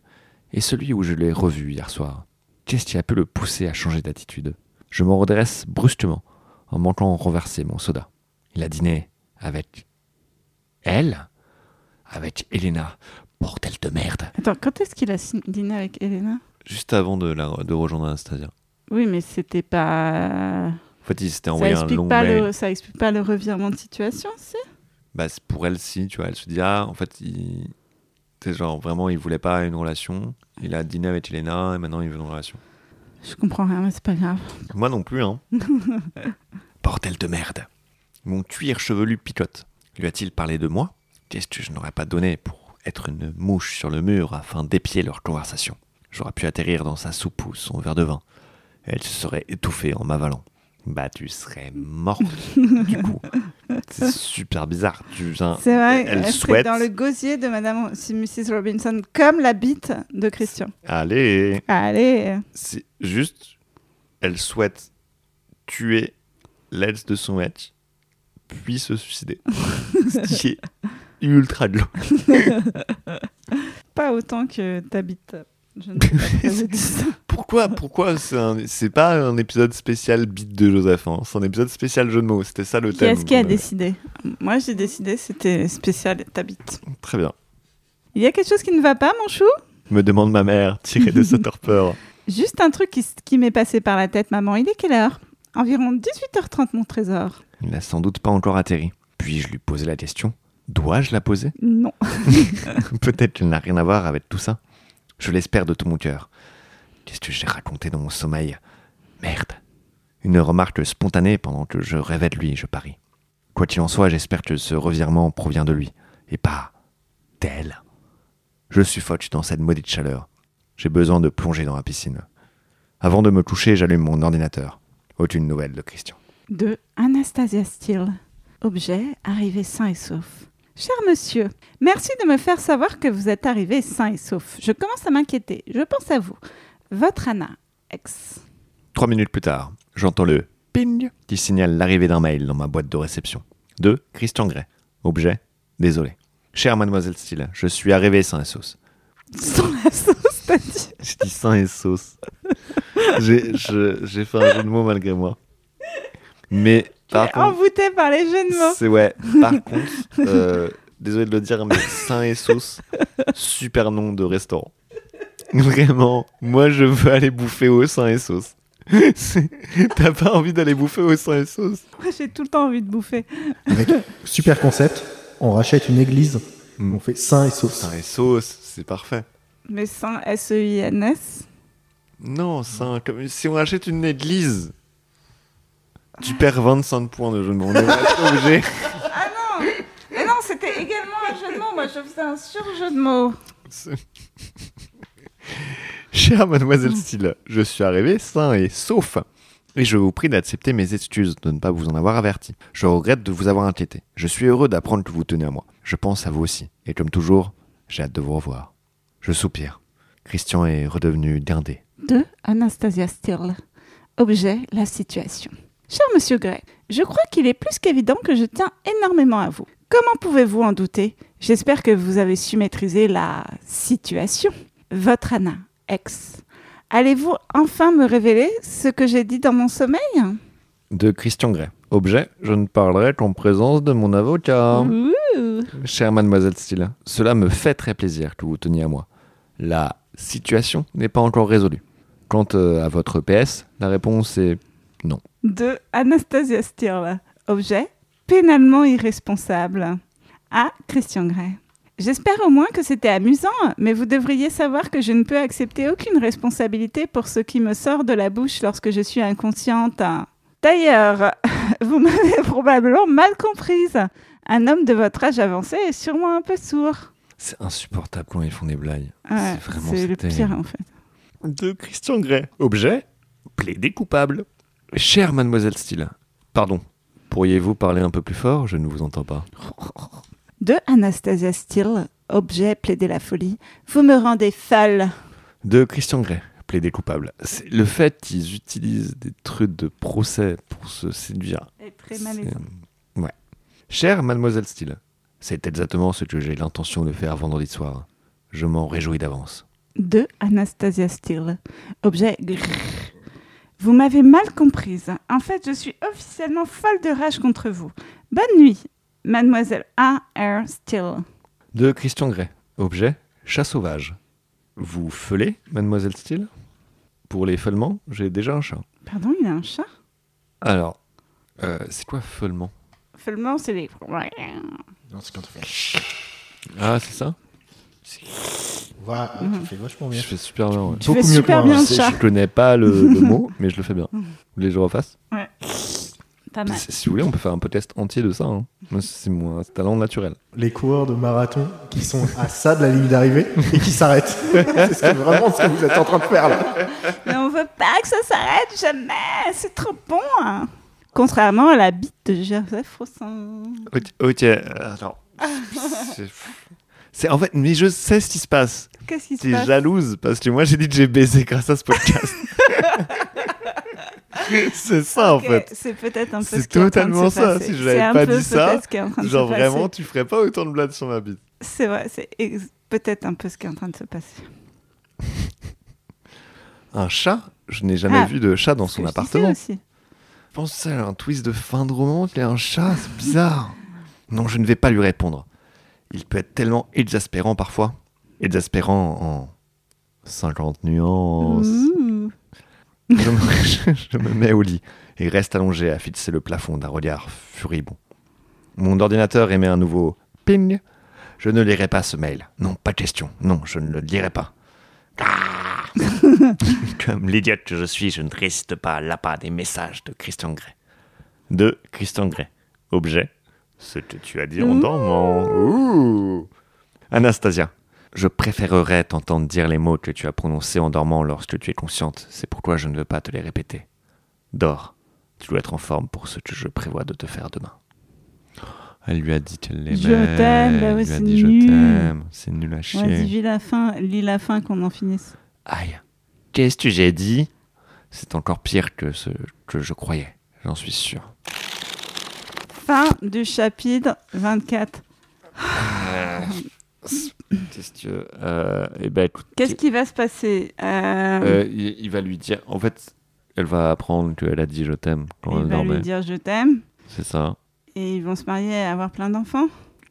S3: et celui où je l'ai revu hier soir Qu'est-ce qui a pu le pousser à changer d'attitude Je me redresse brusquement en manquant de renverser mon soda. Il a dîné avec. Elle Avec Elena. Bordel de merde
S2: Attends, quand est-ce qu'il a sign- dîné avec Elena
S3: Juste avant de, de rejoindre Anastasia.
S2: Oui, mais c'était pas.
S3: En fait, il s'était
S2: Ça explique, pas le... ça explique pas le revirement de situation, si
S3: bah, c'est pour elle si tu vois elle se dit ah en fait il c'est genre vraiment il voulait pas une relation il a dîné avec Elena et maintenant il veut une relation
S2: Je comprends rien, mais c'est pas grave.
S3: moi non plus hein bordel de merde mon cuir chevelu picote lui a-t-il parlé de moi qu'est-ce que je n'aurais pas donné pour être une mouche sur le mur afin d'épier leur conversation j'aurais pu atterrir dans sa soupe ou son verre de vin elle se serait étouffée en m'avalant bah tu serais morte du coup c'est super bizarre tu viens
S2: C'est vrai,
S3: elle
S2: c'est
S3: souhaite
S2: dans le gosier de Madame Mrs. Robinson, comme la bite de Christian.
S3: allez
S2: Allez,
S3: C'est juste, elle souhaite tuer l'ex de son match, puis se suicider. Ce qui est ultra glauque.
S2: pas autant que ta bite. Je ne sais pas pourquoi j'ai dit ça.
S3: Pourquoi, pourquoi c'est, un- c'est pas un épisode spécial beat de Joseph hein, C'est un épisode spécial jeu de mots. C'était ça le
S2: Qui
S3: thème.
S2: est-ce qui a
S3: Euh,
S2: décidé Moi, j'ai décidé, c'était spécial ta bite.
S3: Très bien.
S2: Il y a quelque chose qui ne va pas, mon chou
S3: Me demande ma mère, tirée de sa torpeur.
S2: Juste un truc qui, s- qui m'est passé par la tête, maman. Il est quelle heure Environ 18h30, mon trésor.
S3: Il n'a sans doute pas encore atterri. Puis je lui posais la question. Dois-je la poser
S2: Non.
S3: Peut-être qu'elle n'a rien à voir avec tout ça. Je l'espère de tout mon cœur. Qu'est-ce que j'ai raconté dans mon sommeil Merde. Une remarque spontanée pendant que je rêvais de lui, je parie. Quoi qu'il en soit, j'espère que ce revirement provient de lui, et pas d'elle. Je suffoque dans cette maudite chaleur. J'ai besoin de plonger dans la piscine. Avant de me coucher, j'allume mon ordinateur. Aucune nouvelle de Christian.
S2: de Anastasia Steele. Objet arrivé sain et sauf. Cher monsieur, merci de me faire savoir que vous êtes arrivé sain et sauf. Je commence à m'inquiéter. Je pense à vous. Votre Anna, ex.
S3: Trois minutes plus tard, j'entends le ping qui signale l'arrivée d'un mail dans ma boîte de réception. De Christian Gray. Objet Désolé. Chère mademoiselle Steele, je suis arrivé sain et sauce.
S2: Sans la sauce, t'as dit.
S3: J'ai dit sain et sauce. J'ai je- j'ai fait un jeu de mots malgré moi. Mais par
S2: Envoûté par les jeunes mots.
S3: contre, c'est ouais. Par contre, euh, désolé de le dire, mais Saint et Sauce, super nom de restaurant. Vraiment, moi je veux aller bouffer au Saint et Sauce. C'est- T'as pas envie d'aller bouffer au Saint et Sauce
S2: J'ai tout le temps envie de bouffer.
S4: Avec super concept, on rachète une église,
S3: Mm.
S4: on fait sain et sauce.
S3: Saint et Sauce, c'est parfait.
S2: Mais sans E S-E-I-N-S.
S3: Non, Saint, comme si on achète une église, tu perds 25 points de jeu de mots. On est vraiment obligé.
S2: Ah non Mais non, c'était également un jeu de mots. Moi, je faisais un surjeu de mots.
S3: Chère mademoiselle Steele, je suis arrivé sain et sauf. Et je vous prie d'accepter mes excuses de ne pas vous en avoir averti. Je regrette de vous avoir inquiété. Je suis heureux d'apprendre que vous tenez à moi. Je pense à vous aussi. Et comme toujours, j'ai hâte de vous revoir. Je soupire. Christian est redevenu dindé.
S2: de Anastasia Stirl. Objet, la situation. Cher monsieur Gray, je crois qu'il est plus qu'évident que je tiens énormément à vous. Comment pouvez-vous en douter J'espère que vous avez su maîtriser la situation. Votre Anna, ex. Allez-vous enfin me révéler ce que j'ai dit dans mon sommeil
S3: De Christian Gray. Objet, je ne parlerai qu'en présence de mon avocat.
S2: Ouh.
S3: Chère mademoiselle Steele, cela me fait très plaisir que vous teniez à moi. La situation n'est pas encore résolue. Quant euh, à votre PS, la réponse est
S2: de Anastasia Stirl. Objet pénalement irresponsable. À Christian Gray. J'espère au moins que c'était amusant, mais vous devriez savoir que je ne peux accepter aucune responsabilité pour ce qui me sort de la bouche lorsque je suis inconsciente. D'ailleurs, vous m'avez probablement mal comprise. Un homme de votre âge avancé est sûrement un peu sourd.
S3: C'est insupportable quand ils font des blagues.
S2: Ouais,
S3: c'est vraiment
S2: Ah, c'est le
S3: terrible.
S2: pire en fait.
S3: De Christian Gray. Objet Plaidé coupable. Chère mademoiselle Steele, pardon, pourriez-vous parler un peu plus fort Je ne vous entends pas.
S2: De Anastasia Steele, objet plaider la folie. Vous me rendez folle.
S3: De Christian Gray. Plaidé coupable. C'est le fait qu'ils utilisent des trucs de procès pour se séduire.
S2: Et très
S3: C'est-
S2: malaisant.
S3: Ouais. Chère mademoiselle Steele, c'est exactement ce que j'ai l'intention de faire vendredi soir. Je m'en réjouis d'avance.
S2: de Anastasia Steele. Objet grrr. Vous m'avez mal comprise. En fait, je suis officiellement folle de rage contre vous. Bonne nuit, mademoiselle A.R. Steele.
S3: De Christian Gray. Objet chat sauvage. Vous feulez, mademoiselle Steele Pour les feulements, j'ai déjà un chat.
S2: Pardon, il a un chat
S3: Alors, euh, c'est quoi feulement
S2: Seulement, c'est les...
S4: Non, c'est quand on fait.
S3: Ah, c'est ça
S4: Waouh,
S2: Mm.
S4: tu fais vachement
S3: Je
S4: bien.
S3: fais super bien. ouais.
S2: Tu
S4: Beaucoup
S2: fais
S4: mieux
S2: super
S4: que moi,
S2: bien
S3: Je,
S2: le
S3: sais,
S2: chat. Mm.
S3: je connais pas le, le mot, mais je le fais bien. Vous voulez que je refasse
S2: Pas mal.
S3: Si vous voulez, on peut faire un podcast entier de ça. hein. Moi, C'est mon talent naturel.
S4: Les coureurs de marathon qui sont à ça de la ligne d'arrivée et qui s'arrêtent. c'est ce que- vraiment ce que vous êtes en train de faire là.
S2: Mais on veut pas que ça s'arrête jamais. C'est trop bon. hein. Contrairement à la bite de Joseph Rossin.
S3: Ok, ok, euh, attends. C'est- C'est en fait, mais je sais ce qui se passe.
S2: Qu'est-ce qui se
S3: T'es
S2: passe
S3: jalouse parce que moi j'ai dit que j'ai baisé grâce à ce podcast. c'est ça
S2: Ok,
S3: en fait.
S2: C'est peut-être un peu
S3: C'est
S2: ce qui est en train de
S3: totalement
S2: se
S3: ça,
S2: passer.
S3: si je l'avais
S2: C'est un
S3: pas
S2: peu
S3: dit ça,
S2: peut-être ce qui est en train de
S3: Genre
S2: se passer.
S3: vraiment, tu ferais pas autant de blagues sur ma bite.
S2: C'est vrai, c'est ex- peut-être un peu ce qui est en train de se passer.
S3: Un chat Je n'ai jamais
S2: Ah,
S3: vu de chat dans
S2: Ce que
S3: son
S2: je disais
S3: appartement.
S2: aussi.
S3: Je pense à un twist de fin de roman, qu'il y a un chat, c'est bizarre. non, je ne vais pas lui répondre. Il peut être tellement exaspérant parfois. Exaspérant en 50 nuances.
S2: Ouh.
S3: Je me, je me mets au lit et reste allongé à fixer le plafond d'un regard furibond. Mon ordinateur émet un nouveau ping. Je ne lirai pas ce mail. Non, pas question. Non, je ne le lirai pas. Ah Comme l'idiote que je suis, je ne résiste pas à l'appât des messages de Christian Grey. De Christian Grey. Objet. Ce que tu as dit en dormant. Ouh. Anastasia. Je préférerais t'entendre dire les mots que tu as prononcés en dormant lorsque tu es consciente. C'est pourquoi je ne veux pas te les répéter. Dors. Tu dois être en forme pour ce que je prévois de te faire demain. Elle lui a dit qu'elle l'aimait.
S2: Je t'aime, bah
S3: Elle
S2: oui,
S3: lui a
S2: c'est
S3: dit je
S2: nul.
S3: t'aime. C'est nul à chier.
S2: Vas-y, lis la fin, lis la fin qu'on en finisse.
S3: Aïe. Qu'est-ce que j'ai dit C'est encore pire que ce que je croyais. J'en suis sûr.
S2: Fin du chapitre 24.
S3: Qu'est-ce que... Euh, eh ben, écoute,
S2: Qu'est-ce qui va se passer Euh,
S3: euh, il, il va lui dire... En fait, elle va apprendre qu'elle a dit je t'aime quand
S2: Il
S3: elle
S2: va
S3: dormait.
S2: lui dire je t'aime
S3: C'est ça.
S2: et ils vont se marier et avoir plein d'enfants.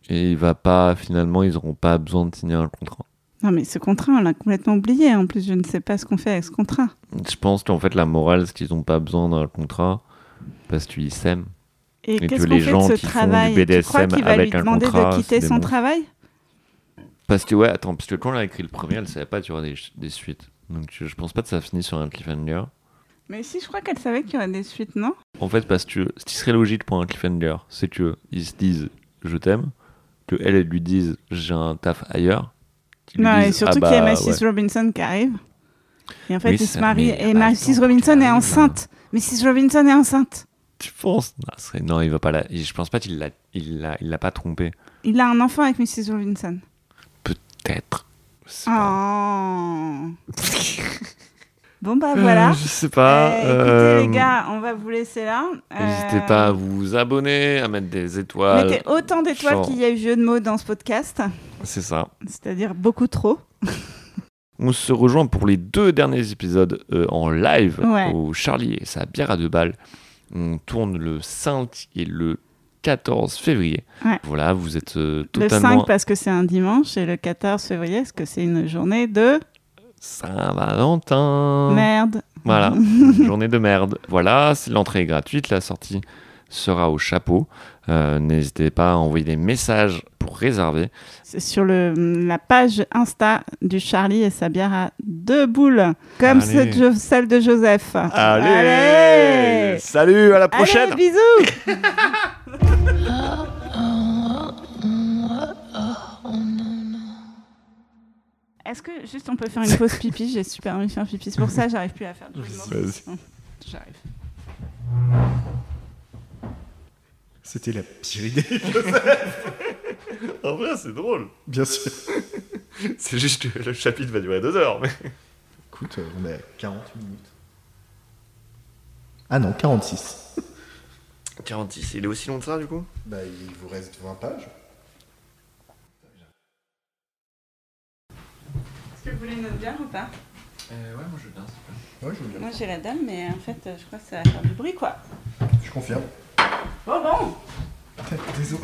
S3: Et il va pas, finalement, ils n'auront pas besoin de signer un contrat.
S2: Non, mais ce contrat, on l'a complètement oublié. En plus, je ne sais pas ce qu'on fait avec ce contrat.
S3: Je pense qu'en fait, la morale, c'est qu'ils n'ont pas besoin d'un contrat parce qu'ils s'aiment.
S2: Et,
S3: que
S2: qu'est-ce
S3: les
S2: qu'on fait de
S3: gens
S2: ce
S3: qui font du
S2: travail Tu crois
S3: BDSM
S2: qu'il va lui
S3: avec un
S2: demander
S3: contrat,
S2: de quitter
S3: c'est des
S2: son
S3: monstres.
S2: travail
S3: Parce que, ouais, attends, parce que quand elle a écrit le premier, elle savait pas qu'il y aurait des, des suites. Donc, je, je pense pas que ça finit sur un cliffhanger.
S2: Mais si, je crois qu'elle savait qu'il y aurait des suites, non
S3: En fait, parce que ce qui serait logique pour un cliffhanger, c'est que ils se disent je t'aime, que elle, elle lui dise j'ai un taf ailleurs. qu'ils lui
S2: Non, et
S3: disent,
S2: surtout
S3: Ah
S2: qu'il y a
S3: bah,
S2: Mrs.
S3: ouais.
S2: Robinson qui arrive. Et en fait,
S3: Oui,
S2: ils se
S3: ça,
S2: marient.
S3: mais-
S2: Et
S3: bah,
S2: Mrs.
S3: attends,
S2: Robinson
S3: tu
S2: est
S3: arrives,
S2: enceinte. Mrs. Robinson est enceinte.
S3: Tu penses non, ce serait- non, il va pas la. Je pense pas qu'il l'a, il l'a, il l'a pas trompé.
S2: Il a un enfant avec Mrs. Robinson.
S3: Peut-être. Je sais
S2: Ah.
S3: pas.
S2: Oh. bon, bah voilà.
S3: Euh, Je sais pas.
S2: Euh,
S3: euh,
S2: écoutez, les gars, on va vous laisser là. Euh,
S3: N'hésitez pas à vous abonner, à mettre des étoiles.
S2: Mettez autant d'étoiles
S3: Genre.
S2: qu'il y a eu jeu de mots dans ce podcast,
S3: C'est ça.
S2: c'est-à-dire beaucoup trop.
S3: On se rejoint pour les deux derniers épisodes euh, en live
S2: Ouais.
S3: au Charlie et sa bière à deux balles. On tourne le 5 et le 14 février.
S2: Ouais.
S3: Voilà, vous êtes euh,
S2: Le
S3: totalement.
S2: 5 parce que c'est un dimanche et le 14 février parce que c'est une journée de
S3: Saint-Valentin.
S2: merde.
S3: Voilà, une journée de merde. Voilà, c'est- l'entrée est gratuite, la sortie sera au chapeau. Euh, N'hésitez pas à envoyer des messages pour réserver.
S2: C'est sur le, la page Insta du Charlie et sa bière à deux boules, comme
S3: Allez.
S2: celle de, Jo- celle de Joseph. Allez
S5: Salut, à la
S2: Allez, bisous Est-ce que juste on peut faire une pause pipi J'ai super envie de faire pipi. C'est pour ça que j'arrive plus à faire du Vas-y. J'arrive.
S4: C'était la pire idée.
S5: En vrai, c'est drôle.
S4: Bien sûr.
S5: C'est juste que le chapitre va durer deux heures. mais-
S4: Écoute, euh, on est à 40 minutes. Ah non, 46.
S5: 46, il est aussi long que ça, du coup
S4: Bah, il vous reste 20 pages.
S2: Est-ce que vous voulez notre bière ou pas
S4: Ouais, je, vous le-
S2: Moi j'ai la dame, mais en fait je crois que ça va faire du bruit quoi.
S4: je confirme.
S2: Bon bon
S4: Désolé.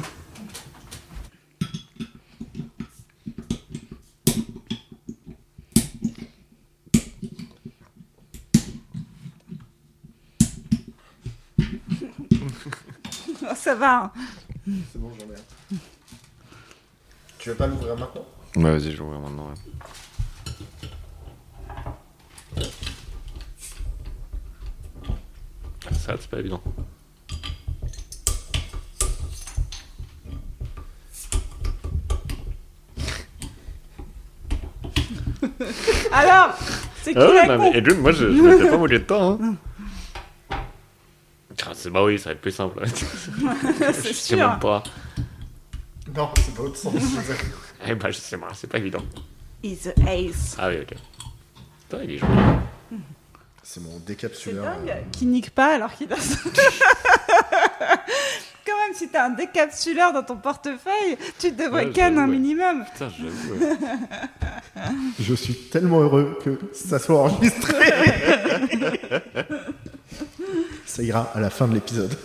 S2: Ça va. hein.
S4: C'est bon, j'en ai un. Tu veux pas l'ouvrir maintenant
S3: Ouais, vas-y, je l'ouvre maintenant. ouais. Ça, c'est pas évident.
S2: Alors, c'est qui
S5: Ah ouais,
S2: la
S5: non,
S2: con
S5: mais Edwin, moi je, je m'étais pas moqué de toi. Hein. Ah, c'est bah oui, ça va être plus simple.
S2: C'est
S5: je sais
S2: sûr.
S5: même pas.
S4: Non, c'est dans l'autre sens.
S5: Eh bah, je sais pas, c'est pas évident.
S2: He's the ace.
S5: Ah oui, ok. Putain, il est joli.
S4: c'est mon
S2: C'est
S4: décapsuleur.
S2: dingue qui nique pas alors qu'il a ça. Quand même, si t'as un décapsuleur dans ton portefeuille, tu devrais
S5: Ouais,
S2: canne un
S5: j'avoue, ouais.
S2: minimum.
S5: Putain, j'avoue. ouais.
S4: Je suis tellement heureux que ça soit enregistré. ça ira à la fin de l'épisode.